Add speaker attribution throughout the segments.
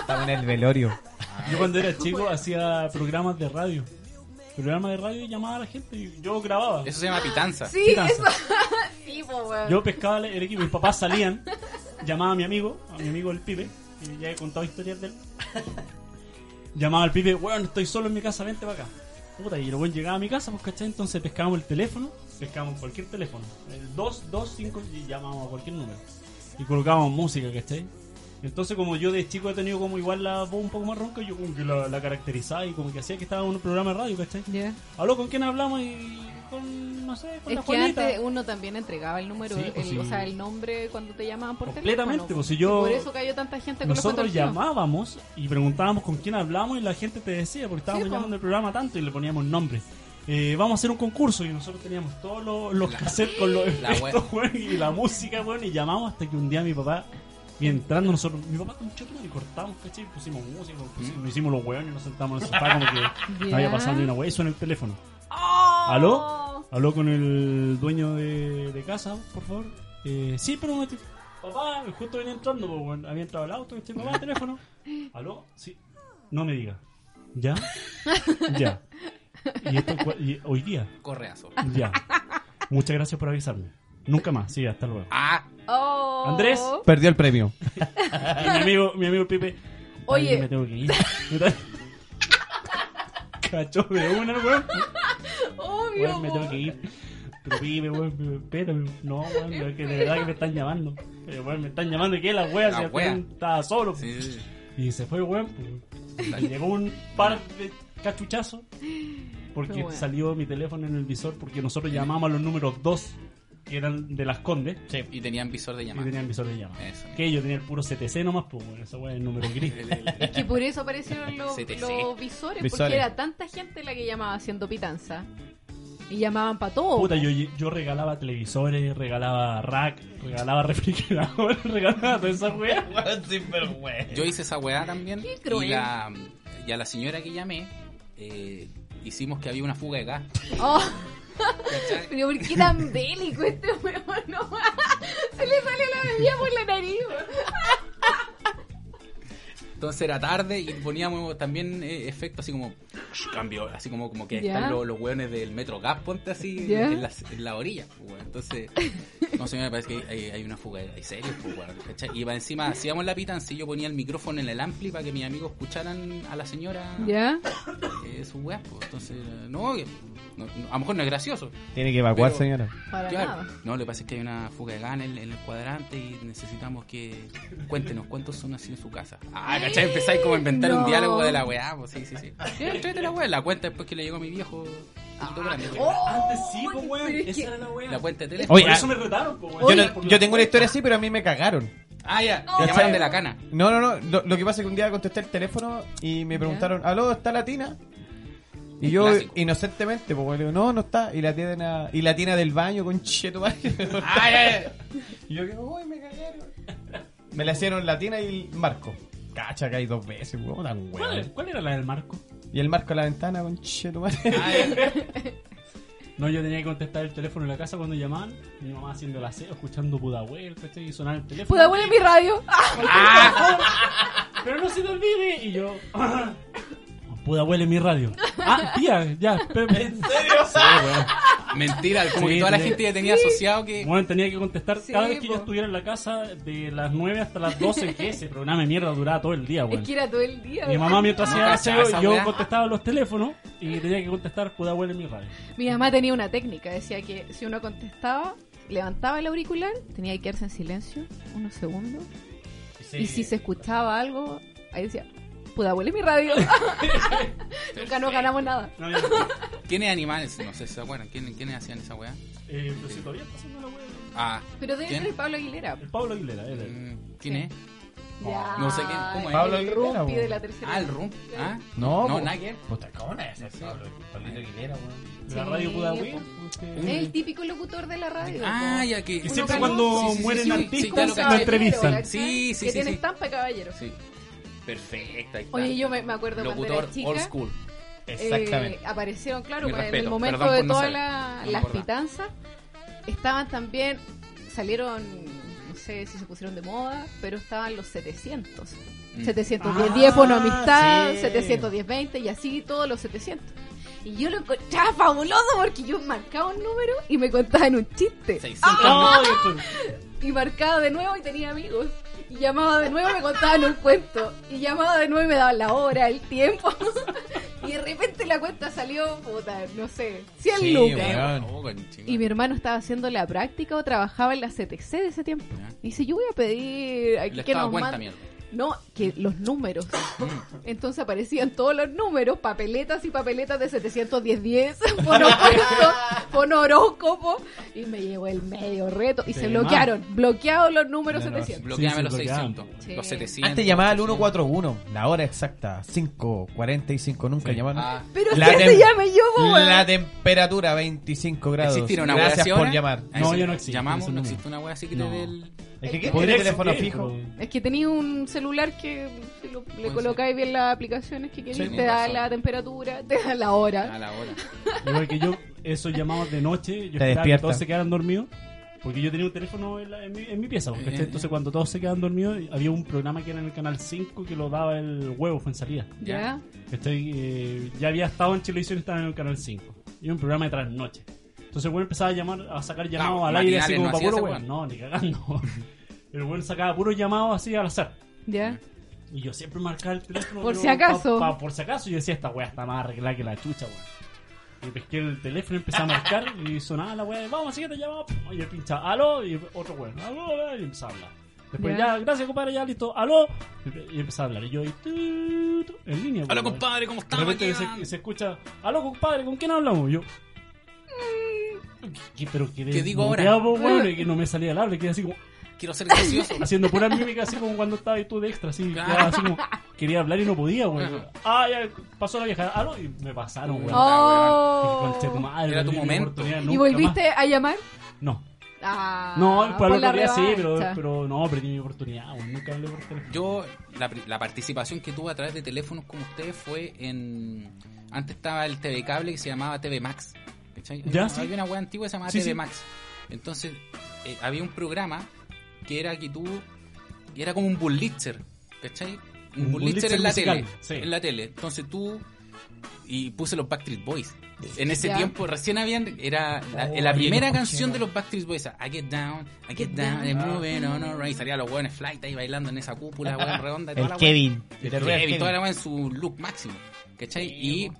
Speaker 1: Estaba en el velorio.
Speaker 2: Yo cuando era chico hacía programas de radio. Programas de radio y llamaba a la gente y yo grababa.
Speaker 3: Eso se llama pitanza.
Speaker 4: Sí,
Speaker 2: Pitanza.
Speaker 4: eso. sí, po, weón.
Speaker 2: Yo pescaba el- el equipo, mis papás salían, llamaba a mi amigo, a mi amigo el Pipe, que ya he contado historias de él. Llamaba al Pipe, weón, estoy solo en mi casa, vente para acá. Puta, y luego llegaba a mi casa, pues cachai, entonces pescábamos el teléfono, pescábamos cualquier teléfono, el 225 y llamábamos a cualquier número. Y colocábamos música, ¿cachai? Entonces como yo de chico he tenido como igual la voz un poco más ronca, yo como que la, la caracterizaba y como que hacía que estaba en un programa de radio, ¿cachai?
Speaker 4: Ya.
Speaker 2: Habló con quién hablamos y con, no sé, con la
Speaker 4: Es que
Speaker 2: Juanita.
Speaker 4: antes uno también entregaba el número,
Speaker 2: Sí, pues
Speaker 4: el- o
Speaker 2: sí.
Speaker 4: sea, el nombre cuando te llamaban por
Speaker 2: Completamente,
Speaker 4: teléfono.
Speaker 2: pues si yo-
Speaker 4: Y Por eso cayó tanta gente con
Speaker 2: Nosotros
Speaker 4: los cuentos
Speaker 2: llamábamos y preguntábamos con quién hablamos y la gente te decía, porque estábamos
Speaker 4: Sí, po.
Speaker 2: llamando el programa tanto y le poníamos nombre. Eh, vamos a hacer un concurso y nosotros teníamos todos los, los cassettes con los
Speaker 3: la
Speaker 2: efectos, weón, y la música, weón, y llamamos hasta que un día mi papá, y entrando nosotros, mi papá con choque y cortamos, ¿cachai? Y Pusimos música, pusimos- nos hicimos los weones, nos sentamos en el sofá como que no había
Speaker 4: Ya. Oh.
Speaker 2: pasado ni una wea, y suena el teléfono. ¿Aló? ¿Aló con el dueño de, de casa, por favor? Eh, sí, pero un momento. Papá, justo venía entrando, po, weón. había entrado el auto, este papá, teléfono. ¿Aló? Sí. No me diga. ¿Ya? ya. ¿Y esto cu- y hoy día?
Speaker 3: Correazo.
Speaker 2: Ya. Muchas gracias por avisarme. Nunca más, sí, hasta luego.
Speaker 3: Ah,
Speaker 4: Oh.
Speaker 2: Andrés.
Speaker 1: Perdió el premio.
Speaker 2: Y mi amigo, mi amigo Pipe. "Ay,
Speaker 4: Oye.
Speaker 2: Me tengo que ir. Cacho de una, weón.
Speaker 4: Obvio.
Speaker 2: Weón, me tengo que ir. Pero pibe, weón, me- espérame. No, weón, es que de verdad que me están llamando. Eh, weón, me están llamando. ¿Y qué es la wea?
Speaker 3: La
Speaker 2: Si al
Speaker 3: wea.
Speaker 2: fin estaba solo.
Speaker 3: sí, sí, sí.
Speaker 2: Y se fue, weón. pues. Y llegó un par de cachuchazos. Porque
Speaker 4: Qué bueno.
Speaker 2: salió mi teléfono en el visor. Porque nosotros llamamos a los números 2, que eran de las Condes.
Speaker 3: Y tenían visor de
Speaker 2: Y
Speaker 3: llamada.
Speaker 2: tenían visor de llama.
Speaker 3: Eso.
Speaker 2: Que yo tenía el puro CTC nomás, pues, bueno, esa weá es el número gris.
Speaker 3: El- el- el-
Speaker 4: Es que por eso aparecieron los,
Speaker 3: CTC.
Speaker 4: los visores,
Speaker 1: Visores.
Speaker 4: porque era tanta gente la que llamaba haciendo pitanza. Y llamaban para
Speaker 3: Oh.
Speaker 4: todo.
Speaker 2: Puta, yo, yo regalaba televisores, regalaba rack, regalaba refrigerador, regalaba toda esa weá.
Speaker 3: Yo hice esa weá también.
Speaker 4: Qué
Speaker 3: y,
Speaker 4: cruel.
Speaker 3: la, y a la señora que llamé, eh, hicimos que había una fuga de gas.
Speaker 4: Oh,
Speaker 3: ¿cachai?
Speaker 4: pero ¿por qué tan bélico este weón? No, se le sale la bebida por la nariz.
Speaker 3: Entonces era tarde y poníamos también eh, efectos así como "Shh, cambio, así como, como que
Speaker 4: Ya.
Speaker 3: están los, los hueones del metro gas, ponte así
Speaker 4: Ya.
Speaker 3: en, las- en la orilla. pues, weón. Entonces, no señora, parece que hay, hay una fuga, hay serios, pues, weón, ¿cachai? Y para encima hacíamos la pitanza y yo ponía el micrófono en el ampli para que mis amigos escucharan a la señora
Speaker 4: ¿Ya?
Speaker 3: eh, su weá, pues. Entonces, no, que- no- no, a lo mejor no es gracioso.
Speaker 1: Tiene que evacuar,
Speaker 3: Pero-
Speaker 1: señora.
Speaker 4: Para
Speaker 3: Claro.
Speaker 4: nada.
Speaker 3: No, lo que pasa es que hay una fuga de gas en el, en el cuadrante y necesitamos que cuéntenos cuántos son así en su casa. Ah, ¿cachai? Empezáis como a inventar un
Speaker 4: No.
Speaker 3: diálogo de la weá, pues sí, sí, sí. Ya, tráete la weá, la cuenta después que le llegó a mi viejo. un
Speaker 4: Ah,
Speaker 3: poquito grande.
Speaker 4: oh,
Speaker 2: Antes sí, pues, weón,
Speaker 4: pero es
Speaker 2: esa
Speaker 4: que-
Speaker 2: era la weá.
Speaker 3: La cuenta de teléfono.
Speaker 1: Oye,
Speaker 2: Por eso
Speaker 1: ah,
Speaker 2: me retaron, pues, weón.
Speaker 1: yo,
Speaker 2: Por
Speaker 1: no-
Speaker 2: la-
Speaker 1: yo tengo una historia así, pero a mí me cagaron.
Speaker 3: Ah, ya, te llamaron de la cana.
Speaker 1: No, no, no. Lo, lo que pasa es que un día contesté el teléfono y me preguntaron, ¿aló, está la tina? Y
Speaker 3: El
Speaker 1: yo,
Speaker 3: clásico.
Speaker 1: inocentemente, pues, le digo, no, no está. Y la tina, y la tina del baño, con cheto
Speaker 3: Ah, ya, ya.
Speaker 1: Y yo que, uy, me cagaron. Me la hicieron la tina y el marco. Cacha, caí dos veces, weón, tan
Speaker 2: ¿Cuál,
Speaker 1: weón.
Speaker 2: cuál era la del marco?
Speaker 1: Y el marco a la ventana, con cheto
Speaker 3: Ah, ya.
Speaker 2: No, yo tenía que contestar el teléfono en la casa cuando llamaban. Mi mamá haciendo el aseo, escuchando Pudahuel, ¿cachai? Y sonar el teléfono. Ah.
Speaker 4: Puta, huele mi radio.
Speaker 2: Pero no se te olvide. Y yo. Pudahuel en mi radio. Ah, tía, ya, espérame. ¿En serio? Sí, weón.
Speaker 3: Mentira, como
Speaker 2: Sí,
Speaker 3: que toda la
Speaker 2: tenía-
Speaker 3: gente ya tenía asociado que.
Speaker 2: Bueno, tenía que contestar
Speaker 4: Sí,
Speaker 2: cada vez que
Speaker 4: po.
Speaker 2: yo estuviera en la casa de las 9 hasta las 12, que ese programa de mierda duraba todo el día, weón.
Speaker 4: Es que era todo el día.
Speaker 2: Mi
Speaker 4: weón.
Speaker 2: mamá mientras
Speaker 3: No
Speaker 2: hacía
Speaker 3: cachaba
Speaker 2: aseo,
Speaker 3: esa
Speaker 2: yo
Speaker 3: weá.
Speaker 2: contestaba los teléfonos y tenía que contestar Pudahuel en mi radio.
Speaker 4: Mi mamá tenía una técnica, decía que si uno contestaba, levantaba el auricular, tenía que quedarse en silencio unos segundos. Y si se escuchaba algo, ahí decía, Puta, huele mi radio. Nunca nos ganamos nada.
Speaker 2: No, ya.
Speaker 3: ¿Quiénes animales? No sé si se acuerdan. ¿Quién- ¿Quiénes hacían esa weá?
Speaker 2: Eh, pero si todavía está haciendo la wea.
Speaker 3: Ah.
Speaker 4: Pero debe
Speaker 3: ¿Quién?
Speaker 4: ser Pablo Aguilera.
Speaker 2: El Pablo Aguilera, él. él.
Speaker 3: Mm, ¿Quién es?
Speaker 4: Ya,
Speaker 3: no sé quién- ¿cómo es?
Speaker 1: Pablo
Speaker 4: el
Speaker 1: Aguilera,
Speaker 4: Rumpi
Speaker 1: bo.
Speaker 4: de la tercera.
Speaker 3: Ah, el Rump. Ah.
Speaker 1: No, pues.
Speaker 3: No,
Speaker 1: po.
Speaker 3: Nagel.
Speaker 1: Puta, ¿cómo es ese Pablo? Pablito Aguilera, weón.
Speaker 2: De la
Speaker 4: Sí,
Speaker 2: radio Pudahuel.
Speaker 4: po.
Speaker 2: Usted-
Speaker 4: Es el típico locutor de la radio.
Speaker 3: Ah, ya que.
Speaker 2: Y
Speaker 4: Uno
Speaker 2: siempre
Speaker 4: ganó.
Speaker 2: cuando
Speaker 3: Sí, sí, sí,
Speaker 2: mueren
Speaker 3: sí, sí,
Speaker 2: artistas,
Speaker 3: ya lo
Speaker 2: lo
Speaker 3: caché.
Speaker 2: entrevistan.
Speaker 3: Sí, sí,
Speaker 4: Que
Speaker 3: sí,
Speaker 4: tiene
Speaker 3: sí.
Speaker 4: estampa de caballero.
Speaker 3: Sí. Perfecta. ahí está.
Speaker 4: Oye, yo me, me acuerdo cuando
Speaker 3: Locutor
Speaker 4: era chica.
Speaker 3: old school.
Speaker 4: eh,
Speaker 1: Exactamente.
Speaker 4: aparecieron, claro,
Speaker 3: Mi
Speaker 4: en
Speaker 3: respeto,
Speaker 4: el momento
Speaker 3: perdón
Speaker 4: de
Speaker 3: por no
Speaker 4: todas
Speaker 3: saber,
Speaker 4: la-
Speaker 3: no me
Speaker 4: las
Speaker 3: acordaba.
Speaker 4: pitanzas. Estaban también, salieron, no sé si se pusieron de moda, pero estaban los 700.
Speaker 3: Mm.
Speaker 4: 710 bono
Speaker 2: Ah,
Speaker 4: amistad,
Speaker 2: sí.
Speaker 4: 710 20 y así todos los 700. Y yo lo encontraba fabuloso porque yo marcaba un número y me contaban un chiste.
Speaker 3: 600.
Speaker 1: Ah.
Speaker 2: No, esto-
Speaker 4: Y marcaba de nuevo y tenía amigos. Y llamaba de nuevo y me contaban un cuento. Y llamaba de nuevo y me daban la hora, el tiempo. y de repente la cuenta salió, puta, no sé, 100
Speaker 3: Sí,
Speaker 4: lucas.
Speaker 3: weón. Oh, conchito.
Speaker 4: ah. Y mi hermano estaba haciendo la práctica o trabajaba en la CTC de ese tiempo.
Speaker 3: Ya.
Speaker 4: Y dice, yo voy a pedir aquí
Speaker 3: Les
Speaker 4: que
Speaker 3: daba
Speaker 4: nos
Speaker 3: cuenta,
Speaker 4: mand-
Speaker 3: mierda.
Speaker 4: No, que los números. Entonces aparecían todos los números, papeletas y papeletas de 710, fonopuesto, fonoróscopo. Y me llegó el medio reto. Y se
Speaker 2: Tema.
Speaker 4: bloquearon, bloqueados los números
Speaker 2: Claro,
Speaker 4: 700.
Speaker 3: Bloqueame
Speaker 2: Sí,
Speaker 3: los
Speaker 2: sí, bloqueaban.
Speaker 3: 600.
Speaker 4: Sí.
Speaker 3: Los 700.
Speaker 1: Antes llamaba al 141, la hora exacta, 5.45, nunca
Speaker 2: Sí.
Speaker 1: llamaban.
Speaker 3: Ah,
Speaker 4: Pero
Speaker 1: La
Speaker 4: si
Speaker 1: tem-
Speaker 4: se llame yo, po, weón.
Speaker 1: La temperatura, 25 grados.
Speaker 3: ¿Existe una wea
Speaker 1: Gracias
Speaker 3: así
Speaker 1: por
Speaker 3: ahora?
Speaker 1: llamar.
Speaker 3: Ah,
Speaker 2: No,
Speaker 3: sí.
Speaker 2: yo no existe,
Speaker 3: Llamamos,
Speaker 2: eso
Speaker 3: no
Speaker 2: no.
Speaker 3: existe una wea así que te
Speaker 2: No.
Speaker 3: dé el.
Speaker 1: Es que ¿quién
Speaker 2: Podría
Speaker 1: tiene teléfono
Speaker 2: existir,
Speaker 1: fijo?
Speaker 2: pero-
Speaker 4: Es que tenía un celular que si lo- le
Speaker 2: Pues
Speaker 3: ser.
Speaker 4: colocáis bien las aplicaciones que queréis,
Speaker 3: Sí,
Speaker 4: te
Speaker 3: con
Speaker 4: da
Speaker 3: razón.
Speaker 4: la temperatura, te da la hora.
Speaker 2: Ah,
Speaker 3: A la hora.
Speaker 2: Igual que yo, esos llamados de noche, yo
Speaker 1: Te
Speaker 2: esperaba que
Speaker 1: despierta.
Speaker 2: todos se quedaran dormidos. Porque yo tenía un teléfono en, la- en mi, en mi pieza, porque
Speaker 3: Eh, eh.
Speaker 2: entonces cuando todos se quedaban dormidos, había un programa que era en el canal 5 que lo daba el huevo, fue en salida.
Speaker 4: ¿Ya?
Speaker 2: ¿Cachai? Eh, ya había estado en televisión, estaba en el canal 5. Y un programa de trasnoche. Entonces el weón empezaba a llamar, a sacar llamados
Speaker 3: No,
Speaker 2: al aire así
Speaker 3: matinales
Speaker 2: como
Speaker 3: no
Speaker 2: para
Speaker 3: hacía
Speaker 2: puro
Speaker 3: ese
Speaker 2: weón. No, ni cagando. El weón sacaba puros llamados así al azar.
Speaker 4: ¿Ya?
Speaker 2: Y yo siempre marcaba el teléfono.
Speaker 4: Por
Speaker 2: yo,
Speaker 4: si acaso.
Speaker 2: pa- pa- por si acaso, yo decía, esta weá está más arreglada que la chucha, weón. Y pesqué el teléfono, empecé a marcar y sonaba la weá de, vamos, siguiente llamada. Y yo pinchaba, aló, y otro weón, aló, aló", y empezaba a hablar. Después
Speaker 4: Ya.
Speaker 2: ya, gracias compadre, ya listo, aló. Y, y empezaba a hablar. Y yo, y tu, tu, en línea,
Speaker 3: Hola,
Speaker 2: weón.
Speaker 3: compadre, ¿cómo
Speaker 2: De
Speaker 3: estás?
Speaker 2: repente se,
Speaker 3: Aquí
Speaker 2: se escucha, aló compadre, ¿con quién hablamos? Y yo, "Mm, ¿qué- pero qué,
Speaker 3: ¿Qué digo ahora?
Speaker 2: desmuteado, po, weón, y que no me salía el habla, quedé así como,
Speaker 3: van? Quiero ser gracioso.
Speaker 2: haciendo puras mímicas así como cuando estaba ahí tú de extra, así,
Speaker 3: Claro.
Speaker 2: ya, así como quería hablar y no podía, güey.
Speaker 3: Ajá.
Speaker 2: Ah, ya pasó la vieja, ah, no, y me pasaron, güey.
Speaker 3: Oh.
Speaker 4: ¡Oh!
Speaker 2: Conche tu madre,
Speaker 3: Era
Speaker 2: perdí
Speaker 3: tu
Speaker 2: mi
Speaker 3: momento.
Speaker 2: oportunidad
Speaker 4: ¿Y
Speaker 2: nunca
Speaker 4: volviste
Speaker 2: más.
Speaker 4: a llamar?
Speaker 2: No,
Speaker 4: Ah,
Speaker 2: no, para
Speaker 4: por
Speaker 2: el otro
Speaker 4: la
Speaker 2: día sí, pero,
Speaker 4: revancha.
Speaker 2: pero no, perdí mi oportunidad, güey. Nunca hablé por teléfono.
Speaker 3: Yo, la, pri- la participación que tuve a través de teléfonos como ustedes fue en. Antes estaba el TV Cable que se llamaba TV Max. ¿cachai? Hay
Speaker 2: Ya,
Speaker 3: una-
Speaker 2: sí.
Speaker 3: Había una web antigua que se llamaba
Speaker 2: Sí,
Speaker 3: TV
Speaker 2: sí.
Speaker 3: Max. Entonces, eh, había un programa que era que tú. que era como un bullitzer, ¿cachai? Un,
Speaker 2: Un
Speaker 3: bullitzer
Speaker 2: Bullitzer
Speaker 3: en la
Speaker 2: musical,
Speaker 3: tele.
Speaker 2: sí.
Speaker 3: En la tele. Entonces tú. Y puse los Backstreet Boys. En ese
Speaker 4: Ya.
Speaker 3: tiempo recién habían. Era la,
Speaker 1: Oh,
Speaker 3: la
Speaker 1: ahí lo
Speaker 3: primera
Speaker 1: escuché,
Speaker 3: canción de
Speaker 1: ¿no?
Speaker 3: los Backstreet Boys. I get down, I get down, I'm moving on, alright. Y salían los hueones flight ahí bailando en esa cúpula, weón, redonda. y toda la
Speaker 1: El
Speaker 3: wea.
Speaker 1: Kevin.
Speaker 3: El
Speaker 1: Te
Speaker 3: Kevin,
Speaker 1: ruega el
Speaker 3: toda la
Speaker 1: Kevin.
Speaker 3: weá en su look máximo. ¿Cachai? y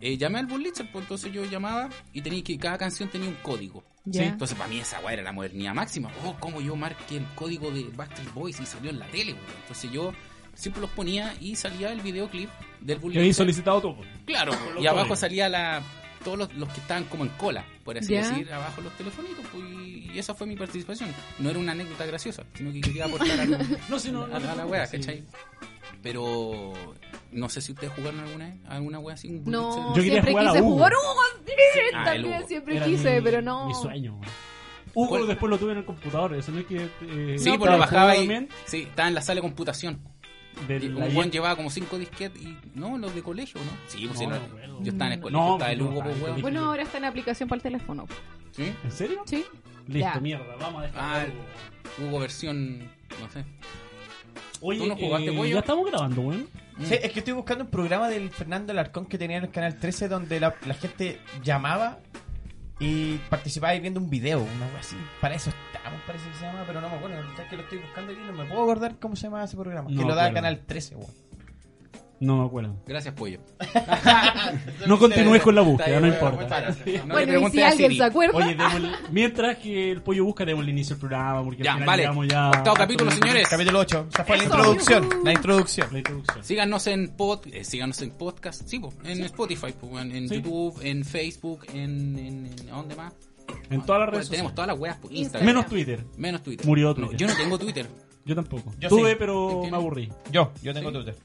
Speaker 3: eh, llamé al Bullitzer, pues entonces yo llamaba y tenía que cada canción tenía un código. ¿sí?
Speaker 4: Ya.
Speaker 3: Entonces para mí esa weá era la modernidad máxima. Oh, como yo marqué el código de Backstreet Boys y salió en la tele, weón. Entonces yo siempre los ponía y salía el videoclip del
Speaker 2: Yo había
Speaker 3: Bullitzer.
Speaker 2: solicitado todo. pues.
Speaker 3: Claro,
Speaker 2: los
Speaker 3: y abajo
Speaker 2: códigos.
Speaker 3: salía la todos los, los que estaban como en cola, por así
Speaker 4: Ya.
Speaker 3: decir, abajo los telefonitos, pues, y, y esa fue mi participación. No era una anécdota graciosa, sino que quería aportar algo
Speaker 2: No, si no, no
Speaker 3: a,
Speaker 2: te
Speaker 3: a la
Speaker 2: preocupes,
Speaker 3: wea,
Speaker 2: sí.
Speaker 3: ¿cachai? Pero no sé si ustedes jugaron alguna vez, alguna wea así, un
Speaker 4: No,
Speaker 2: Yo
Speaker 3: Blitzer.
Speaker 2: quería
Speaker 4: siempre
Speaker 2: jugar a
Speaker 4: quise
Speaker 2: Hugo.
Speaker 4: jugar Hugo, sí,
Speaker 3: Ah,
Speaker 4: también
Speaker 3: el Hugo.
Speaker 4: siempre
Speaker 2: Era
Speaker 4: quise,
Speaker 2: mi-
Speaker 4: pero no.
Speaker 2: Mi sueño, güey. Hugo
Speaker 3: ¿Cuál?
Speaker 2: después lo tuve en el computador, eso no es que... eh,
Speaker 3: Sí,
Speaker 2: no,
Speaker 3: pues lo
Speaker 2: estaba
Speaker 3: bajaba
Speaker 2: jugando
Speaker 3: y
Speaker 2: también
Speaker 3: sí, estaba en la sala de computación.
Speaker 2: del-
Speaker 3: Y
Speaker 2: la-
Speaker 3: un buen llevaba como cinco disquetes y no, los de colegio, ¿no? Sí, pues
Speaker 2: No,
Speaker 3: era-
Speaker 2: no me acuerdo.
Speaker 3: yo estaba en el
Speaker 2: No,
Speaker 3: colegio, estaba
Speaker 2: porque
Speaker 3: el
Speaker 2: no
Speaker 3: Hugo,
Speaker 2: estaba
Speaker 3: pues
Speaker 2: en el
Speaker 3: weón.
Speaker 2: colegio.
Speaker 4: Bueno, ahora está en aplicación para el teléfono.
Speaker 3: ¿Sí?
Speaker 2: ¿En serio?
Speaker 4: Sí.
Speaker 2: Listo,
Speaker 4: Ya.
Speaker 2: mierda, vamos a dejar
Speaker 3: Ah,
Speaker 2: Hugo.
Speaker 3: Hugo versión, no sé.
Speaker 2: Oye,
Speaker 3: ¿Tú no jugaste,
Speaker 2: eh,
Speaker 3: pollo?
Speaker 2: ya estamos grabando, weón.
Speaker 1: Sí,
Speaker 3: Mm.
Speaker 1: es que estoy buscando un programa del Fernando Alarcón que tenía en el canal 13 donde la, la gente llamaba y participaba ahí viendo un video, una wea así. Para eso estamos, parece que se llama, pero no me acuerdo. O sea, que lo estoy buscando aquí y no me puedo acordar cómo se llamaba ese programa.
Speaker 2: No
Speaker 1: que
Speaker 2: me
Speaker 1: lo daba
Speaker 2: acuerdo.
Speaker 1: canal 13, weón.
Speaker 2: No me acuerdo.
Speaker 3: Mm. Gracias, pollo.
Speaker 2: No continúes con la búsqueda, no
Speaker 3: Está bien,
Speaker 2: importa.
Speaker 3: bueno, bueno, no le
Speaker 4: bueno, y
Speaker 3: preguntes
Speaker 4: si
Speaker 3: a
Speaker 4: alguien
Speaker 3: Siri.
Speaker 4: se acuerda.
Speaker 2: Oye, démosle- mientras que el pollo busca, demos el inicio del programa. Porque
Speaker 3: Ya,
Speaker 2: al final
Speaker 3: vale.
Speaker 2: llegamos ya
Speaker 3: Octavo capítulo, señores.
Speaker 1: Capítulo 8. Esa fue la
Speaker 4: Eso,
Speaker 1: introducción.
Speaker 4: yujú.
Speaker 1: La introducción.
Speaker 2: La introducción.
Speaker 3: Síganos en, pod, eh, síganos en podcast, sí, po, en Spotify, po, en, en
Speaker 2: Sí.
Speaker 3: YouTube, en Facebook, en, en, en- ¿a ¿dónde más?
Speaker 2: En todas las redes
Speaker 3: Tenemos
Speaker 2: sociales.
Speaker 3: todas las weas, po, Instagram.
Speaker 2: Menos Twitter.
Speaker 3: Menos Twitter.
Speaker 2: Murió
Speaker 3: No,
Speaker 2: Twitter.
Speaker 3: yo no tengo Twitter.
Speaker 2: Yo tampoco.
Speaker 1: Yo
Speaker 2: Tuve,
Speaker 1: sí.
Speaker 2: pero
Speaker 3: ¿Quién?
Speaker 2: me aburrí.
Speaker 1: Yo, yo tengo
Speaker 3: Sí.
Speaker 1: Twitter.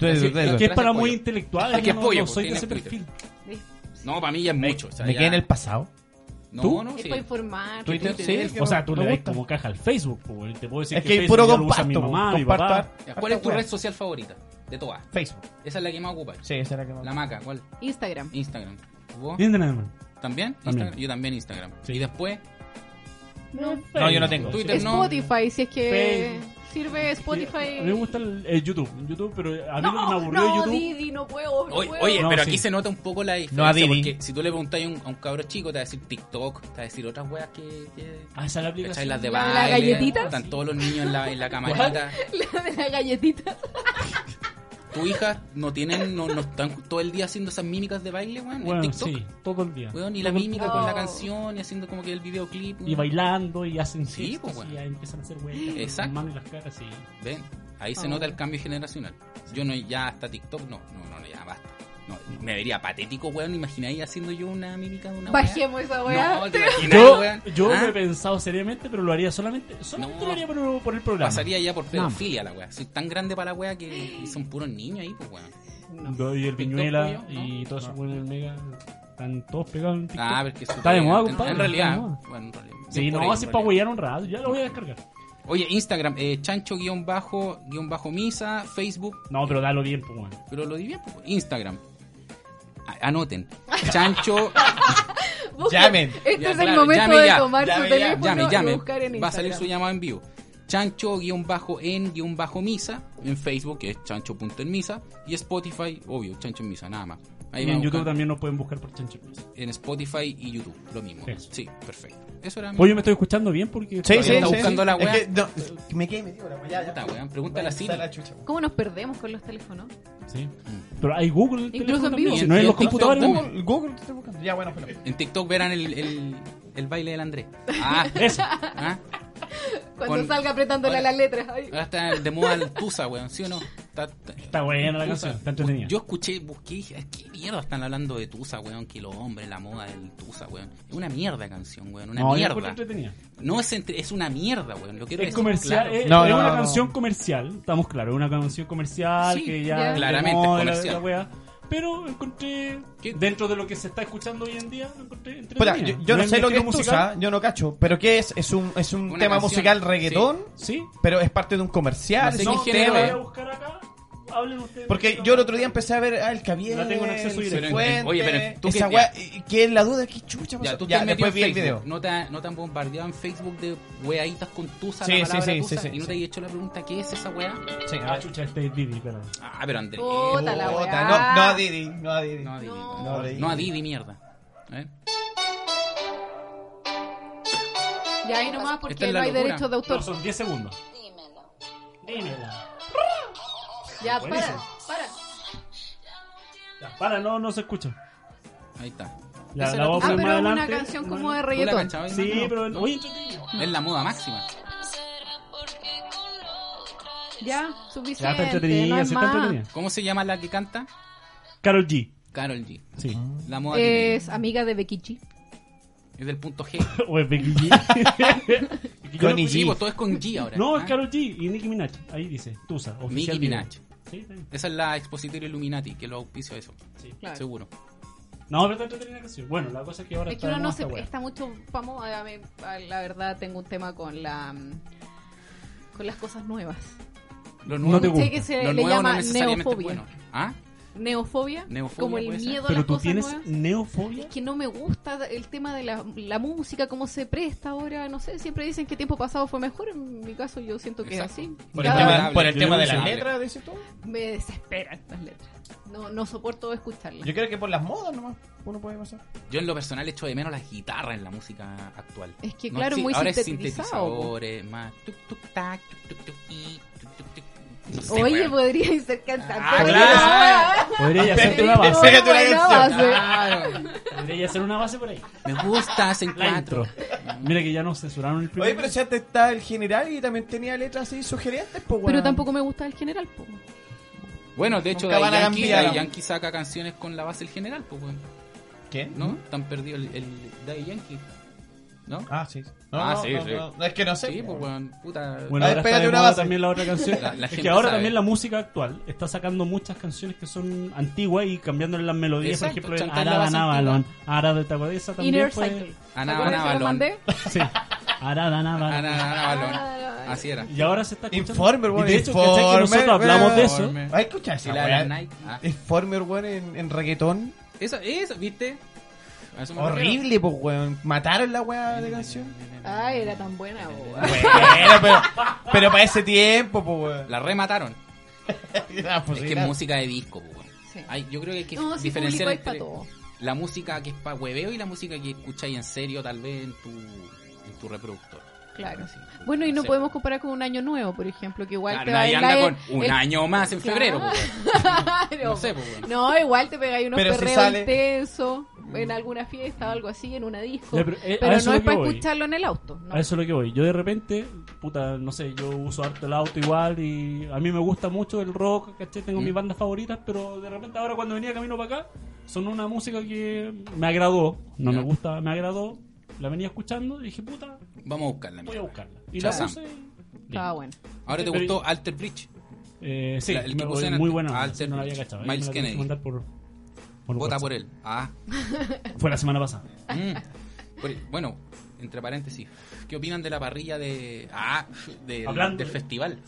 Speaker 3: Sí,
Speaker 1: Twitter,
Speaker 3: yo
Speaker 2: Que
Speaker 1: Twitter.
Speaker 2: es
Speaker 3: Gracias,
Speaker 2: para muy
Speaker 3: pollo.
Speaker 2: intelectual.
Speaker 3: Es que
Speaker 2: yo no,
Speaker 3: es pollo,
Speaker 2: no
Speaker 3: pues,
Speaker 2: soy de
Speaker 3: tiene
Speaker 2: ese
Speaker 3: Twitter.
Speaker 2: perfil.
Speaker 4: Sí.
Speaker 3: No, para mí ya es mucho. o sea,
Speaker 1: Me
Speaker 3: ya-
Speaker 1: quedé en el pasado.
Speaker 3: No,
Speaker 1: ¿Tú?
Speaker 3: no,
Speaker 4: Es
Speaker 3: sí.
Speaker 4: para informar.
Speaker 1: Twitter,
Speaker 3: Twitter,
Speaker 1: sí.
Speaker 3: es
Speaker 1: que
Speaker 2: O sea,
Speaker 1: no-
Speaker 2: tú
Speaker 1: no
Speaker 2: le das
Speaker 1: gusta.
Speaker 2: como caja al Facebook. po, y Te puedo decir
Speaker 1: Es que hay
Speaker 2: Facebook
Speaker 1: puro
Speaker 2: ya lo usa mi
Speaker 1: comparto.
Speaker 2: mamá, mi
Speaker 1: comparto
Speaker 2: papá.
Speaker 3: Ya,
Speaker 1: harto.
Speaker 3: ¿Cuál es tu
Speaker 1: Harto.
Speaker 3: red social favorita? De todas.
Speaker 1: Facebook.
Speaker 3: Esa es la que más ocupa.
Speaker 1: Sí, esa era la que me
Speaker 3: La maca, ¿cuál?
Speaker 4: Instagram.
Speaker 3: Instagram. ¿Vos?
Speaker 2: Instagram.
Speaker 3: ¿También?
Speaker 2: También.
Speaker 3: Instagram. Yo también Instagram.
Speaker 2: Sí.
Speaker 3: Y después,
Speaker 4: No.
Speaker 1: No, yo no tengo.
Speaker 3: Twitter. no.
Speaker 4: Spotify, si es que
Speaker 2: Facebook.
Speaker 4: sirve
Speaker 2: A mí me
Speaker 4: Spotify.
Speaker 2: gusta el, el YouTube. YouTube, pero a mí lo que me
Speaker 4: No,
Speaker 2: aburrió de
Speaker 4: no,
Speaker 2: YouTube.
Speaker 4: Didi, no puedo. no
Speaker 3: Oye,
Speaker 4: puedo.
Speaker 3: oye,
Speaker 2: No,
Speaker 3: pero
Speaker 2: sí.
Speaker 3: aquí se nota un poco la
Speaker 1: No a
Speaker 3: diferencia
Speaker 1: Didi.
Speaker 3: porque si tú le preguntáis a un, a un cabro chico te va a decir TikTok, te va a decir otras weas que... que-
Speaker 2: Ah, esa es la
Speaker 3: ¿Cachai?
Speaker 2: aplicación.
Speaker 3: Las de
Speaker 4: ¿La-
Speaker 3: baile,
Speaker 4: la galletita?
Speaker 3: Están todos los niños en la, en la camarita.
Speaker 4: La de la galletita.
Speaker 3: Tu hija no tienen, no, no están todo el día haciendo esas mímicas de baile, weón,
Speaker 2: Bueno,
Speaker 3: en TikTok.
Speaker 2: sí, todo el día.
Speaker 3: Weón, y la
Speaker 2: Todo el
Speaker 3: mímica
Speaker 2: día.
Speaker 3: con la
Speaker 4: Oh.
Speaker 3: canción y haciendo como que el videoclip.
Speaker 2: Y
Speaker 3: weón.
Speaker 2: bailando y hacen
Speaker 3: Sí,
Speaker 2: gestos
Speaker 3: pues, bueno.
Speaker 2: y ahí empiezan a hacer vueltas con las
Speaker 3: Exacto.
Speaker 2: manos y las caras. Sí.
Speaker 3: Ven, ahí se
Speaker 4: Oh.
Speaker 3: nota el cambio generacional. Yo no, ya hasta TikTok, no, no, no, ya basta. No, me vería patético, weón, imagináis haciendo yo una mímica de una wea?
Speaker 4: Bajemos esa weá.
Speaker 3: No, ¿te imagináis,
Speaker 2: Yo,
Speaker 3: weón?
Speaker 2: yo
Speaker 3: ¿Ah?
Speaker 2: lo he pensado seriamente, pero lo haría solamente, solamente
Speaker 3: No.
Speaker 2: lo haría por, por el programa.
Speaker 3: Pasaría ya por
Speaker 2: Nada.
Speaker 3: pedofilia la wea. Soy tan grande para la wea que son puros niños ahí, pues weón.
Speaker 2: Y el Viñuela
Speaker 3: tuyo?
Speaker 2: y todos esos buenos del Mega están todos pegados en TikTok.
Speaker 3: Ah, porque
Speaker 2: Está de moda,
Speaker 3: en-
Speaker 2: compadre,
Speaker 3: En
Speaker 2: está de
Speaker 3: realidad.
Speaker 2: moda.
Speaker 3: Bueno, en realidad.
Speaker 2: sí,
Speaker 3: Bien por
Speaker 2: no,
Speaker 3: ellos,
Speaker 2: así
Speaker 3: en
Speaker 2: para
Speaker 3: realidad.
Speaker 2: huear un rato. Ya lo voy a descargar.
Speaker 3: Oye, Instagram, eh, chancho guión bajo, guión bajo misa, Facebook,
Speaker 2: No, pero dalo bien, pues, bueno.
Speaker 3: pero lo di bien, pues, Instagram. A- Anoten. Chancho,
Speaker 4: Busca-
Speaker 1: Llamen.
Speaker 4: Este
Speaker 3: Ya,
Speaker 4: es el
Speaker 3: claro,
Speaker 4: momento
Speaker 3: llame
Speaker 4: de
Speaker 3: ya,
Speaker 4: tomar
Speaker 1: llame
Speaker 4: su
Speaker 1: ya,
Speaker 4: teléfono
Speaker 3: llame,
Speaker 4: y
Speaker 3: llame.
Speaker 4: buscar en Instagram.
Speaker 3: Va a salir su llamada en vivo. Chancho guión bajo en guión bajo misa, en Facebook, que es chancho punto en misa, y Spotify, obvio, chancho en misa, nada más. Ahí
Speaker 2: Y
Speaker 3: van
Speaker 2: en YouTube
Speaker 3: buscando.
Speaker 2: también nos pueden buscar por Chancho. Plus.
Speaker 3: en Spotify y YouTube, lo mismo.
Speaker 2: Eso.
Speaker 3: Sí, perfecto. Eso era mi
Speaker 2: Oye, me estoy escuchando bien porque.
Speaker 1: Sí, sí,
Speaker 3: Está
Speaker 1: sí.
Speaker 3: buscando la
Speaker 1: Es
Speaker 3: wea.
Speaker 1: que, no, me quedé metido la wea. ya,
Speaker 3: Puta,
Speaker 1: ya.
Speaker 3: weón, pregúntale a Siri.
Speaker 1: Está la chucha, weón.
Speaker 4: ¿Cómo nos perdemos con los teléfonos?
Speaker 2: Sí. Pero hay Google. en el
Speaker 4: Incluso en
Speaker 2: teléfono
Speaker 4: vivo.
Speaker 2: también. Si no es en los
Speaker 3: Sí, en TikTok
Speaker 2: computadores.
Speaker 3: también.
Speaker 1: Google, Google te estoy buscando. Ya, bueno, pero.
Speaker 3: En TikTok verán el, el, el baile del Andrés. Ah,
Speaker 2: Eso.
Speaker 3: ah.
Speaker 4: Cuando
Speaker 3: Con-
Speaker 4: salga apretándole
Speaker 3: Ahora-
Speaker 4: las letras. ay.
Speaker 3: Ahora está de moda el Tusa, weón, ¿sí o no? Está,
Speaker 2: Está buena la canción. Está entretenida.
Speaker 3: Yo escuché, busqué y dije, "Ay, ¿qué mierda están hablando de Tusa, weón? Que los hombres, la moda del Tusa, weón. Es una mierda de canción, weón, una
Speaker 2: no, yo la encuentro
Speaker 3: mierda.
Speaker 2: entretenida.
Speaker 3: No es, entre- es una mierda, weón, lo quiero
Speaker 2: Es
Speaker 3: decir
Speaker 2: comercial, eh,
Speaker 3: claro.
Speaker 2: es,
Speaker 1: No,
Speaker 2: es
Speaker 1: no,
Speaker 2: una
Speaker 1: no, no.
Speaker 2: canción comercial, estamos claros, es una canción comercial
Speaker 3: Sí,
Speaker 2: que ya,
Speaker 4: ya.
Speaker 2: de
Speaker 3: Claramente es
Speaker 2: moda, la-
Speaker 3: comercial.
Speaker 2: la wea. pero encontré
Speaker 3: ¿Qué?
Speaker 2: dentro de lo que se está escuchando hoy en día, lo encontré
Speaker 1: Espera,
Speaker 2: entretenida.
Speaker 1: yo, yo no
Speaker 2: es
Speaker 1: sé
Speaker 2: mi
Speaker 1: lo que es
Speaker 2: estilo musical.
Speaker 1: Tusa, yo no cacho. ¿Pero qué es? ¿Es un, es un
Speaker 3: Una
Speaker 1: tema
Speaker 3: canción.
Speaker 1: musical reggaetón?
Speaker 2: Sí,
Speaker 1: Pero es parte de un comercial.
Speaker 3: No sé
Speaker 1: es
Speaker 3: qué
Speaker 1: un
Speaker 3: género
Speaker 1: tema.
Speaker 3: es.
Speaker 2: buscar acá. Hablen ustedes.
Speaker 1: Porque yo el otro día empecé a ver ah, el Cavier.
Speaker 2: No tengo un acceso directo.
Speaker 1: Cifuentes,
Speaker 3: Oye, pero tú
Speaker 1: esa
Speaker 3: qué-
Speaker 1: wea, y- ¿qué es la duda? ¿Qué chucha pasó?
Speaker 3: Ya, tú te
Speaker 1: Ya,
Speaker 3: has metido
Speaker 1: después
Speaker 3: en
Speaker 1: vi el
Speaker 3: Facebook.
Speaker 1: video.
Speaker 3: No, te, ha- no te han bombardeado en Facebook de weaditas con Tusa,
Speaker 1: Sí,
Speaker 3: la palabra
Speaker 1: sí, sí,
Speaker 3: Tusa,
Speaker 1: sí, sí,
Speaker 3: y no te
Speaker 1: sí.
Speaker 3: has hecho la pregunta, ¿qué es esa wea?
Speaker 1: Sí, a
Speaker 2: Ah,
Speaker 1: ver.
Speaker 2: chucha, este es Didi, pero.
Speaker 3: Ah, pero Andrés.
Speaker 4: Puta la
Speaker 1: Puta,
Speaker 4: weá.
Speaker 1: no, no a Didi, no a Didi.
Speaker 3: No a Didi,
Speaker 4: No.
Speaker 3: weón.
Speaker 1: No a Didi.
Speaker 3: No a Didi, mierda. A ver.
Speaker 4: Ya ahí nomás
Speaker 3: Esta
Speaker 4: porque
Speaker 3: es la
Speaker 4: no hay
Speaker 3: locura.
Speaker 4: derechos de autor.
Speaker 2: No, son 10 segundos.
Speaker 5: Dímelo.
Speaker 2: Dímelo.
Speaker 4: Ya, para,
Speaker 2: Buenísimo.
Speaker 4: para.
Speaker 2: Ya, para, no, no se escucha.
Speaker 3: Ahí está.
Speaker 2: La-
Speaker 3: Esa
Speaker 2: la
Speaker 3: era
Speaker 2: voy a
Speaker 3: tu-
Speaker 4: Ah,
Speaker 2: poner
Speaker 4: pero
Speaker 2: más
Speaker 4: es una
Speaker 2: adelante.
Speaker 4: canción como de
Speaker 3: ¿Tú la
Speaker 4: reggaetón.
Speaker 3: cachabas,
Speaker 2: Sí,
Speaker 3: Magno?
Speaker 2: pero. Oye, entretenido.
Speaker 3: Es la moda máxima.
Speaker 4: Ya, suficiente.
Speaker 2: Ya está entretenida,
Speaker 4: no hay
Speaker 2: sí está
Speaker 4: más.
Speaker 2: entretenida.
Speaker 3: ¿Cómo se llama la que canta?
Speaker 2: Carol G.
Speaker 3: Carol G.
Speaker 2: Sí.
Speaker 3: La moda tiene-
Speaker 4: Es amiga de Becky G.
Speaker 3: es del punto G.
Speaker 2: O es Becky G. Yo
Speaker 1: Connie
Speaker 2: no-
Speaker 3: Sí,
Speaker 1: G.
Speaker 3: pues, todo es con G ahora.
Speaker 2: No, es
Speaker 3: ¿ah?
Speaker 2: Karol G y Nicki Minaj. Ahí dice, Tusa, oficial.
Speaker 3: Nicki
Speaker 2: video.
Speaker 3: Minaj.
Speaker 2: Sí, está bien.
Speaker 3: Esa es la expositora Illuminati que lo auspicia eso.
Speaker 2: Sí.
Speaker 4: Claro.
Speaker 3: Seguro.
Speaker 2: No, pero está entretenida la canción. Bueno, la cosa es que ahora
Speaker 4: Es que
Speaker 2: está
Speaker 4: uno
Speaker 2: de
Speaker 4: no
Speaker 2: moda
Speaker 4: se
Speaker 2: esta wea.
Speaker 4: está mucho famoso. A mí, a la verdad, tengo un tema con la mm, con las cosas nuevas.
Speaker 3: Lo
Speaker 2: No te gusta.
Speaker 4: Sé que se
Speaker 3: lo
Speaker 4: le
Speaker 3: nuevo no
Speaker 4: llama
Speaker 3: necesariamente es
Speaker 4: neofobia.
Speaker 3: bueno. ¿Ah?
Speaker 4: Neofobia,
Speaker 3: Neofobia
Speaker 4: como el
Speaker 3: puede ser.
Speaker 4: miedo a
Speaker 2: Pero
Speaker 4: las
Speaker 2: tú
Speaker 4: cosas
Speaker 2: tienes
Speaker 4: nuevas.
Speaker 2: neofobia.
Speaker 4: Es que no me gusta el tema de la, la música, cómo se presta ahora, no sé, siempre dicen que tiempo pasado fue mejor, en mi caso yo siento que
Speaker 3: Exacto.
Speaker 4: es así.
Speaker 1: Por el
Speaker 4: Cada
Speaker 3: Lamentable.
Speaker 1: tema, por el
Speaker 2: Yo
Speaker 1: tema
Speaker 2: no
Speaker 1: de
Speaker 2: sé.
Speaker 1: las letras, dices tú.
Speaker 4: Me desesperan estas letras. No, no soporto escucharlas.
Speaker 1: Yo creo que por las modas nomás uno puede pasar.
Speaker 3: Yo en lo personal echo de menos las guitarras en la música actual.
Speaker 4: Es que, claro, muy
Speaker 3: ahora
Speaker 4: sintetizado,
Speaker 3: es sintetizadores, más tuk tuk tac, tuk tuk tuk, y, tuk, tuk, tuk. No sé,
Speaker 4: Oye,
Speaker 3: weón.
Speaker 4: podríais ser cantante.
Speaker 2: Ah,
Speaker 4: Oye,
Speaker 2: claro. Podría ser una base.
Speaker 1: Pégate una
Speaker 4: buena
Speaker 1: canción.
Speaker 4: base.
Speaker 3: Claro.
Speaker 2: Podría ser una base por ahí.
Speaker 3: Me gusta, hacen
Speaker 2: La
Speaker 3: cuatro.
Speaker 2: intro. Mira que ya nos censuraron el primer.
Speaker 1: Oye, pero si antes estaba el general y también tenía letras así sugerentes,
Speaker 3: Ah,
Speaker 1: pues weón.
Speaker 4: Pero tampoco me gusta el general. po.
Speaker 3: Bueno, de hecho,
Speaker 1: Nunca
Speaker 3: Daddy
Speaker 1: van a
Speaker 3: Yankee,
Speaker 1: cambiar.
Speaker 3: Daddy Yankee saca canciones con la base del general, pues, weón.
Speaker 1: ¿Quién?
Speaker 3: ¿No?
Speaker 2: ¿Mm?
Speaker 3: Tan perdido el, el Daddy Yankee. ¿No?
Speaker 1: Ah, sí. No,
Speaker 3: Ah,
Speaker 1: no,
Speaker 3: sí,
Speaker 1: no,
Speaker 3: sí.
Speaker 1: no, no, es que no sé.
Speaker 3: Sí, pues, weón. Puta.
Speaker 2: Bueno,
Speaker 1: A ver,
Speaker 2: ahora
Speaker 1: pégate
Speaker 2: está de
Speaker 1: una
Speaker 2: moda
Speaker 1: base.
Speaker 2: también la otra canción.
Speaker 3: La- la
Speaker 2: es
Speaker 3: gente
Speaker 2: que ahora
Speaker 3: sabe.
Speaker 2: también la música actual está sacando muchas canciones que son antiguas y cambiándole las melodías.
Speaker 3: Exacto,
Speaker 2: por ejemplo,
Speaker 3: chantar la
Speaker 2: Arada
Speaker 3: base
Speaker 2: Navalón. Arada, ¿te acuerdas? Esa también
Speaker 4: Inner
Speaker 2: fue...
Speaker 4: Cycle.
Speaker 3: Ana,
Speaker 4: ¿Te acuerdas
Speaker 3: Ana
Speaker 4: que los
Speaker 3: Balón.
Speaker 4: mandé?
Speaker 2: Sí. Arada
Speaker 3: Ana,
Speaker 2: Navalón.
Speaker 3: Ana
Speaker 4: Ah,
Speaker 3: Balón. Así era.
Speaker 2: Y ahora se está escuchando.
Speaker 1: Informer,
Speaker 2: y
Speaker 1: weón.
Speaker 2: de hecho, ¿cachai que nosotros hablamos de eso.
Speaker 3: Informer.
Speaker 1: Ay, escucha, si
Speaker 3: La
Speaker 1: la
Speaker 3: weá
Speaker 1: la-
Speaker 3: Nike. Ah.
Speaker 1: Informer, weón, en, en reggaetón.
Speaker 3: Eso, eso, ¿viste? A eso me
Speaker 1: Horrible, pues, weón. Mataron la weá de canción.
Speaker 4: Ay, Ah, era tan buena. bo.
Speaker 1: bueno, pero, pero para ese tiempo, pues,
Speaker 3: refiero.
Speaker 1: weón.
Speaker 3: La remataron.
Speaker 1: La
Speaker 2: Pues
Speaker 3: Es que
Speaker 1: posibilidad.
Speaker 3: es música de disco, pues, weón.
Speaker 4: Sí.
Speaker 3: Ay, yo creo que hay que
Speaker 4: No, sí,
Speaker 3: diferenciar
Speaker 4: público hay
Speaker 3: entre
Speaker 4: pa' todo.
Speaker 3: la música que es para hueveo y la música que escucháis en serio, tal vez en tu, en tu reproductor.
Speaker 4: Claro.
Speaker 3: Así, pues,
Speaker 4: Bueno, y no
Speaker 3: sé.
Speaker 4: podemos comparar con un año nuevo, por ejemplo, que igual
Speaker 3: Claro,
Speaker 4: te
Speaker 3: nadie anda
Speaker 4: bailas
Speaker 3: con un
Speaker 4: E, el-
Speaker 3: año más en
Speaker 4: Claro.
Speaker 3: febrero, pues, weón.
Speaker 4: Claro.
Speaker 3: No sé, pues, weón.
Speaker 4: No, igual te pegáis unos
Speaker 1: Pero si
Speaker 4: perreos
Speaker 1: sale- Mm.
Speaker 4: intensos en alguna fiesta o algo así, en una disco.
Speaker 2: Ya, pero, eh, a
Speaker 4: pero
Speaker 2: eso
Speaker 4: no
Speaker 2: es
Speaker 4: es
Speaker 2: lo que
Speaker 4: para
Speaker 2: voy.
Speaker 4: escucharlo en el auto. No.
Speaker 2: A eso es lo que voy. Yo de repente, puta, no sé, yo uso harto el auto igual y a mí me gusta mucho el rock, ¿cachai? Tengo
Speaker 3: Mm.
Speaker 2: mis bandas favoritas, pero de repente ahora cuando venía camino para acá, son una música que me agradó, no
Speaker 3: Ya.
Speaker 2: me gusta, me agradó, la venía escuchando y dije, puta,
Speaker 3: Vamos a buscarla.
Speaker 2: voy a
Speaker 3: mira.
Speaker 2: buscarla. Y la
Speaker 3: Shazam.
Speaker 2: puse y...
Speaker 4: Estaba bueno.
Speaker 3: Ahora te
Speaker 2: Pero-
Speaker 3: gustó Alter Bridge.
Speaker 2: Eh, sí,
Speaker 3: La-
Speaker 2: me-
Speaker 3: el que puse en
Speaker 2: muy
Speaker 3: el-
Speaker 2: bueno.
Speaker 3: Alter
Speaker 2: no la había
Speaker 3: Bridge,
Speaker 2: cachado. eh,
Speaker 3: Miles
Speaker 2: Me la tienes que
Speaker 3: Kennedy.
Speaker 2: mandar por, por
Speaker 3: Vota
Speaker 2: WhatsApp.
Speaker 3: por él. Ah.
Speaker 2: Fue la semana pasada.
Speaker 3: Mm. Por- bueno, entre paréntesis, ¿qué opinan de la parrilla de ah, del-
Speaker 2: Hablando.
Speaker 3: del festival?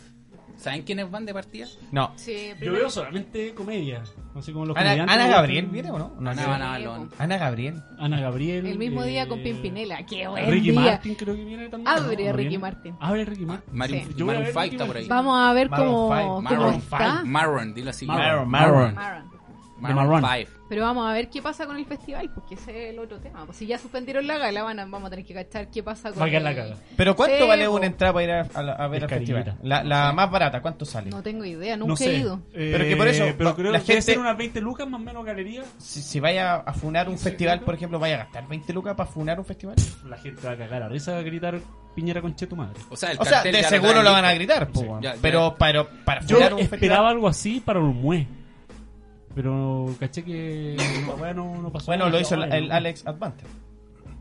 Speaker 3: ¿Saben quiénes van de partida?
Speaker 1: No.
Speaker 4: Sí,
Speaker 2: Yo veo solamente comedia, así como los
Speaker 1: Ana,
Speaker 2: comediantes
Speaker 1: Ana
Speaker 2: me gustan.
Speaker 1: Gabriel, ¿viene o no? No,
Speaker 2: Ah,
Speaker 3: Ana,
Speaker 1: no.
Speaker 3: Ana Balón.
Speaker 1: Ana Gabriel.
Speaker 2: Ana Gabriel.
Speaker 4: el mismo día con
Speaker 2: eh,
Speaker 4: Pimpinela. Qué buen
Speaker 2: Ricky
Speaker 4: día.
Speaker 2: Martin creo que viene también.
Speaker 4: Abre
Speaker 2: ¿no?
Speaker 4: Ricky
Speaker 2: viene?
Speaker 4: Martin.
Speaker 2: Abre Ricky
Speaker 1: Ah,
Speaker 2: Martin.
Speaker 3: Maroon,
Speaker 4: Sí.
Speaker 2: Yo voy a
Speaker 3: Maroon
Speaker 2: ver
Speaker 3: 5
Speaker 2: Ricky
Speaker 3: está por ahí.
Speaker 4: Vamos a ver
Speaker 1: Maroon
Speaker 4: cómo,
Speaker 1: five,
Speaker 4: cómo
Speaker 3: Maroon
Speaker 4: está.
Speaker 3: five, Maroon, dilo así.
Speaker 2: Maroon.
Speaker 1: Maroon.
Speaker 4: Maroon.
Speaker 3: Maroon
Speaker 2: Maroon.
Speaker 3: 5.
Speaker 4: Pero vamos a ver qué pasa con el festival, porque ese es el otro tema. Pues si ya suspendieron la gala, van a- vamos a tener que cachar qué pasa con
Speaker 2: Va a quedar
Speaker 4: el-
Speaker 2: la caga.
Speaker 1: Pero ¿cuánto
Speaker 4: Sí,
Speaker 1: vale
Speaker 4: po.
Speaker 1: una entrada para ir a, a la- a ver
Speaker 2: Es
Speaker 1: al festival?
Speaker 2: carinita.
Speaker 1: La, la más barata, ¿cuánto sale?
Speaker 4: No tengo idea, nunca
Speaker 2: No sé.
Speaker 4: he ido.
Speaker 2: Eh,
Speaker 1: Pero que por eso,
Speaker 2: Pero
Speaker 1: va-
Speaker 2: creo
Speaker 1: la
Speaker 2: que debe
Speaker 1: gente-
Speaker 2: ser unas 20 lucas más o menos galería.
Speaker 1: Si, si vaya a funar un festival, por ejemplo, vaya a gastar 20 lucas para funar un festival.
Speaker 2: La gente va a cagar a risa, va a gritar Piñera con che tu madre.
Speaker 3: O sea, el
Speaker 1: O sea,
Speaker 3: cartel
Speaker 1: de
Speaker 3: ya
Speaker 1: seguro
Speaker 3: traen
Speaker 1: lo van a
Speaker 3: listo.
Speaker 1: gritar, po,
Speaker 2: Sí,
Speaker 1: weón.
Speaker 3: ya, ya.
Speaker 1: pero, pero para
Speaker 2: Yo
Speaker 1: funar un
Speaker 2: esperaba
Speaker 1: festival.
Speaker 2: algo así para Olmué. Pero caché que la weá no, no pasó.
Speaker 1: Bueno,
Speaker 2: nada,
Speaker 1: lo hizo el,
Speaker 2: bueno.
Speaker 1: el Alex Advante.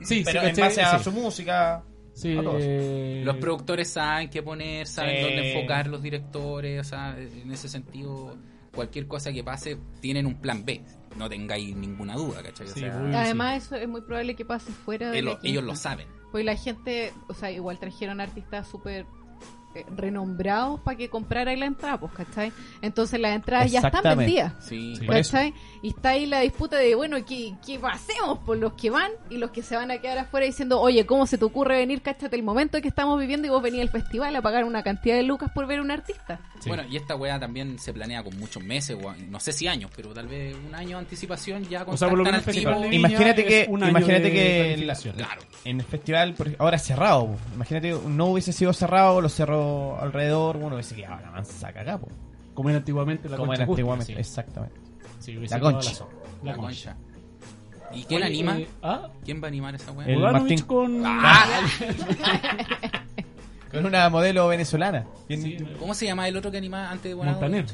Speaker 2: Sí,
Speaker 1: Pero
Speaker 2: sí,
Speaker 1: en
Speaker 2: caché,
Speaker 1: base a
Speaker 2: sí.
Speaker 1: su música.
Speaker 2: Sí,
Speaker 1: a todos.
Speaker 2: eh,
Speaker 3: Los productores saben qué poner, saben
Speaker 1: Sí.
Speaker 3: dónde enfocar los directores, o sea, en ese sentido, cualquier cosa que pase, tienen un plan B. No tengáis ninguna duda, ¿cachai? O
Speaker 2: Sí,
Speaker 3: sea,
Speaker 2: obvio.
Speaker 4: Además, eso es muy probable que pase fuera de
Speaker 3: ellos,
Speaker 4: la
Speaker 3: lo- ellos lo
Speaker 4: quinta.
Speaker 3: saben.
Speaker 4: Pues la gente, o sea, igual trajeron artistas súper eh, renombrados para que comprara la entrada, pues, ¿cachai? Entonces las entradas ya están
Speaker 1: Exactamente.
Speaker 4: vendidas.
Speaker 3: Sí.
Speaker 2: Sí. Por eso.
Speaker 4: ¿Cachai? Y está ahí la disputa de, bueno, ¿qué, ¿qué hacemos por los que van y los que se van a quedar afuera diciendo, oye, ¿cómo se te ocurre venir, cáchate, el momento que estamos viviendo y vos venís al festival a pagar una cantidad de lucas por ver a un artista?
Speaker 2: Sí.
Speaker 3: Bueno, y esta weá también se planea con muchos meses, weá, no sé si años, pero tal vez un año de anticipación ya
Speaker 2: O sea, por lo
Speaker 3: contactan
Speaker 2: menos el
Speaker 3: al
Speaker 2: festival
Speaker 3: tipo.
Speaker 2: de-
Speaker 1: Imagínate
Speaker 2: es
Speaker 1: que,
Speaker 2: un año
Speaker 1: imagínate
Speaker 2: de
Speaker 1: que la-
Speaker 2: planificación.
Speaker 3: Claro.
Speaker 1: en el festival, por ej- ahora cerrado, po. imagínate, no hubiese sido cerrado, lo cerró alrededor, uno hubiese quedado la mansa cagá, po.
Speaker 2: Como era antiguamente
Speaker 1: pues".
Speaker 2: la
Speaker 1: como
Speaker 2: concha
Speaker 1: era
Speaker 2: acústica,
Speaker 1: antiguamente,
Speaker 2: sí.
Speaker 1: exactamente.
Speaker 2: Sí, hubiese
Speaker 1: La
Speaker 2: quedado
Speaker 1: concha.
Speaker 2: zorra.
Speaker 3: La concha. ¿Y quién
Speaker 2: Oye,
Speaker 3: anima?
Speaker 2: eh, ah,
Speaker 3: ¿Quién va a animar esa weá?
Speaker 1: El
Speaker 2: Bogdanovich
Speaker 1: Martín.
Speaker 2: con.
Speaker 3: Ah,
Speaker 1: Con una modelo venezolana. Bien-
Speaker 2: Sí,
Speaker 3: ¿Cómo se llama el otro que animaba antes de Bonano?
Speaker 2: Montaner.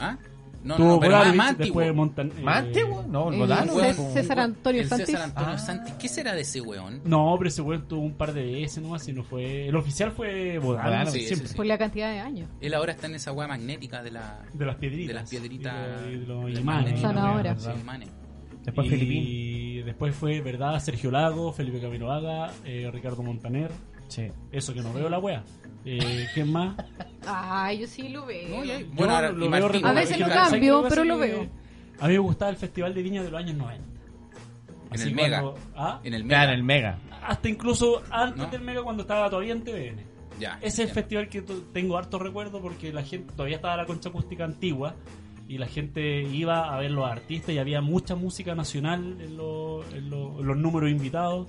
Speaker 3: ¿Ah? No,
Speaker 2: Tuvo
Speaker 3: no, pero más,
Speaker 2: Bogdanovich,
Speaker 3: más antiguo.
Speaker 2: después Montan- eh,
Speaker 1: ¿Más antiguo? Ah, No, el
Speaker 4: Eh,
Speaker 1: Godano. pues.
Speaker 4: Cés-
Speaker 1: po.
Speaker 4: César Antonio
Speaker 3: pues, el
Speaker 4: Santis.
Speaker 3: César Antonio
Speaker 1: Ah.
Speaker 3: Santis. ¿Qué será de ese weón?
Speaker 2: No, pero ese weón tuvo un par de veces nomás y no fue. El oficial fue Bodano,
Speaker 1: Bodano,
Speaker 3: sí,
Speaker 2: siempre.
Speaker 3: ese sí.
Speaker 4: Por la cantidad de años.
Speaker 3: Él ahora está en esa weá magnética de la...
Speaker 2: De las piedritas.
Speaker 3: De las piedritas.
Speaker 2: Y de, y de los
Speaker 3: del
Speaker 2: imanes.
Speaker 3: magnetismo,
Speaker 4: Zanahoria.
Speaker 3: sí, imanes.
Speaker 1: Después
Speaker 2: y
Speaker 1: Filipín.
Speaker 2: después fue, ¿verdad? Sergio Lago, Felipe Camiroaga, eh, Ricardo Montaner.
Speaker 1: Sí.
Speaker 2: Eso que no veo la wea. Eh, ¿Quién más?
Speaker 4: Ah, yo sí lo veo.
Speaker 3: No, ya-
Speaker 2: Yo
Speaker 3: Bueno, ahora, y
Speaker 2: lo veo
Speaker 3: Martín,
Speaker 4: A veces
Speaker 3: Martín
Speaker 4: lo
Speaker 3: Garza,
Speaker 2: ¿sabes
Speaker 4: cambio,
Speaker 2: qué pasa?
Speaker 4: pero lo
Speaker 2: Que
Speaker 4: veo.
Speaker 2: A mí me gustaba el Festival de Viña de los años 90.
Speaker 3: En el Mega.
Speaker 2: ¿ah?
Speaker 3: En el
Speaker 1: Claro,
Speaker 3: Mega.
Speaker 1: el Mega.
Speaker 2: Hasta incluso antes
Speaker 3: ¿No?
Speaker 2: del Mega cuando estaba todavía en TVN.
Speaker 3: Ya,
Speaker 2: Ese es el
Speaker 3: ya.
Speaker 2: festival que to- tengo harto recuerdo porque la gente todavía estaba la concha acústica antigua y la gente iba a ver los artistas y había mucha música nacional en, los- en los- en los números invitados.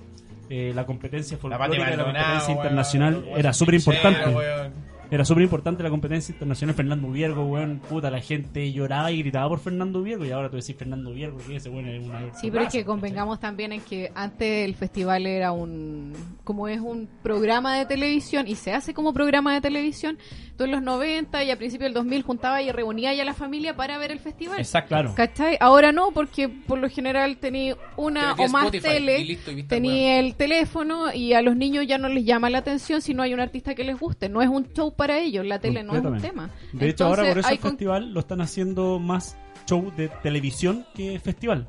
Speaker 2: Eh, la competencia
Speaker 1: La
Speaker 2: folclórica
Speaker 1: Pati
Speaker 2: y la
Speaker 1: Maldonado,
Speaker 2: competencia
Speaker 1: weón,
Speaker 2: internacional
Speaker 1: weón,
Speaker 2: era súper importante.
Speaker 1: weón.
Speaker 2: Era súper importante la competencia internacional. Fernando Viergo, weón, puta, la gente lloraba y gritaba por Fernando Viergo. Y ahora tú decís Fernando Viergo, que ese weón es una.
Speaker 4: Sí, pero es que convengamos también en que antes el festival era un. Como es un programa de televisión y se hace como programa de televisión, tú en los 90 y a principios del 2000 juntaba y reunía ya a la familia para ver el festival.
Speaker 1: Exacto.
Speaker 2: Claro.
Speaker 4: ¿Cachai? Ahora no, porque por lo general tenía
Speaker 3: Te
Speaker 4: una
Speaker 3: metí a
Speaker 4: o más
Speaker 3: Spotify
Speaker 4: tele,
Speaker 3: y listo, y viste,
Speaker 4: tenía el teléfono y a los niños ya no les llama la atención si no hay un artista que les guste. No es un show para ellos, la tele no es un
Speaker 2: Completamente.
Speaker 4: tema.
Speaker 2: De hecho, ahora por
Speaker 4: Entonces,
Speaker 2: eso
Speaker 4: hay
Speaker 2: el
Speaker 4: con-
Speaker 2: festival lo están haciendo más show de televisión que festival.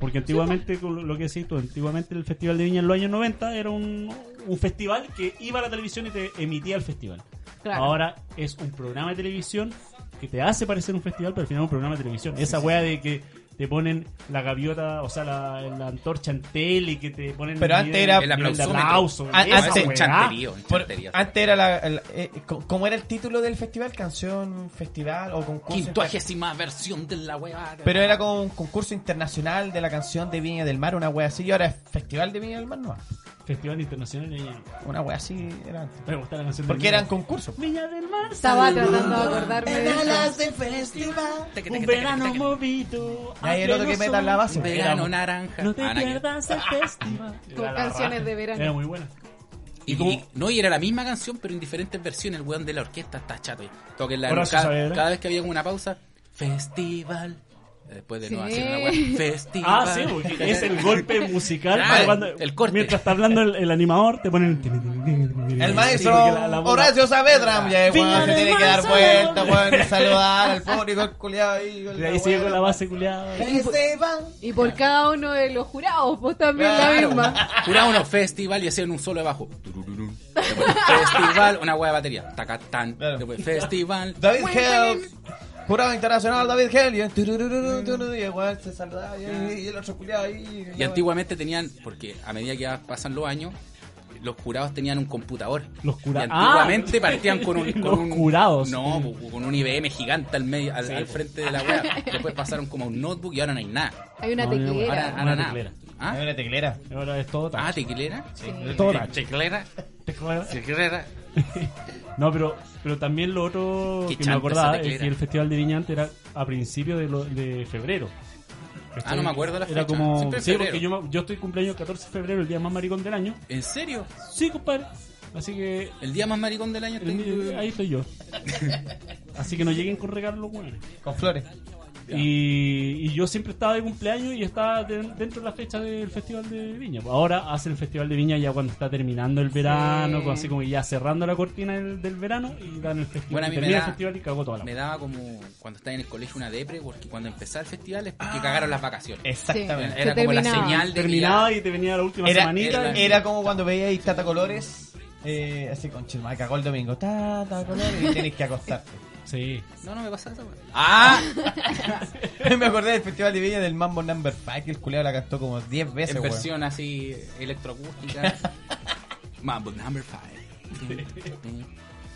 Speaker 2: Porque antiguamente, con lo- lo que decís tú, antiguamente el Festival de Viña en los años 90 era un, un festival que iba a la televisión y te emitía el festival.
Speaker 4: Claro.
Speaker 2: Ahora es un programa de televisión que te hace parecer un festival, pero al final es un programa de televisión. Esa wea de que te ponen la gaviota, o sea, la, la antorcha en tele y que te ponen
Speaker 1: Pero
Speaker 2: el
Speaker 1: antes era-
Speaker 3: El
Speaker 2: nivel de
Speaker 3: aplausómetro.
Speaker 2: aplauso.
Speaker 1: Ah,
Speaker 2: Esa
Speaker 1: antes-
Speaker 2: weá.
Speaker 3: Chanterío,
Speaker 1: Por-
Speaker 3: chanterío.
Speaker 1: antes era la, el- eh, co- ¿Cómo era el título del festival? ¿Canción, festival o concurso?
Speaker 3: Quintuagésima versión de la weá.
Speaker 1: Pero era como un concurso internacional de la canción de Viña del Mar, una wea así. Y ahora es Festival de Viña del Mar, no.
Speaker 2: Festival Internacional de Viña.
Speaker 1: Una wea así era antes.
Speaker 2: Me gusta la canción de
Speaker 1: Porque
Speaker 2: Viña.
Speaker 1: eran concursos.
Speaker 2: Viña del Mar.
Speaker 4: Estaba tratando de acordarme de eso.
Speaker 1: del festival.
Speaker 2: Un verano movido.
Speaker 1: Ahí el otro que meta la base.
Speaker 3: Un verano naranja.
Speaker 2: No te
Speaker 3: Ah, nada que ver.
Speaker 2: pierdas el festival.
Speaker 4: Con canciones de verano.
Speaker 2: Era muy buena.
Speaker 3: Y,
Speaker 2: ¿Y cómo?
Speaker 3: y- no, y era la misma canción, pero en diferentes versiones. El weón de la orquesta está chato. y Toquen la
Speaker 2: Horacio
Speaker 3: cada,
Speaker 2: Saavedra.
Speaker 3: cada vez que había como una pausa, festival. Eh, Después de no
Speaker 4: Sí.
Speaker 3: hacer una weá, festival.
Speaker 2: Ah, sí, porque es el golpe musical.
Speaker 3: Claro,
Speaker 2: para cuando-
Speaker 3: el corte.
Speaker 2: Mientras está hablando el, el animador, te ponen.
Speaker 1: El
Speaker 2: Sí, porque la-
Speaker 1: maestro
Speaker 2: la-
Speaker 1: Horacio Saavedra, ya,
Speaker 2: Viña
Speaker 1: weón, se
Speaker 2: del
Speaker 1: tiene
Speaker 2: Mar,
Speaker 1: que dar vuelta,
Speaker 2: Saavedra.
Speaker 1: weón, y saludar al público, el culiado ahí.
Speaker 2: Y ahí sigue con la base culiada.
Speaker 1: Festival.
Speaker 4: Y por cada uno de los jurados, vos también la
Speaker 1: Claro.
Speaker 4: misma.
Speaker 3: Juraba unos festival y hacían un solo de bajo. Turururú. Después, Festival, una weá de batería. Tacatán.
Speaker 1: Claro.
Speaker 3: Después, festival.
Speaker 1: David Helms, jurado internacional David Helms, y, turururú, tururú, y el weón se saludaba, y, Mm. y el otro culiado ahí.
Speaker 3: Y antiguamente tenían, porque a medida que ya pasan los años, los jurados tenían un computador.
Speaker 2: Los cura-
Speaker 3: Y antiguamente
Speaker 2: Ah.
Speaker 3: partían con un. Con
Speaker 2: Los
Speaker 3: un-
Speaker 2: jurados.
Speaker 3: No, po, con un IBM gigante al, medio, al, al frente de la web. Después pasaron como a un notebook y ahora no hay nada.
Speaker 4: Hay una
Speaker 2: No, no, no,
Speaker 3: Ahora,
Speaker 4: teclera.
Speaker 2: Una
Speaker 3: ahora nada.
Speaker 2: teclera.
Speaker 1: Hay
Speaker 3: ¿Ah?
Speaker 1: una teclera.
Speaker 2: Ahora es todo
Speaker 3: ah,
Speaker 2: touch.
Speaker 3: tequilera.
Speaker 4: Sí.
Speaker 2: Todo touch.
Speaker 3: Teclera.
Speaker 2: Teclera.
Speaker 3: Teclera.
Speaker 2: No, pero, pero también lo otro
Speaker 3: Qué
Speaker 2: que me
Speaker 3: chanta
Speaker 2: acordaba
Speaker 3: esa
Speaker 2: es
Speaker 3: teclera.
Speaker 2: que el Festival de Viñante era a principios de, lo- de febrero.
Speaker 3: Ah, no me acuerdo la
Speaker 2: Era
Speaker 3: fecha.
Speaker 2: como,
Speaker 3: Siempre en
Speaker 2: sí,
Speaker 3: febrero.
Speaker 2: porque yo, me- yo estoy cumpleaños el 14 de febrero, el día más maricón del año.
Speaker 3: ¿En serio?
Speaker 2: Sí, compadre. Así que
Speaker 3: El día más maricón del año.
Speaker 2: el-
Speaker 3: estoy-
Speaker 2: ahí estoy yo. Así que no lleguen con regalos los hueones.
Speaker 1: Con flores.
Speaker 2: Y, y yo siempre estaba de cumpleaños y estaba de- dentro de la fecha del Festival de Viña. Ahora hacen el Festival de Viña ya cuando está terminando el verano,
Speaker 4: Sí.
Speaker 2: así como ya cerrando la cortina del, del verano y dan el festival.
Speaker 3: Bueno, a
Speaker 2: y
Speaker 3: mí me
Speaker 2: termina
Speaker 3: da-
Speaker 2: el festival y cago toda la
Speaker 3: Me daba como cuando estaba en el colegio una depre, porque cuando empezaba el festival es porque cagaron las vacaciones.
Speaker 1: Exactamente.
Speaker 3: Era
Speaker 4: Se
Speaker 3: como la
Speaker 4: terminaba.
Speaker 3: señal de que ya-
Speaker 2: terminaba y te venía la última
Speaker 1: Era,
Speaker 2: semanita.
Speaker 1: era-
Speaker 3: y-
Speaker 1: era como cuando veíais Tata Colores, eh, así con Chilma, cagó el domingo, Tata Colores, y tenéis que acostarte.
Speaker 2: Sí.
Speaker 3: No, no me pasa eso. ¡Ah!
Speaker 1: Me acordé del Festival de Viña del Mambo Number 5, que el culiado la cantó como 10 veces,
Speaker 3: en
Speaker 1: weón.
Speaker 3: versión así electroacústica. Mambo number five.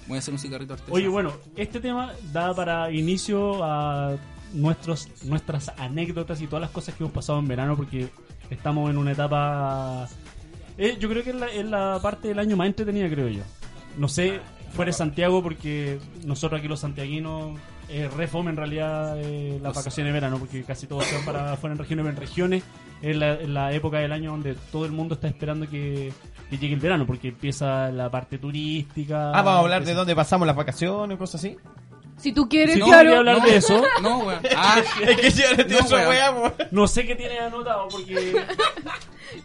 Speaker 3: Voy a hacer un cigarrito artesanal.
Speaker 2: Oye, bueno, este tema da para inicio a nuestros, nuestras anécdotas y todas las cosas que hemos pasado en verano porque estamos en una etapa... eh, yo creo que es la, es la parte del año más entretenida, creo yo. No sé, fuera de Santiago porque nosotros aquí los santiaguinos... Eh, re fome en realidad eh, las
Speaker 3: O sea-
Speaker 2: vacaciones de verano porque casi todos se van para fuera en regiones en regiones es la, es la época del año donde todo el mundo está esperando que, que llegue el verano porque empieza la parte turística
Speaker 1: Ah, vamos a hablar
Speaker 2: empieza-
Speaker 1: de dónde pasamos las vacaciones, cosas así.
Speaker 4: Si tú quieres,
Speaker 2: Sí,
Speaker 4: claro.
Speaker 2: quería hablar de eso.
Speaker 3: No, weón. Ah,
Speaker 1: Es que yo le
Speaker 3: No, weón.
Speaker 1: weón.
Speaker 2: No sé qué tiene anotado porque.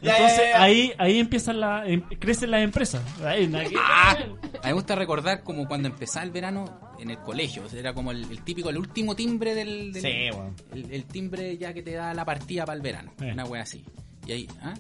Speaker 1: Ya,
Speaker 2: Entonces
Speaker 1: ya, ya.
Speaker 2: ahí ahí empiezan la em- crecen las empresas. Ahí, nada que-
Speaker 1: Ah.
Speaker 3: me gusta recordar como cuando empezaba el verano en el colegio. O sea, era como el, el típico, el último timbre del. del-
Speaker 1: Sí, weón.
Speaker 3: el, el timbre ya que te da la partida para el verano.
Speaker 2: Eh.
Speaker 3: Una wea así. Y ahí. ¿Ah?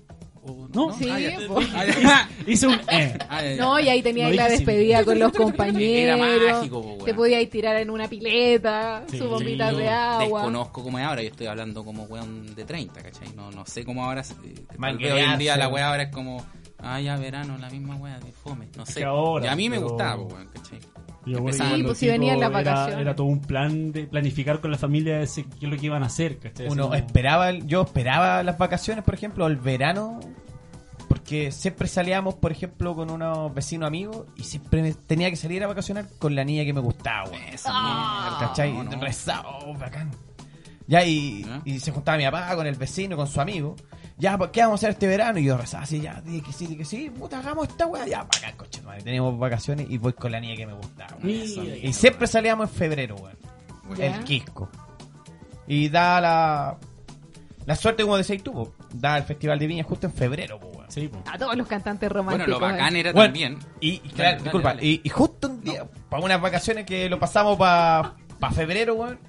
Speaker 3: ¿O
Speaker 2: No,
Speaker 4: Sí,
Speaker 3: Ah, ya.
Speaker 4: po.
Speaker 3: Ah, ya.
Speaker 2: Hice un eh.
Speaker 3: Ah, ya, ya.
Speaker 4: No, y ahí tenía
Speaker 2: Lo
Speaker 4: ahí la
Speaker 2: dije sin-
Speaker 4: despedida con los
Speaker 3: Era
Speaker 4: compañeros.
Speaker 3: mágico, po, weón.
Speaker 4: Te podías tirar en una pileta,
Speaker 2: Sí.
Speaker 4: sus bombitas
Speaker 2: Yo
Speaker 4: de agua.
Speaker 3: Desconozco cómo es ahora, yo estoy hablando como weón de 30, ¿cachai? No, no sé cómo ahora. se- eh, tal vez hoy en día
Speaker 1: Manguearse.
Speaker 3: la weá ahora es como. Ah, ya verano, la misma weá de fome. No sé.
Speaker 2: que ahora,
Speaker 3: y a mí me
Speaker 2: pero-
Speaker 3: gustaba, po, weón, ¿cachai?
Speaker 2: Yo me acuerdo que
Speaker 3: Sí,
Speaker 2: cuando
Speaker 4: pues, si
Speaker 2: chico
Speaker 4: venían las
Speaker 2: era-
Speaker 4: vacaciones.
Speaker 2: Era, todo un plan de planificar con la familia ese- qué es lo que iban a hacer. ¿cachai?
Speaker 1: Uno
Speaker 2: Así como-
Speaker 1: esperaba, el- yo esperaba las vacaciones, por ejemplo, el verano, por- porque siempre salíamos, por ejemplo, con unos vecinos amigos y siempre me- tenía que salir a vacacionar con la niña que me gustaba, weón.
Speaker 3: Esa
Speaker 4: Ah.
Speaker 3: mierda,
Speaker 1: ¿Cachai?
Speaker 3: Ah, no, no.
Speaker 1: Rezado, bacán. Ya, y,
Speaker 3: ¿Ya?
Speaker 1: y se juntaba mi papá con el vecino, con su amigo. Ya, pues, ¿qué vamos a hacer este verano? Y yo rezaba así, ya, dije que sí, dije que sí, puta, hagamos esta weá. Ya, bacán, coche, madre. Tenemos vacaciones y voy con la niña que me gustaba. weón.
Speaker 2: Mira,
Speaker 1: Y siempre salíamos en febrero, weón.
Speaker 4: Ya.
Speaker 1: El Quisco. Y da la. La suerte, como decís tú, po. da el Festival de Viña justo en febrero, po, weón.
Speaker 2: Sí, po.
Speaker 4: A todos los cantantes
Speaker 3: Bueno,
Speaker 4: románticos.
Speaker 3: lo bacán
Speaker 4: eh.
Speaker 3: era
Speaker 1: Bueno,
Speaker 3: también.
Speaker 1: Y, y claro,
Speaker 3: Dale, dale,
Speaker 1: disculpa,
Speaker 3: dale.
Speaker 1: Y, y justo un día, para unas vacaciones que lo pasamos para febrero, weón.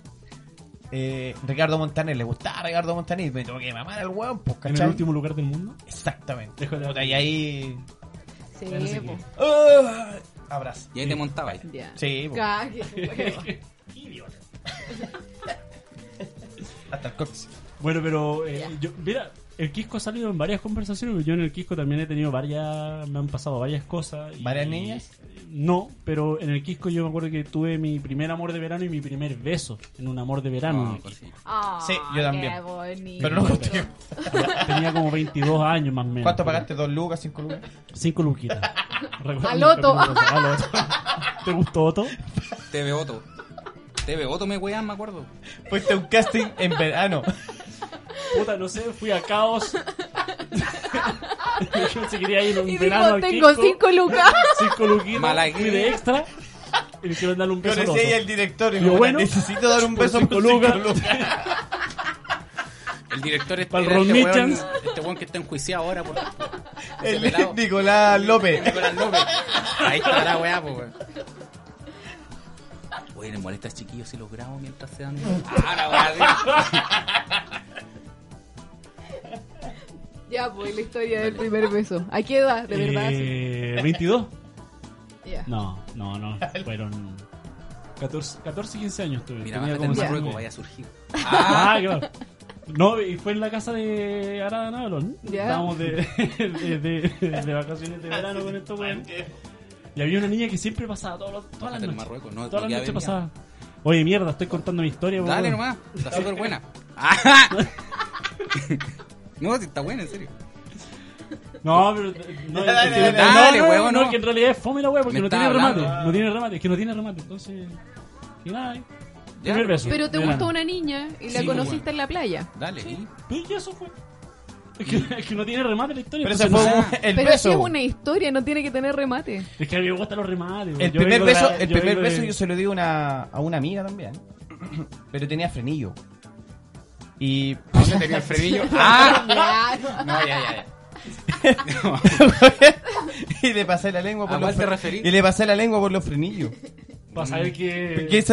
Speaker 1: eh, Ricardo Montaner, le gustaba Ricardo Montaner, me tuvo que mamar al weón, pues,
Speaker 2: En el
Speaker 1: ¿cachai?
Speaker 2: último lugar del mundo.
Speaker 1: Exactamente.
Speaker 2: Déjale.
Speaker 1: Puta, y ahí.
Speaker 4: Sí,
Speaker 2: Ya no sé
Speaker 4: po.
Speaker 1: ¡Ah! abrazo.
Speaker 3: Y ahí te montaba ahí.
Speaker 4: Ya.
Speaker 1: Sí, pues, po.
Speaker 4: Ca- qué huevo.
Speaker 1: hasta el cox.
Speaker 2: Bueno, pero eh,
Speaker 4: Ya.
Speaker 2: yo, mira, el Quisco ha salido en varias conversaciones, pero yo en el Quisco también he tenido varias, me han pasado varias cosas. y-
Speaker 1: ¿Varias niñas?
Speaker 2: No, pero en el Quisco yo me acuerdo que tuve mi primer amor de verano y mi primer beso en un amor de verano. en
Speaker 3: No,
Speaker 2: el
Speaker 3: pues
Speaker 2: Quisco.
Speaker 3: sí.
Speaker 4: Ah,
Speaker 1: Sí, yo también.
Speaker 4: Qué bonito.
Speaker 1: Pero no contigo.
Speaker 2: Tenía como 22 años más o menos.
Speaker 1: ¿Cuánto pagaste? ¿Dos lucas? ¿Cinco lucas?
Speaker 2: Cinco luquitas. Recuerdo
Speaker 4: Al
Speaker 2: un
Speaker 4: Otto.
Speaker 2: capítulo pasado, al Otto. ¿Te gustó Otto?
Speaker 3: TV Otto. TV Otto me wean, me acuerdo.
Speaker 1: Fuiste a un casting en verano.
Speaker 2: Puta, no sé, fui a Caos. Yo si quería ir un
Speaker 4: Y
Speaker 2: verano
Speaker 4: dijo,
Speaker 2: al
Speaker 4: tengo
Speaker 2: Quisco.
Speaker 4: cinco lucas.
Speaker 2: Cinco luquitas.
Speaker 3: Malagueño.
Speaker 2: Fui de extra. Y le quiero darle un
Speaker 1: Yo
Speaker 2: beso
Speaker 1: le
Speaker 2: al
Speaker 1: decía ahí
Speaker 2: Otto.
Speaker 1: al director y me
Speaker 2: Yo,
Speaker 1: dijo,
Speaker 2: bueno,
Speaker 1: necesito dar un
Speaker 2: por
Speaker 1: beso
Speaker 2: cinco
Speaker 1: por cinco
Speaker 2: lucas.
Speaker 1: lucas.
Speaker 3: El director este,
Speaker 2: Pa'l
Speaker 3: era
Speaker 2: Ron
Speaker 3: este, weón,
Speaker 2: Mitchans.
Speaker 3: este weón que está enjuiciado ahora por ese
Speaker 1: El
Speaker 3: pelado.
Speaker 1: Nicolás López.
Speaker 3: Nicolás López. Ahí está la weá, po, weón. Oye, les molesta chiquillos si los grabo mientras se dan un. Ah, la weá,
Speaker 4: Ya, pues la historia del primer beso. ¿A qué edad? De verdad. sí.
Speaker 2: Eh, 22.
Speaker 4: Ya.
Speaker 2: No, no, no. Fueron 14, 14 15 años tuve.
Speaker 3: sí. Mira,
Speaker 2: Tenía
Speaker 3: bájate
Speaker 2: como
Speaker 4: Ya.
Speaker 3: el
Speaker 2: esa-
Speaker 3: Marruecos, vaya a surgir.
Speaker 2: Ah, claro. No, y fue en la casa de Arada Navalón.
Speaker 4: Ya.
Speaker 2: Estábamos de, de, de- de vacaciones de verano con estos weón. Y había una niña que siempre pasaba todos los- todas las
Speaker 3: Bájate el
Speaker 2: noches.
Speaker 3: Marruecos, no-
Speaker 2: todas
Speaker 3: no
Speaker 2: las
Speaker 3: queda
Speaker 2: noches
Speaker 3: venida.
Speaker 2: pasaba. Oye, mierda, estoy contando mi historia. weón.
Speaker 3: Dale nomás, está súper buena. Ah. No, si está buena, en serio.
Speaker 2: No, pero. eh, No,
Speaker 1: Dale,
Speaker 2: es que-
Speaker 1: dale,
Speaker 2: no,
Speaker 3: dale,
Speaker 2: no, no,
Speaker 3: huevón,
Speaker 2: no,
Speaker 3: no.
Speaker 2: es que en realidad es fome la hueá porque
Speaker 3: Me
Speaker 2: no
Speaker 3: está
Speaker 2: tiene remate.
Speaker 3: hablando.
Speaker 2: No tiene remate, es que no tiene remate. Entonces. Y nada, eh.
Speaker 3: Ya.
Speaker 2: Primer beso.
Speaker 4: Pero te
Speaker 2: de
Speaker 4: gustó
Speaker 2: verano.
Speaker 4: una niña y la
Speaker 3: Sí,
Speaker 4: conociste
Speaker 3: bueno.
Speaker 4: en la playa.
Speaker 3: Dale.
Speaker 2: Sí,
Speaker 3: y-
Speaker 2: Pero ya eso fue. Es que, es que no tiene remate la historia.
Speaker 1: Mm. Pero ese
Speaker 2: entonces
Speaker 1: fue
Speaker 2: no sé.
Speaker 1: un- el
Speaker 4: Pero si
Speaker 1: beso.
Speaker 4: es una historia, no tiene que tener remate.
Speaker 2: Es que a mí me gustan los remates.
Speaker 1: El
Speaker 2: yo
Speaker 1: primer
Speaker 2: vengo de
Speaker 1: beso,
Speaker 2: la-
Speaker 1: el
Speaker 2: yo
Speaker 1: primer
Speaker 2: vengo
Speaker 1: beso
Speaker 2: de-
Speaker 1: yo se lo di a una, a una amiga también. Pero tenía frenillo. Y.
Speaker 3: ¿Dónde tenía el frenillo? Ah.
Speaker 4: Ya.
Speaker 3: No, ya, ya, ya.
Speaker 1: y le pasé la lengua por
Speaker 3: ¿A
Speaker 1: los
Speaker 3: cuál te
Speaker 1: fre-
Speaker 3: referís?
Speaker 1: Y le pasé la lengua por los frenillos.
Speaker 2: Para saber
Speaker 1: ¿Qué
Speaker 2: que. sensación?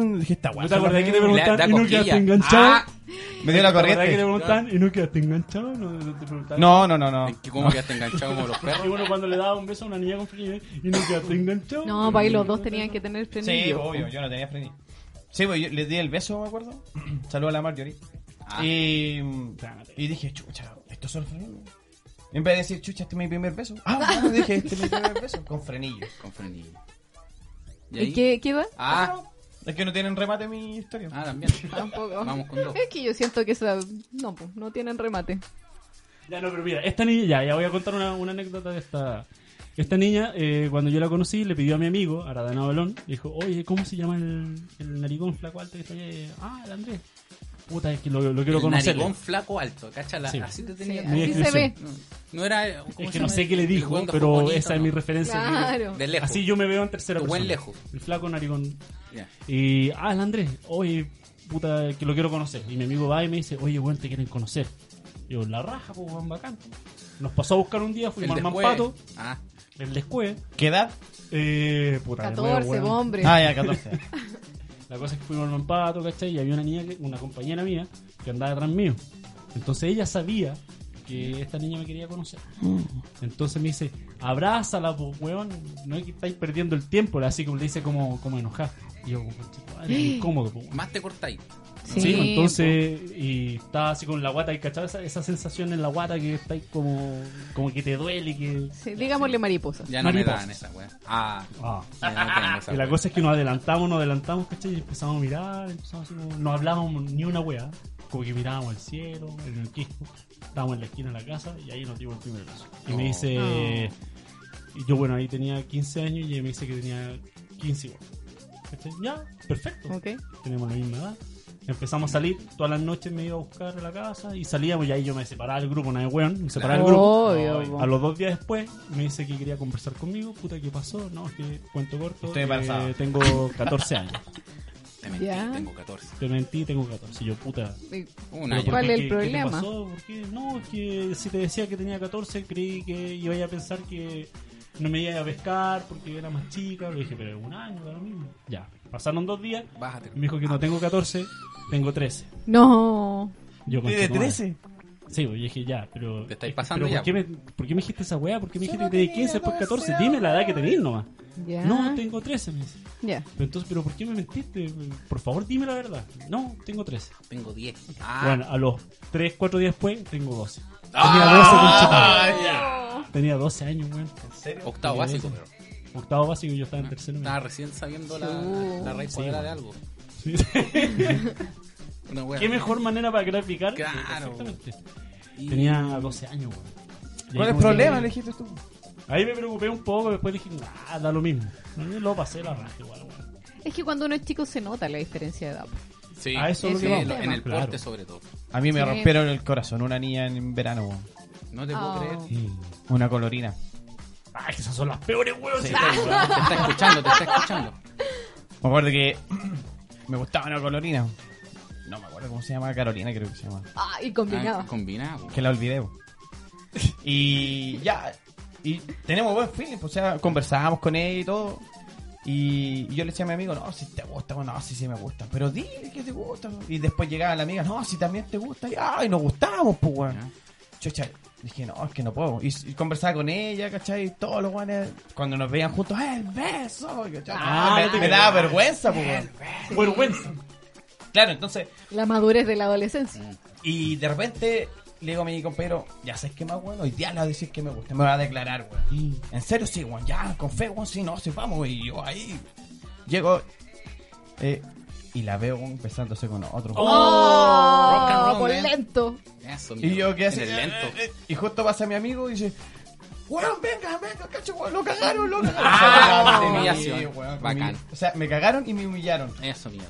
Speaker 1: sensación? Dije, esta guay.
Speaker 2: Eh, ¿No te acordás que te
Speaker 3: Le da
Speaker 2: preguntan y no
Speaker 3: cosquilla.
Speaker 2: quedaste enganchado?
Speaker 3: Ah,
Speaker 1: Me dio la
Speaker 2: ¿Te acordás que te
Speaker 1: corriente.
Speaker 2: preguntan y no quedaste enganchado? No, no te preguntaron.
Speaker 1: No, no, no, no.
Speaker 3: Ah, es que como quedaste enganchado como los
Speaker 2: Y
Speaker 3: perros.
Speaker 2: uno cuando le daba un beso a una niña con frío y no quedaste enganchado.
Speaker 4: No, para ahí los dos tenían que tener
Speaker 1: Sí,
Speaker 4: frenillo.
Speaker 1: obvio, yo no tenía frenillo. Sí, pues yo le di el beso, me acuerdo. Saludos a la Marjorie.
Speaker 3: Ah.
Speaker 1: Y, y dije, chucha, esto son frenillos. En vez de decir, chucha, este es mi primer beso. Ah, bueno, dije, este es mi primer beso. Con frenillos.
Speaker 3: Con frenillo.
Speaker 4: ¿Y qué, qué va?
Speaker 3: Ah,
Speaker 1: Es que no tienen remate mi historia.
Speaker 3: ah, también.
Speaker 4: Tampoco.
Speaker 3: Vamos con dos.
Speaker 4: Es que yo siento que esa... No, pues, no tienen remate.
Speaker 2: Ya, no, pero mira, esta niña, ya, ya voy a contar una, una anécdota de esta. Esta niña, eh, cuando yo la conocí, le pidió a mi amigo, Aradana Balón, dijo, oye, ¿cómo se llama el, el narigón flaco alto que está allá? Ah, el Andrés. Puta, es que lo, lo quiero
Speaker 3: El
Speaker 2: conocer.
Speaker 3: narigón flaco alto, cáchala.
Speaker 2: Sí.
Speaker 3: Así te tenía.
Speaker 4: Sí,
Speaker 2: Muy
Speaker 4: así se
Speaker 2: exclusivo.
Speaker 4: ve.
Speaker 3: No, no era. eh, ¿cómo
Speaker 2: Es
Speaker 3: se
Speaker 2: que no
Speaker 3: llama?
Speaker 2: sé qué le
Speaker 3: El
Speaker 2: dijo,
Speaker 3: weón de
Speaker 2: pero
Speaker 3: ojo bonito,
Speaker 2: esa es
Speaker 3: ¿no?
Speaker 2: mi referencia.
Speaker 4: Claro.
Speaker 3: De lejos.
Speaker 2: Así yo me veo en tercera
Speaker 3: Tu
Speaker 2: persona.
Speaker 3: buen lejos.
Speaker 2: El flaco narigón.
Speaker 3: Ya.
Speaker 2: Y, ah, el Andrés, oye, puta, que lo quiero conocer. Y mi amigo va y me dice, oye, weón, te quieren conocer. Y yo, la raja, pues, weón, bacán. Nos pasó a buscar un día, fuimos al
Speaker 3: El después.
Speaker 2: Mampato,
Speaker 3: Ah,
Speaker 2: el descueve.
Speaker 1: ¿Qué edad?
Speaker 2: Eh, puta, de nuevo,
Speaker 4: 14,
Speaker 2: weón.
Speaker 4: hombre.
Speaker 1: Ah, ya, 14.
Speaker 2: La cosa es que fuimos al Mampato, ¿cachai? Y había una niña, que- una compañera mía, que andaba detrás mío. Entonces ella sabía que esta niña me quería conocer. Entonces me dice, abrázala, pues, weón. No es que estáis perdiendo el tiempo. Así como le dice como, como enojada. Y yo, como, "Conchetumare, qué incómodo, pues, weón".
Speaker 3: más te cortáis.
Speaker 4: Sí,
Speaker 2: Sí, pues, entonces, y estaba así con la guata, y cachaba esa, esa sensación en la guata que estáis como, como que te duele, que...
Speaker 4: Sí, digámosle mariposas.
Speaker 3: Ya no
Speaker 2: Mariposas.
Speaker 3: me dan esa weá. Ah,
Speaker 2: Ah.
Speaker 3: ya no tengo esa
Speaker 2: Y la
Speaker 3: weá.
Speaker 2: cosa es que nos adelantamos, nos adelantamos, ¿cachai? Y empezamos a mirar, empezamos así como- no hablábamos ni una wea, como que mirábamos al cielo, en el quisco. Estábamos en la esquina de la casa y ahí nos dimos el primer beso. Y me
Speaker 3: Oh.
Speaker 2: dice. y yo, bueno, ahí tenía 15 años y ella me dice que tenía 15 igual. ¿Cachai? Ya, perfecto.
Speaker 4: Ok.
Speaker 2: Tenemos la misma edad. Empezamos a salir, todas las noches me iba a buscar a la casa y salíamos y ahí yo me separaba del grupo, nada de weón, me separaba
Speaker 4: Oh.
Speaker 2: del grupo.
Speaker 4: Obvio. po.
Speaker 2: A los dos días después me dice que quería conversar conmigo. Puta, ¿qué pasó? No, es que cuento corto.
Speaker 1: Estoy
Speaker 2: eh,
Speaker 1: embarazada.
Speaker 2: tengo 14 años.
Speaker 3: Te mentí,
Speaker 4: Ya.
Speaker 3: tengo 14.
Speaker 2: Te mentí, tengo 14. Yo, puta.
Speaker 4: Y-
Speaker 3: Un
Speaker 2: ¿pero
Speaker 3: año.
Speaker 2: por
Speaker 4: ¿Cuál
Speaker 2: qué?
Speaker 4: es
Speaker 2: ¿Qué-
Speaker 4: el
Speaker 2: qué te
Speaker 4: problema?
Speaker 2: pasó? ¿Por qué? No, es que si te decía que tenía 14, creí que iba a pensar que no me iba a pescar porque era más chica. Le dije, pero es un año, da lo mismo. Ya. Pasaron dos días.
Speaker 3: Bájate.
Speaker 2: Me dijo que no tengo 14, tengo 13.
Speaker 4: No.
Speaker 2: Yo
Speaker 1: ¿Tiene
Speaker 2: conchetumare.
Speaker 1: 13?
Speaker 2: Sí, pues, yo dije, ya, pero.
Speaker 3: Te estáis
Speaker 2: es que-
Speaker 3: pasando
Speaker 2: pero
Speaker 3: ya, pues.
Speaker 2: ¿por, qué me, ¿Por qué me dijiste esa weá? ¿Por qué me
Speaker 1: Solo
Speaker 2: dijiste que tenés
Speaker 1: tenía
Speaker 2: 15 por 14?
Speaker 1: 12
Speaker 2: Dime la edad que tenés nomás.
Speaker 4: Ya.
Speaker 2: No, tengo 13, me dice.
Speaker 4: Ya.
Speaker 2: Pero entonces, ¿pero por qué me mentiste? Por favor, dime la verdad. No, tengo 13.
Speaker 3: Tengo 10. Ah,
Speaker 2: Bueno, a los 3, 4 días después, tengo 12.
Speaker 1: Ah,
Speaker 2: Tenía 12 años, weón.
Speaker 1: ¿En serio?
Speaker 3: octavo básico, pero.
Speaker 2: Octavo básico y yo estaba en tercero.
Speaker 3: Estaba recién sabiendo la,
Speaker 4: Chu.
Speaker 3: la raíz
Speaker 2: Sí,
Speaker 3: cuadrada
Speaker 2: bueno.
Speaker 3: de algo.
Speaker 2: Sí.
Speaker 3: Una wea.
Speaker 2: ¿Qué mejor manera para graficar?
Speaker 3: Claro.
Speaker 2: Exactamente.
Speaker 3: Y-
Speaker 2: Tenía 12 años, weón.
Speaker 1: ¿Cuál
Speaker 2: Y ahí
Speaker 1: es el
Speaker 2: como que-
Speaker 1: problema? Le dijiste tú.
Speaker 2: Ahí me preocupé un poco, después dije, nada, da lo mismo. No, yo lo pasé la raja igual, weón.
Speaker 4: Es que cuando uno es chico se nota la diferencia de edad. po.
Speaker 3: Sí,
Speaker 2: A eso
Speaker 4: es lo
Speaker 3: sí,
Speaker 4: que vamos.
Speaker 3: lo- en el
Speaker 2: Claro.
Speaker 3: porte sobre todo.
Speaker 1: A mí me
Speaker 4: Sí.
Speaker 1: rompieron el corazón una niña en verano, weón.
Speaker 3: No te puedo
Speaker 4: Oh.
Speaker 3: creer.
Speaker 1: una colorina.
Speaker 2: Ay, Ah, esas son las peores, weón.
Speaker 3: Sí, te está escuchando, te está escuchando.
Speaker 1: Me acuerdo que me gustaba una colorina. No me acuerdo cómo se llama, Carolina creo que se llama.
Speaker 4: Ah, y combinaba.
Speaker 3: Ah, combinado.
Speaker 1: Que la olvidé. bo. Y ya, y tenemos buen feeling, pues, o sea, conversábamos con ella y todo. Y y yo le decía a mi amigo, no, si te gusta, bueno, no, si sí me gusta. Pero dile que te gusta. Y después llegaba la amiga, no, si también te gusta. Y, ay, nos gustábamos, pues, weón.
Speaker 3: Ya.
Speaker 1: Chucha, dije, no, es que no puedo. Y, y conversaba con ella, ¿cachai? Y todos los guanes, cuando nos veían juntos, ¡eh, el beso! Y yo, chucha,
Speaker 2: Ah,
Speaker 1: me-
Speaker 2: no te
Speaker 1: me,
Speaker 2: creo.
Speaker 1: daba vergüenza, pues, weón.
Speaker 2: Vergüenza.
Speaker 1: Claro, entonces,
Speaker 4: La madurez de la adolescencia.
Speaker 1: y de repente le digo a mi compañero, ya sabes que más, weón, hoy día le voy a decir que me gusta, me voy a declarar, weón. En serio, sí, weón, ya, con fe, weón, sí, no, sí, vamos, weón. Y yo ahí llego eh, y la veo weón, besándose con otro. weón.
Speaker 3: Rock and
Speaker 4: ¡Oh!
Speaker 3: roll,
Speaker 4: Por
Speaker 3: man.
Speaker 4: lento.
Speaker 3: Eso,
Speaker 1: Y
Speaker 3: mira,
Speaker 1: yo qué
Speaker 3: en
Speaker 1: así,
Speaker 3: el
Speaker 1: eh,
Speaker 3: lento.
Speaker 1: eh, eh, y justo pasa mi amigo y dice, weón, venga, venga, cacho, weón, lo cagaron, lo cagaron.
Speaker 3: Ah,
Speaker 1: Sí,
Speaker 3: humillación.
Speaker 1: weón,
Speaker 3: Bacán.
Speaker 1: me humill- O sea, me cagaron y me humillaron.
Speaker 3: Eso, mierda.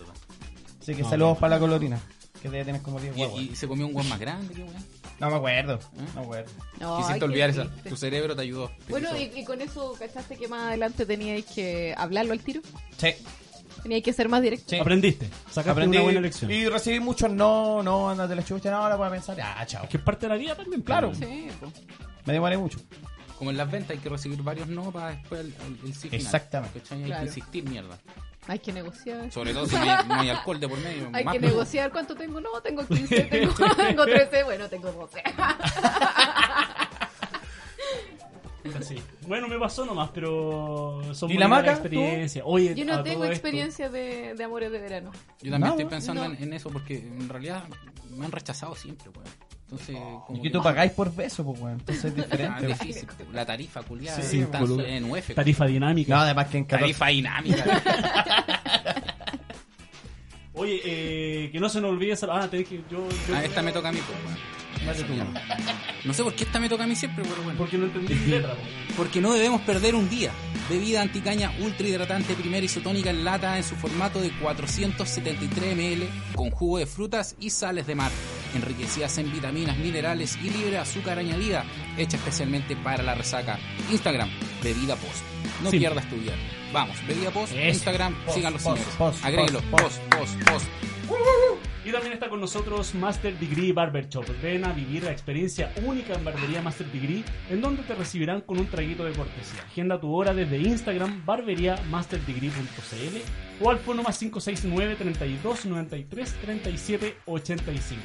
Speaker 1: Así que
Speaker 2: No,
Speaker 1: saludos para la colorina, que debe tener como 10
Speaker 3: Y,
Speaker 1: huevos.
Speaker 3: y ¿Mm? se comió un guan más grande, qué weón.
Speaker 1: No me acuerdo, no me acuerdo.
Speaker 4: Ay,
Speaker 3: Quisiste
Speaker 4: qué
Speaker 3: olvidar esa.
Speaker 4: triste.
Speaker 3: Tu cerebro te ayudó. Te
Speaker 4: Bueno,
Speaker 3: hizo-
Speaker 4: y, y con eso, ¿cachaste que más adelante teníais que hablarlo al tiro?
Speaker 1: Sí.
Speaker 4: Teníais que ser más directo.
Speaker 1: Sí.
Speaker 2: Aprendiste. Sacaste
Speaker 1: Aprendí
Speaker 2: una buena lección.
Speaker 1: y recibí muchos no, no, andas de la chucha, no, ahora voy a pensar, ah, chao.
Speaker 2: Es que es parte de la vida también,
Speaker 1: Claro.
Speaker 2: pues, weón.
Speaker 4: Sí, po.
Speaker 1: Me demoré mucho.
Speaker 3: Como en las ventas hay que recibir varios no para después el, el, el sí final.
Speaker 1: Exactamente.
Speaker 3: ¿Cachai? Hay
Speaker 4: Claro.
Speaker 3: que insistir, mierda.
Speaker 4: Hay que negociar.
Speaker 3: Sobre todo si no hay, no hay alcohol de por medio.
Speaker 4: Hay
Speaker 3: más
Speaker 4: que
Speaker 3: peor.
Speaker 4: negociar cuánto tengo. No, tengo 15, tengo, tengo 13, bueno, tengo 12.
Speaker 2: Puta, sí. Bueno, me pasó nomás, pero son
Speaker 1: ¿Y
Speaker 2: muy
Speaker 1: la
Speaker 2: malas
Speaker 1: maca?
Speaker 2: experiencia. Oye,
Speaker 4: Yo
Speaker 2: a
Speaker 4: no
Speaker 2: todo
Speaker 4: tengo
Speaker 2: esto-
Speaker 4: experiencia de, de amores de verano.
Speaker 3: Yo también
Speaker 1: No,
Speaker 3: estoy pensando
Speaker 4: no.
Speaker 3: en, en eso porque en realidad me han rechazado siempre, weón. Entonces, como
Speaker 1: Oh. Y que tú pagáis por beso, pues, weón. Entonces es
Speaker 3: Ah,
Speaker 1: diferente.
Speaker 3: es
Speaker 1: weón.
Speaker 3: difícil. po. La tarifa culiada
Speaker 2: Sí,
Speaker 3: está
Speaker 2: boludo.
Speaker 3: en UF.
Speaker 2: Tarifa dinámica.
Speaker 1: no, además que en Cataluña.
Speaker 3: tarifa dinámica.
Speaker 2: Oye, eh, que no se nos olvide. sal- Ah, tenés que. Yo, yo-
Speaker 3: Ah, esta me toca a mí, po, weón.
Speaker 2: Dale tú.
Speaker 3: No sé por qué esta me toca a mí siempre, pero bueno.
Speaker 2: Porque no entendí mi letra, po.
Speaker 3: Porque no debemos perder un día. Bebida anticaña ultra hidratante primera isotónica en lata en su formato de 473 ml con jugo de frutas y sales de mar, enriquecidas en vitaminas, minerales y libre de azúcar añadida, hecha especialmente para la resaca. Instagram, bebida post. No
Speaker 2: Sí.
Speaker 3: pierdas tu día. Vamos, bebida post,
Speaker 2: Eso.
Speaker 3: Instagram,
Speaker 1: Post,
Speaker 3: sigan los
Speaker 1: post,
Speaker 3: señores.
Speaker 1: post,
Speaker 3: Agréguelo,
Speaker 1: post,
Speaker 3: post, post, post.
Speaker 2: Y también está con nosotros Master Degree Barber Shop. Ven a vivir la experiencia única en Barbería Master Degree, en donde te recibirán con un traguito de cortesía. Agenda tu hora desde Instagram barberiamasterdegree.cl o al fono más 569 32 93 37 85.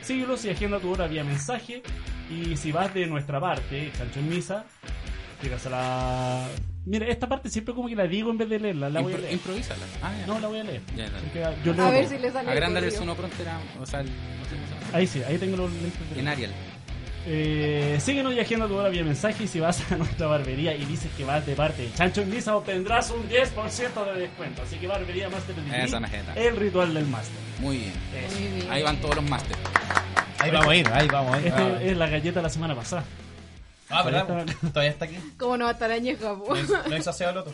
Speaker 2: Síguelos y agenda tu hora vía mensaje. Y si vas de nuestra parte, Chancho en Misa, llegas a la... Mira, esta parte siempre como que la digo en vez de leerla. La voy a
Speaker 3: Impro-
Speaker 2: leer.
Speaker 3: improvísala. Ah, ya.
Speaker 2: No, la voy a leer.
Speaker 3: Ya, dale.
Speaker 2: Porque yo leo
Speaker 4: A ver
Speaker 2: todo.
Speaker 4: si le sale.
Speaker 3: Agrándale el
Speaker 4: corrido.
Speaker 3: sono frontera, o sea, el, no sé cómo se llama.
Speaker 2: Ahí sí, ahí tengo los lentes. de-
Speaker 3: en Arial.
Speaker 2: Eh, síguenos y agenda tu hora vía mensaje y si vas a nuestra barbería y dices que vas de parte de Chancho en Misa obtendrás un 10% de descuento. Así que barbería Master Degree,
Speaker 3: Esa me jeta.
Speaker 2: el ritual del máster.
Speaker 3: Muy bien.
Speaker 4: Muy bien.
Speaker 3: Ahí van todos los másteres.
Speaker 1: Ahí vamos a ir, ahí vamos a ir.
Speaker 2: Esta
Speaker 1: Ah,
Speaker 2: Este es la galleta de la semana pasada.
Speaker 1: Ah, ¿verdad? Todavía está aquí.
Speaker 4: Como no va a estar añeja, po.
Speaker 1: No hizo- No hizo aseo el otro.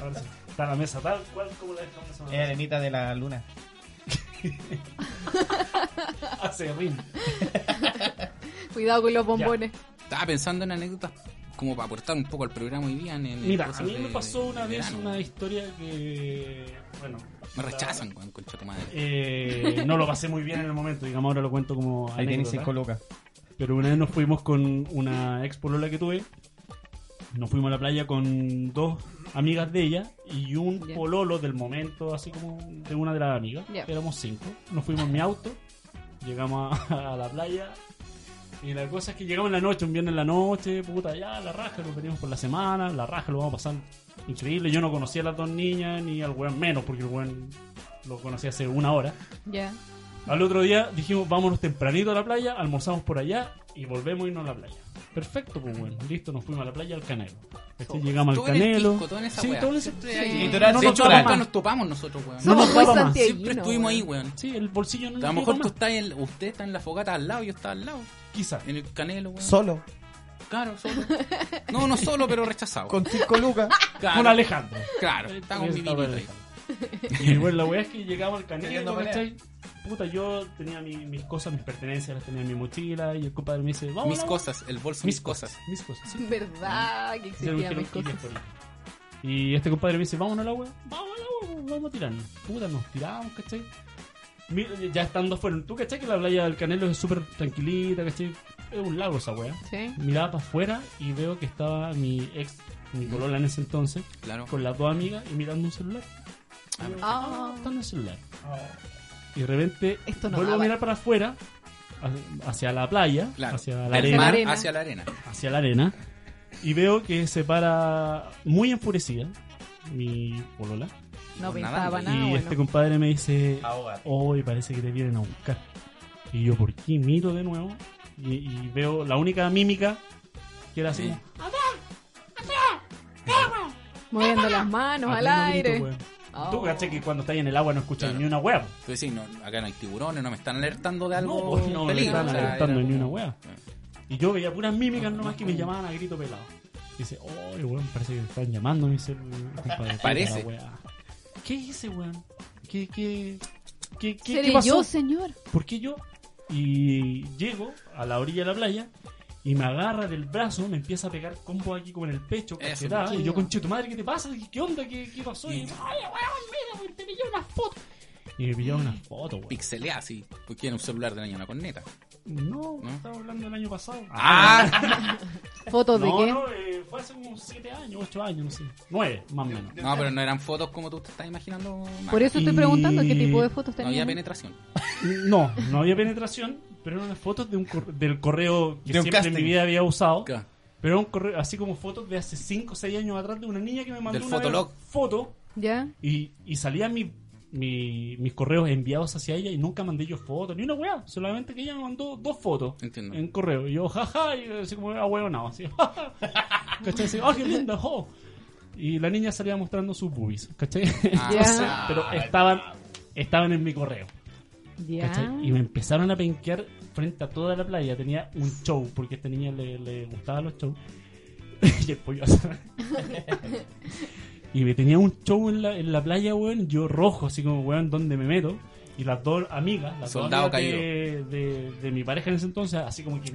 Speaker 2: Ahora sí. Está la mesa tal cual como la dejamos la
Speaker 1: Es
Speaker 2: semana
Speaker 1: arenita de la luna.
Speaker 2: pasada. Hace rin.
Speaker 4: Cuidado con los bombones.
Speaker 3: Estaba pensando en anécdotas como para aportar un poco al programa hoy día. En, en
Speaker 2: Mira, a
Speaker 3: cosas
Speaker 2: mí
Speaker 3: de-
Speaker 2: me pasó
Speaker 3: de
Speaker 2: una vez
Speaker 3: verano.
Speaker 2: una historia que. Bueno.
Speaker 3: Me
Speaker 2: la-
Speaker 3: rechazan, con concha tu madre.
Speaker 2: eh, no lo pasé muy bien en el momento, digamos, ahora lo cuento como.
Speaker 1: Ahí tienen
Speaker 2: anécdota.
Speaker 1: cinco lucas.
Speaker 2: Pero una vez nos fuimos con una ex polola que tuve. Nos fuimos a la playa con dos amigas de ella y un
Speaker 4: Ya.
Speaker 2: pololo del momento, así como de una de las amigas.
Speaker 4: Ya.
Speaker 2: Éramos cinco. Nos fuimos en mi auto, llegamos a, a la playa. Y la cosa es que llegamos en la noche, un viernes en la noche, puta, ya la raja, nos venimos por la semana, la raja, lo vamos a pasar increíble. Yo no conocía a las dos niñas, ni al weón menos, porque el weón lo conocí hace una hora.
Speaker 4: Ya.
Speaker 2: Al otro día dijimos, vámonos tempranito a la playa, almorzamos por allá y volvemos a irnos a la playa. Perfecto, pues bueno, listo, nos fuimos a la playa al Canelo. Este, llegamos al
Speaker 3: Todo Oh, en el
Speaker 2: Canelo.
Speaker 3: Quisco, todo en esa
Speaker 2: sí,
Speaker 3: weá.
Speaker 2: todo en ese-
Speaker 3: Siempre
Speaker 4: Sí.
Speaker 3: hay-
Speaker 1: Litoral
Speaker 2: No
Speaker 3: De
Speaker 2: nos
Speaker 3: hecho,
Speaker 2: tocaba
Speaker 3: nunca
Speaker 2: más.
Speaker 3: nos topamos nosotros, weón.
Speaker 2: No
Speaker 4: Somos
Speaker 2: nos
Speaker 4: muy
Speaker 2: daba más.
Speaker 4: santiaguinos,
Speaker 3: Siempre estuvimos ahí, weón.
Speaker 2: Sí, el bolsillo no
Speaker 3: A lo
Speaker 2: nos
Speaker 3: mejor
Speaker 2: llegó
Speaker 3: tú
Speaker 2: más.
Speaker 3: estás en, usted está en la fogata al lado, yo estaba al lado.
Speaker 2: Quizá.
Speaker 3: En el canelo, weón.
Speaker 1: Solo.
Speaker 3: claro, solo. No, no solo, pero rechazado.
Speaker 1: Con cinco lucas.
Speaker 3: claro,
Speaker 2: Con Alejandro.
Speaker 3: claro, está con mi
Speaker 2: Estaba
Speaker 3: vinito ahí.
Speaker 2: Alejandro. Y bueno, la weá es que llegamos al
Speaker 1: Queriendo
Speaker 2: Canelo,
Speaker 1: pelear.
Speaker 2: ¿cachai? Puta, yo tenía mi- mis cosas, mis pertenencias, las tenía en mi mochila y el compadre me dice, vamos.
Speaker 3: Mis
Speaker 2: vamos".
Speaker 3: cosas, el bolso, mis cosas.
Speaker 2: Mis cosas, sí.
Speaker 4: Verdad que
Speaker 2: Yo
Speaker 4: existían
Speaker 2: quiero
Speaker 4: mis
Speaker 2: ir
Speaker 4: cosas.
Speaker 2: por ahí. Y este compadre me dice, vamos a la wea, vamos a la wea, pues, vamos a tirarnos. Puta, nos tiramos, ¿cachai? Mira, ya estando afuera, tú cachai que la playa del Canelo es súper tranquilita, ¿cachai? Es un lago esa wea.
Speaker 4: Sí.
Speaker 2: Miraba para afuera y veo que estaba mi ex, mi colola en ese entonces,
Speaker 3: Claro.
Speaker 2: con las dos amigas y mirando un celular.
Speaker 4: Ah,
Speaker 2: Están en el celular. Y de repente
Speaker 4: Esto no
Speaker 2: vuelvo a
Speaker 4: daba.
Speaker 2: mirar para afuera, ha- hacia la playa,
Speaker 3: Claro.
Speaker 2: hacia la
Speaker 3: Del
Speaker 2: arena.
Speaker 3: mar
Speaker 4: arena.
Speaker 3: hacia la arena.
Speaker 2: hacia la arena y veo que se para muy enfurecida mi polola
Speaker 4: no
Speaker 3: Por
Speaker 4: pensaba
Speaker 3: nadando.
Speaker 4: nada.
Speaker 2: y
Speaker 4: Ah, bueno.
Speaker 2: este compadre me dice
Speaker 1: Ahógate.
Speaker 2: hoy parece que te vienen a buscar y yo por qué miro de nuevo y, y veo la única mímica que era así
Speaker 3: Sí.
Speaker 2: como,
Speaker 4: Moviendo las manos al
Speaker 2: haciendo
Speaker 4: aire.
Speaker 2: gritos, Ah, weón.
Speaker 4: Oh.
Speaker 2: Tú caché que cuando estás en el agua no escuchas
Speaker 3: Claro.
Speaker 2: ni una wea.
Speaker 3: Tú decís, no, acá no hay tiburones, no me están alertando de
Speaker 2: No,
Speaker 3: algo.
Speaker 2: pues, no me
Speaker 3: peligro,
Speaker 2: están
Speaker 3: o sea,
Speaker 2: alertando
Speaker 3: era
Speaker 2: ni una
Speaker 3: como-
Speaker 2: wea. Y yo veía puras mímicas nomás que me llamaban a grito pelado. Dice, oye, weón, parece que te están llamando, me dice el compadre.
Speaker 3: Parece.
Speaker 2: La wea. ¿Qué hice, weón? ¿Qué, qué, qué, qué,
Speaker 4: Seré
Speaker 2: qué pasó?
Speaker 4: yo, señor.
Speaker 2: ¿Por qué yo? Y llego a la orilla de la playa y me agarra del brazo, me empieza a pegar combo aquí como en el pecho,
Speaker 3: Eso,
Speaker 2: cachetada,
Speaker 4: chido.
Speaker 2: Y yo, conche tu madre, ¿qué te pasa? ¿Qué- ¿Qué onda? ¿Qué, qué pasó? Y,
Speaker 3: Y-
Speaker 2: ay, weón, mira, te pillé una foto. Y me
Speaker 3: Mm.
Speaker 2: pillaron una foto, weón.
Speaker 3: Pixelea así, porque era un celular del año, una corneta.
Speaker 2: No,
Speaker 3: ¿No?
Speaker 2: estaba hablando del año pasado.
Speaker 3: ¡Ah!
Speaker 4: ¿Fotos de
Speaker 2: No,
Speaker 4: qué?
Speaker 2: no, eh, fue hace unos 7 años, 8 años, no sé. 9, más o menos.
Speaker 3: No, pero no eran fotos como tú te estás imaginando. Maca.
Speaker 4: Por eso estoy
Speaker 2: Y-
Speaker 4: preguntando qué tipo de fotos
Speaker 3: No
Speaker 4: tenían.
Speaker 3: había penetración.
Speaker 2: No, no había penetración, pero eran unas fotos de un cor- del correo que
Speaker 1: De un
Speaker 2: siempre en mi
Speaker 1: casting.
Speaker 2: vida había usado.
Speaker 3: Claro.
Speaker 2: Pero era un correo, así como fotos de hace 5 o 6 años atrás de una niña que me mandó
Speaker 3: Del
Speaker 2: una vez
Speaker 3: fotolog.
Speaker 2: foto
Speaker 4: ¿Ya?
Speaker 2: y, y salían mi- mi- mis correos enviados hacia ella y nunca mandé yo fotos, ni una weá, solamente que ella me mandó dos fotos
Speaker 3: Entiendo.
Speaker 2: en correo. Y yo, jaja, y así como a huevonado, así, jaja. ¿Cachai? Así, ¡ah, qué linda! jo". Y la niña salía mostrando sus boobies, ¿cachai?
Speaker 3: Ah,
Speaker 4: Ya.
Speaker 3: o sea,
Speaker 2: Pero estaban, estaban en mi correo.
Speaker 4: ¿Ya?
Speaker 2: ¿cachai? Y me empezaron a penquear frente a toda la playa. Tenía un show, porque a esta niña le, le gustaban los shows. y el pollo asado. y me tenía un show en la, en la playa, weón. Yo rojo, así como, weón, ¿dónde me meto? Y las dos amigas, las dos
Speaker 3: Soldado
Speaker 2: amigas de, de- de mi pareja en ese entonces, así como que eh,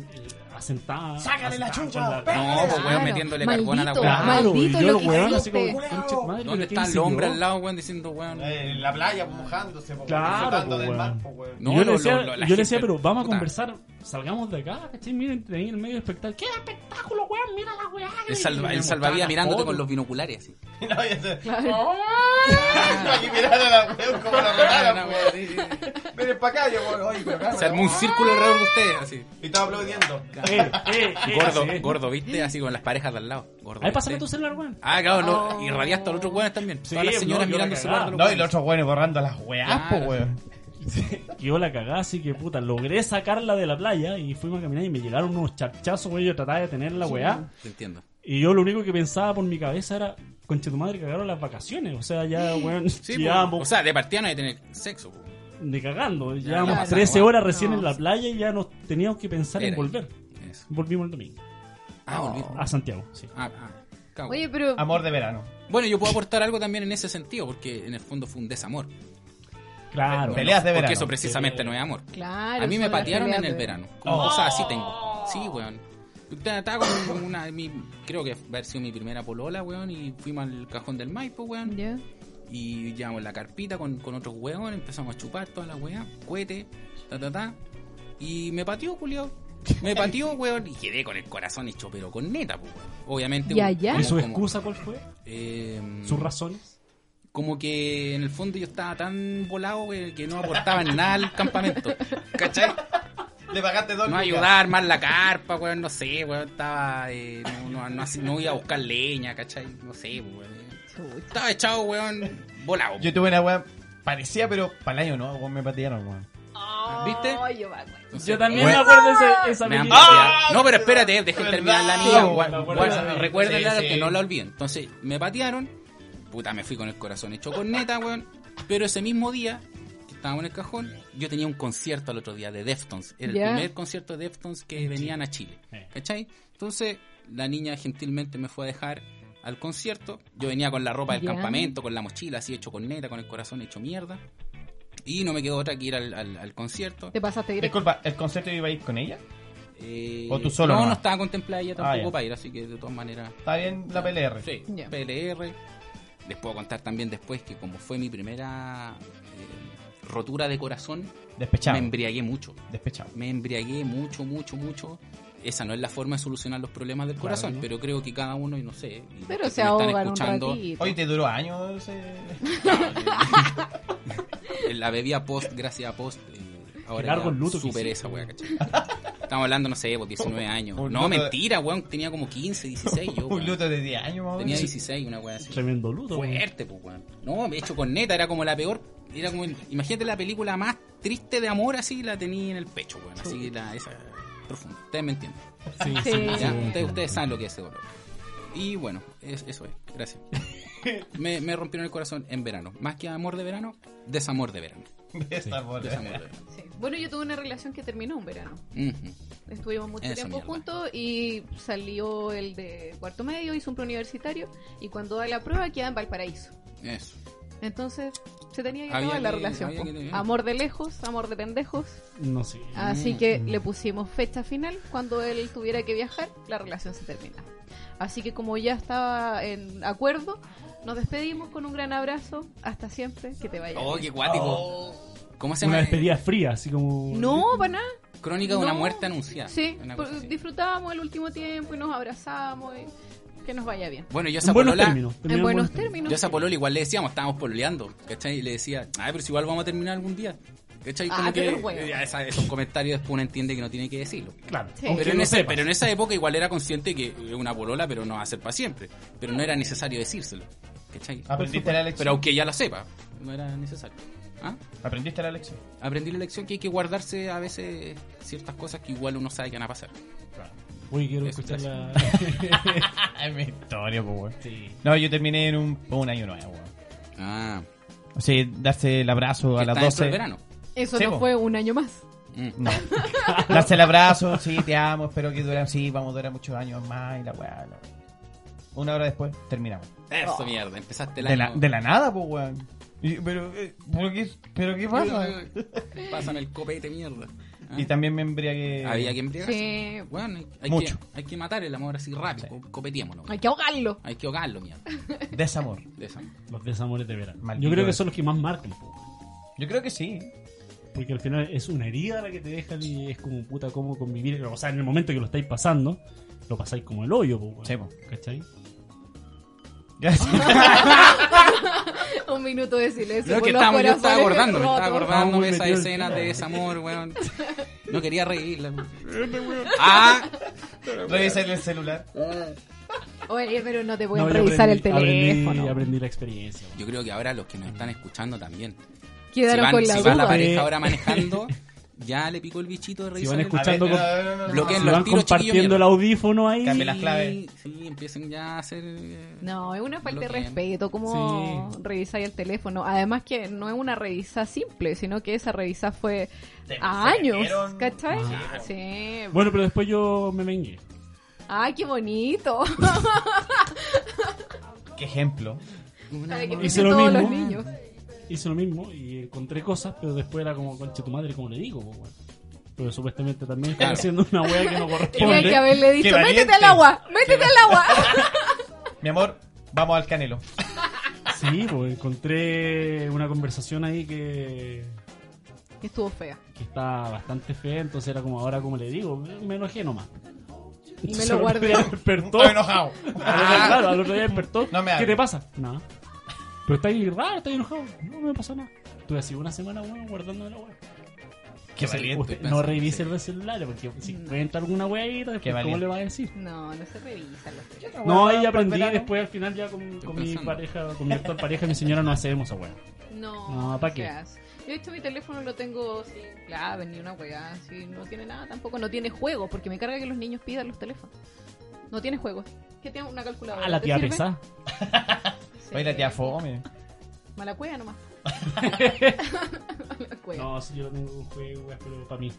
Speaker 2: asentadas.
Speaker 1: Sácale la
Speaker 2: asentadas
Speaker 1: chucha,
Speaker 2: con la-
Speaker 1: perra.
Speaker 3: No, pues weón,
Speaker 4: Claro.
Speaker 3: metiéndole
Speaker 4: Maldito,
Speaker 3: carbón a la weá.
Speaker 2: Claro, y
Speaker 4: Maldito
Speaker 2: yo,
Speaker 4: lo que
Speaker 2: weón,
Speaker 4: hiciste.
Speaker 2: así como,
Speaker 4: Culeado.
Speaker 2: conche tu madre,
Speaker 3: ¿Dónde
Speaker 2: ¿pero
Speaker 3: está
Speaker 2: quién
Speaker 3: el
Speaker 2: se
Speaker 3: hombre
Speaker 2: equivocó?
Speaker 3: al lado, weón, diciendo, weón?
Speaker 1: En la playa, pues, mojándose, pues,
Speaker 2: Claro,
Speaker 1: disfrutando
Speaker 2: pues,
Speaker 1: del
Speaker 2: weón.
Speaker 1: mar, pues, weón.
Speaker 3: No,
Speaker 2: Y yo le
Speaker 3: lo-
Speaker 2: decía,
Speaker 3: lo- lo- la
Speaker 2: yo le decía,
Speaker 3: gente-
Speaker 2: pero vamos a
Speaker 3: puta.
Speaker 2: conversar, salgamos de acá, ¿cachai? Miren, ahí en el medio de espectáculo. ¡Qué espectáculo, weón! ¡Mira la weá!
Speaker 3: El,
Speaker 2: Y
Speaker 3: salva,
Speaker 2: me
Speaker 3: el
Speaker 2: mostraba
Speaker 3: salvavidas
Speaker 2: la
Speaker 3: mirándote
Speaker 2: foto.
Speaker 3: con los binoculares. Así.
Speaker 1: No, y eso-
Speaker 4: Claro.
Speaker 1: Aquí mirar a la weón como la
Speaker 3: Una
Speaker 1: manada,
Speaker 3: weá
Speaker 1: pues.
Speaker 3: así.
Speaker 1: Miren para acá, yo, weón. Oye, pero acá,
Speaker 3: Se armó un
Speaker 1: weón.
Speaker 3: círculo alrededor de ustedes, así.
Speaker 1: Y estaba aplaudiendo.
Speaker 2: Eh, eh, eh,
Speaker 3: Gordo,
Speaker 2: sí.
Speaker 3: gordo, ¿viste? Así con las parejas de al lado. Gordo,
Speaker 2: Ahí pásame
Speaker 3: ¿viste?
Speaker 2: tu celular, weón.
Speaker 3: Ah, claro, no. Y radiaste a los otros weones también.
Speaker 2: Oh. Sí,
Speaker 3: Todas las señoras
Speaker 2: no, yo la
Speaker 3: mirando el celular. de
Speaker 2: cagaba.
Speaker 1: No, y
Speaker 3: weones.
Speaker 1: los otros weones borrando las weas, pues,
Speaker 3: Claro.
Speaker 1: weón.
Speaker 2: Yo la cagada, así que puta, logré sacarla de la playa y fuimos a caminar y me llegaron unos charchazos, weón. Yo trataba de tener la weá.
Speaker 3: Te entiendo.
Speaker 2: Y yo lo único que pensaba por mi cabeza era, conche tu madre, cagaron las vacaciones. O sea, ya, weón,
Speaker 3: Sí, pues,
Speaker 2: llevábamos
Speaker 3: O sea, de partida no hay que tener sexo. pues.
Speaker 2: de cagando. Llevábamos
Speaker 4: claro.
Speaker 2: 13 horas recién
Speaker 4: No,
Speaker 2: en la
Speaker 4: sí.
Speaker 2: playa y ya nos teníamos que pensar en
Speaker 3: Era.
Speaker 2: volver.
Speaker 3: Eso.
Speaker 2: Volvimos el domingo.
Speaker 3: Ah, volví.
Speaker 2: A Santiago, sí.
Speaker 3: Ah, ah, cago.
Speaker 4: Oye, pero
Speaker 1: Amor de verano.
Speaker 3: Bueno, yo puedo aportar algo también en ese sentido, porque en el fondo fue un desamor.
Speaker 2: Claro.
Speaker 1: Pelea. Peleas de verano.
Speaker 3: Porque eso precisamente no es amor.
Speaker 4: claro,
Speaker 3: A mí me
Speaker 4: son las
Speaker 3: patearon
Speaker 4: peleas
Speaker 3: en el
Speaker 4: de- Oh.
Speaker 3: verano. Como
Speaker 1: Oh.
Speaker 3: cosas así tengo. Sí, weón. Estaba con una de mi, creo que haber sido mi primera polola, weón, y fuimos al cajón del Maipo, weón.
Speaker 4: Ya.
Speaker 3: Y llevamos la carpita con, con otros huevos, empezamos a chupar toda la weá, cohete, ta ta ta. Y me pateó, culiao. Me pateó, weón, y quedé con el corazón hecho, pero con neta, pues, weón. Obviamente.
Speaker 4: Ya,
Speaker 3: weón,
Speaker 4: ya.
Speaker 3: como-
Speaker 2: ¿Y su
Speaker 3: como-
Speaker 2: excusa cuál fue?
Speaker 3: eh,
Speaker 2: ¿Sus razones?
Speaker 3: como que en el fondo yo estaba tan volado que, que no aportaba en nada al campamento. ¿Cachai?
Speaker 1: Le pagaste dos
Speaker 3: No ayudaba a armar la carpa, weón, no sé, weón, estaba. eh, no, no, no, así- no iba a buscar leña, ¿cachai? No sé, pues, weón.
Speaker 4: Chuta.
Speaker 3: Estaba echado, weón, volado.
Speaker 1: Yo tuve una weá parecía, pero para el año no, weón, me patearon, weón.
Speaker 3: ¿Viste?
Speaker 4: Ay, yo me acuerdo.
Speaker 3: Entonces,
Speaker 2: Yo también me
Speaker 3: weón,
Speaker 2: acuerdo ese, esa
Speaker 3: Ah. me han
Speaker 2: película.
Speaker 3: pateado. No, pero espérate, dejen
Speaker 1: Ah, ¿verdad?
Speaker 3: terminar la
Speaker 1: Sí,
Speaker 3: mía.
Speaker 1: me
Speaker 3: guar-
Speaker 1: acuerdo,
Speaker 3: guarda-
Speaker 1: sí,
Speaker 3: Recuérdenla
Speaker 1: sí, sí.
Speaker 3: que no la olviden. Entonces, me patearon. Puta, me fui con el corazón hecho con neta, weón. Pero ese mismo día, que estábamos en el cajón, yo tenía un concierto al otro día de Deftones. Era
Speaker 4: Ya.
Speaker 3: el primer concierto de Deftones que venían a Chile.
Speaker 2: Eh.
Speaker 3: ¿Cachai? Entonces, la niña gentilmente me fue a dejar al concierto. Yo venía con la ropa del
Speaker 4: Ya.
Speaker 3: campamento, con la mochila así hecho con neta, con el corazón hecho mierda. Y no me quedó otra que ir al, al- al concierto.
Speaker 4: Te pasaste directo.
Speaker 1: Disculpa, ¿el concierto iba a ir con ella?
Speaker 3: Eh,
Speaker 1: ¿O tú solo
Speaker 3: No, no,
Speaker 1: nomás?
Speaker 3: estaba contemplada ella
Speaker 1: Ah,
Speaker 3: tampoco
Speaker 1: ya.
Speaker 3: para ir, así que de todas maneras.
Speaker 1: Está bien la PLR.
Speaker 3: Sí,
Speaker 4: Ya.
Speaker 3: PLR. Les puedo contar también después que, como fue mi primera eh, rotura de corazón,
Speaker 1: Despechado.
Speaker 3: me embriagué mucho.
Speaker 1: Despechado.
Speaker 3: Me embriagué mucho, mucho, mucho. Esa no es la forma de solucionar los problemas del corazón,
Speaker 1: ¿no?
Speaker 3: pero creo que cada uno, y no sé. y los
Speaker 4: Pero
Speaker 3: que
Speaker 4: se
Speaker 3: me están
Speaker 4: ahogan un
Speaker 3: escuchando,
Speaker 4: ratito.
Speaker 1: Hoy te duró años ese-
Speaker 3: en la bebida post, gracias a post, eh, ahora
Speaker 2: largo
Speaker 3: ya
Speaker 2: el luto que
Speaker 3: superé esa
Speaker 2: hiciste,
Speaker 3: weá, ¿cachai? Estamos hablando, no sé, por 19 años.
Speaker 1: Un
Speaker 3: No,
Speaker 1: luto de-
Speaker 3: mentira, weón, tenía como 15, 16 yo,
Speaker 1: un
Speaker 3: weón.
Speaker 1: luto de 10 años, más o
Speaker 3: Tenía
Speaker 1: menos.
Speaker 3: 16, una weá así.
Speaker 2: Ah. Tremendo luto. weón.
Speaker 3: Fuerte, pues, weón. No, de hecho, con neta era como la peor. Era como, el- imagínate la película más triste de amor, así la tenía en el pecho, weón. Así la, esa, profunda. Ustedes me entienden.
Speaker 2: Sí,
Speaker 4: Sí.
Speaker 2: sí,
Speaker 3: ¿ya?
Speaker 2: sí.
Speaker 3: Ustedes, ustedes saben lo que es ese dolor. Y bueno, es- eso es. Gracias. Me, me rompieron el corazón en verano. Más que amor de verano, desamor de verano.
Speaker 1: Esta bola.
Speaker 3: Desamor de verano.
Speaker 4: Sí. Bueno, yo tuve una relación que terminó un verano.
Speaker 3: Ujú.
Speaker 4: Estuvimos mucho
Speaker 3: Esa
Speaker 4: tiempo
Speaker 3: mierda.
Speaker 4: juntos y salió el de cuarto medio, hizo un preuniversitario y cuando da la prueba queda en Valparaíso.
Speaker 3: Eso.
Speaker 4: Entonces se tenía que
Speaker 3: Había
Speaker 4: acabar la
Speaker 3: que-
Speaker 4: relación.
Speaker 3: había
Speaker 4: po.
Speaker 3: que-
Speaker 4: Amor de lejos, amor de pendejos.
Speaker 2: No sé.
Speaker 3: Ah,
Speaker 4: Así que le pusimos fecha final. Cuando él tuviera que viajar, la relación se termina. Así que como ya estaba en acuerdo, nos despedimos con un gran abrazo. Hasta siempre. Que te vaya.
Speaker 3: Oh,
Speaker 4: bien.
Speaker 3: qué cuático.
Speaker 4: Oh.
Speaker 3: ¿Cómo se
Speaker 2: Una
Speaker 3: llama?
Speaker 2: despedida fría, así como.
Speaker 4: No, para nada.
Speaker 3: Crónica de una
Speaker 4: No.
Speaker 3: muerte anunciada.
Speaker 4: Sí, pues,
Speaker 3: Una cosa
Speaker 4: por-
Speaker 3: así.
Speaker 4: disfrutábamos el último tiempo y nos abrazábamos. y que nos vaya bien.
Speaker 3: Bueno, yo esa
Speaker 2: En buenos
Speaker 3: polola-
Speaker 2: términos. terminó
Speaker 4: En buenos términos.
Speaker 3: Yo a esa polola igual le decíamos, estábamos pololeando, ¿cachai? Y le decía, ay, pero si igual vamos a terminar algún día. ¿Cachai? Como
Speaker 4: Ah,
Speaker 3: que
Speaker 4: pero bueno.
Speaker 3: eh, ya esa- esos comentarios después uno entiende que no tiene que decirlo.
Speaker 2: Claro.
Speaker 4: Sí.
Speaker 2: aunque
Speaker 3: Pero en,
Speaker 2: no
Speaker 3: esa,
Speaker 2: sepas.
Speaker 3: pero en esa época igual era consciente que es una polola, pero no va a ser para siempre. Pero no era necesario decírselo, ¿cachai?
Speaker 1: Aprendiste la
Speaker 3: Pero
Speaker 1: lección.
Speaker 3: aunque ya la sepa, no era necesario. ¿Ah?
Speaker 1: Aprendiste la lección.
Speaker 3: Aprendí la lección que hay que guardarse a veces ciertas cosas que igual uno sabe que van a pasar.
Speaker 2: Uy, quiero
Speaker 3: Eso,
Speaker 2: escuchar la.
Speaker 3: este.
Speaker 1: Ah, Es mi historia, pues, weón.
Speaker 2: Sí.
Speaker 1: No, yo terminé en un, un año nuevo, weón.
Speaker 3: Ah,
Speaker 1: O sea, darse el abrazo
Speaker 3: que
Speaker 1: a las
Speaker 3: está dentro
Speaker 1: 12.
Speaker 3: del verano.
Speaker 4: Eso
Speaker 1: Sí,
Speaker 4: no
Speaker 1: po.
Speaker 4: fue un año más.
Speaker 3: Mm.
Speaker 1: No. Darse el abrazo, sí, te amo, espero que dure, sí, vamos a durar muchos años más y la weá. la weá. Una hora después, terminamos.
Speaker 3: Eso, mierda, empezaste el
Speaker 1: Oh. De la,
Speaker 3: año-
Speaker 1: de la nada, pues, weón. Y- Pero, eh, ¿pero qué, pero qué pasa?
Speaker 3: ¿eh? Pasan el copete, mierda. Ah.
Speaker 1: Y también me embriagué.
Speaker 3: Había que embriagarse.
Speaker 4: Sí.
Speaker 3: Bueno, hay- hay,
Speaker 1: Mucho.
Speaker 3: Que, hay que matar el amor así rápido. co- Copeteémoslo.
Speaker 4: Hay que ahogarlo.
Speaker 3: Hay que ahogarlo, mierda.
Speaker 1: Desamor.
Speaker 3: De esa-
Speaker 2: Los desamores de verano.
Speaker 1: Maldito
Speaker 2: Yo creo que
Speaker 1: eso.
Speaker 2: son los que más marcan, po.
Speaker 1: Yo creo que sí.
Speaker 2: porque al final es una herida la que te dejan y es como puta cómo convivir. O sea, en el momento que lo estáis pasando, lo pasáis como el hoyo, po, weón.
Speaker 1: Sí, po.
Speaker 2: ¿Cachai?
Speaker 3: Ah,
Speaker 1: Gracias.
Speaker 4: Un minuto de silencio.
Speaker 3: No,
Speaker 4: por
Speaker 3: que
Speaker 4: los
Speaker 3: estaba, yo
Speaker 4: corazones
Speaker 3: estaba acordando, me
Speaker 4: rotos.
Speaker 3: estaba acordando de
Speaker 2: Estaba muy metido
Speaker 3: esa
Speaker 2: en
Speaker 3: escena
Speaker 2: el
Speaker 3: de
Speaker 2: tema.
Speaker 3: desamor, weón. No quería reírla. weón. Ah,
Speaker 1: Revisa el celular.
Speaker 4: Oye, pero no te pueden
Speaker 2: No, yo
Speaker 4: revisar el
Speaker 2: aprendí-
Speaker 4: teléfono.
Speaker 2: Aprendí, aprendí la experiencia. weón.
Speaker 3: yo creo que ahora los que nos están escuchando también. Si
Speaker 4: Quedaron
Speaker 3: van,
Speaker 4: con la
Speaker 3: si va la
Speaker 4: duda.
Speaker 3: pareja ahora manejando, Ya le picó el bichito de
Speaker 2: Si van
Speaker 3: revisar. el-
Speaker 2: escuchando,
Speaker 1: A ver, no, no, no, no,
Speaker 3: con- bloqueen
Speaker 2: si
Speaker 3: los
Speaker 2: van
Speaker 3: tiros, chiquillos,
Speaker 2: compartiendo el
Speaker 3: mierda.
Speaker 2: audífono ahí.
Speaker 1: Cambia las claves.
Speaker 3: Sí, empiecen ya a hacer. eh,
Speaker 4: No, es una falta de
Speaker 3: bloqueen.
Speaker 4: respeto como
Speaker 2: Sí.
Speaker 4: revisáis el teléfono. Además que no es una revisa simple, sino que esa revisa fue
Speaker 1: Te-
Speaker 4: a
Speaker 1: se
Speaker 4: años,
Speaker 1: metieron-
Speaker 4: ¿cachai?
Speaker 1: Ah.
Speaker 4: Sí.
Speaker 2: Bueno, pero después yo me vengué.
Speaker 4: ¡Ay, qué bonito!
Speaker 1: Qué ejemplo.
Speaker 4: Sabe que
Speaker 2: Hice
Speaker 4: tienen
Speaker 2: lo
Speaker 4: todos los
Speaker 2: mismo.
Speaker 4: niños.
Speaker 2: Hice lo mismo y encontré cosas, pero después era como, conche tu madre, como le digo, po, weón? Pero supuestamente también están
Speaker 3: Claro.
Speaker 2: haciendo una wea que no corresponde.
Speaker 4: Tenía que haberle
Speaker 1: Qué
Speaker 4: dicho, métete
Speaker 1: valiente.
Speaker 4: al agua, métete al agua.
Speaker 1: Mi amor, vamos al canelo.
Speaker 2: Sí, pues encontré una conversación ahí que,
Speaker 4: Estuvo fea.
Speaker 2: que está bastante fea, entonces era como, ahora como le digo, me me enojé nomás.
Speaker 4: Y me
Speaker 2: Entonces,
Speaker 4: lo
Speaker 2: al otro
Speaker 4: guardé.
Speaker 2: día Despertó.
Speaker 1: Estoy enojado.
Speaker 2: Al
Speaker 3: Ah.
Speaker 2: otro- claro, al otro día despertó.
Speaker 1: No me
Speaker 2: ¿Qué
Speaker 1: hables.
Speaker 2: te pasa? Nada. Pero está ahí raro, está ahí enojado. No, no me pasó nada. Tuve así una semana, weón, guardando la weón.
Speaker 1: Qué
Speaker 3: Sí,
Speaker 1: valiente.
Speaker 3: usted-
Speaker 2: No revise los celulares, porque si encuentra alguna weá ahí,
Speaker 1: Qué
Speaker 2: después, ¿cómo
Speaker 1: valiente.
Speaker 2: le va a decir?
Speaker 4: No, no se revisan los teléfonos.
Speaker 2: No, ahí aprendí.
Speaker 1: verano.
Speaker 2: Después, al final, ya con, con mi
Speaker 3: pensando.
Speaker 2: pareja, con mi actual pareja, mi señora, no hacemos esa weá.
Speaker 4: No,
Speaker 2: No, ¿pa'
Speaker 4: se
Speaker 2: qué?
Speaker 4: hace. Yo, de hecho, mi teléfono lo tengo sin clave ni una weá, así. No tiene nada tampoco, no tiene juegos, porque me carga que los niños pidan los teléfonos. No tiene juegos. Que tiene una calculadora.
Speaker 2: Ah, la
Speaker 4: ¿te
Speaker 2: tía
Speaker 4: sirve?
Speaker 2: pesada.
Speaker 4: Sí.
Speaker 1: Oye, la tía fome.
Speaker 4: Mala cueva nomás. Mala cueva.
Speaker 2: No, sí, yo lo tengo un juego, weá, pero para mí.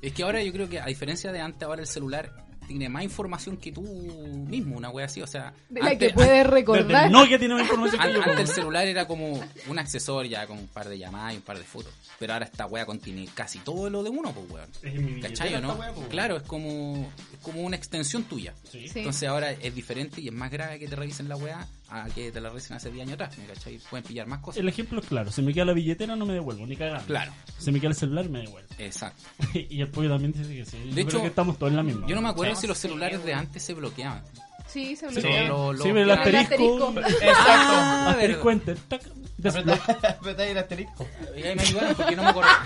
Speaker 3: Es que ahora yo creo que, a diferencia de antes, ahora el celular tiene más información que tú mismo, una wea así. O sea,
Speaker 4: De la
Speaker 3: antes-
Speaker 4: que puedes
Speaker 2: Desde
Speaker 4: recordar.
Speaker 2: el Nokia tiene más información que
Speaker 3: An-
Speaker 2: yo.
Speaker 3: Antes el
Speaker 2: weón.
Speaker 3: celular era como un accesorio ya con un par de llamadas y un par de fotos. Pero ahora esta wea contiene casi todo lo de uno, pues weón.
Speaker 2: Es mi billetera
Speaker 3: ¿Cachai o no?
Speaker 2: esta wea, pues, weón.
Speaker 3: Claro, es como, es como una extensión tuya.
Speaker 2: Sí.
Speaker 4: Sí.
Speaker 3: Entonces ahora es diferente y es más grave que te revisen la wea a que te la revisen hace 10 años atrás. ¿me ¿Cachai? Pueden pillar más cosas.
Speaker 2: El ejemplo es claro. Se me queda la billetera, no me devuelvo, ni cagando.
Speaker 3: Claro,
Speaker 2: Se me queda el celular, me devuelvo.
Speaker 3: exacto.
Speaker 2: y el pollo también dice que sí. Yo
Speaker 3: De
Speaker 2: creo
Speaker 3: hecho,
Speaker 2: que estamos todos en la misma.
Speaker 3: Yo no me acuerdo
Speaker 2: Sí.
Speaker 3: si los celulares de antes se bloqueaban.
Speaker 4: Sí, se
Speaker 2: Sí,
Speaker 4: bloquea.
Speaker 3: Lo-
Speaker 2: sí, pero el
Speaker 3: lo-
Speaker 2: asterisco.
Speaker 4: El
Speaker 1: Exacto.
Speaker 3: Ah,
Speaker 2: Asterisco
Speaker 3: verdad.
Speaker 2: enter. tac, desbloquea.
Speaker 1: Apretá apretá el asterisco.
Speaker 3: Y ahí me ayudaron porque no me acordaba.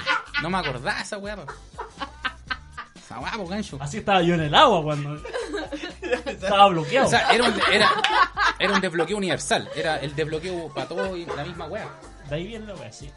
Speaker 3: No me acordaba esa weá. po. Esa weá, po, gancho.
Speaker 2: Así estaba yo en el agua cuando estaba bloqueado.
Speaker 3: O sea, era un, era, era un desbloqueo universal. Era el desbloqueo para todos y la misma wea.
Speaker 2: de ahí viene la wea, sí.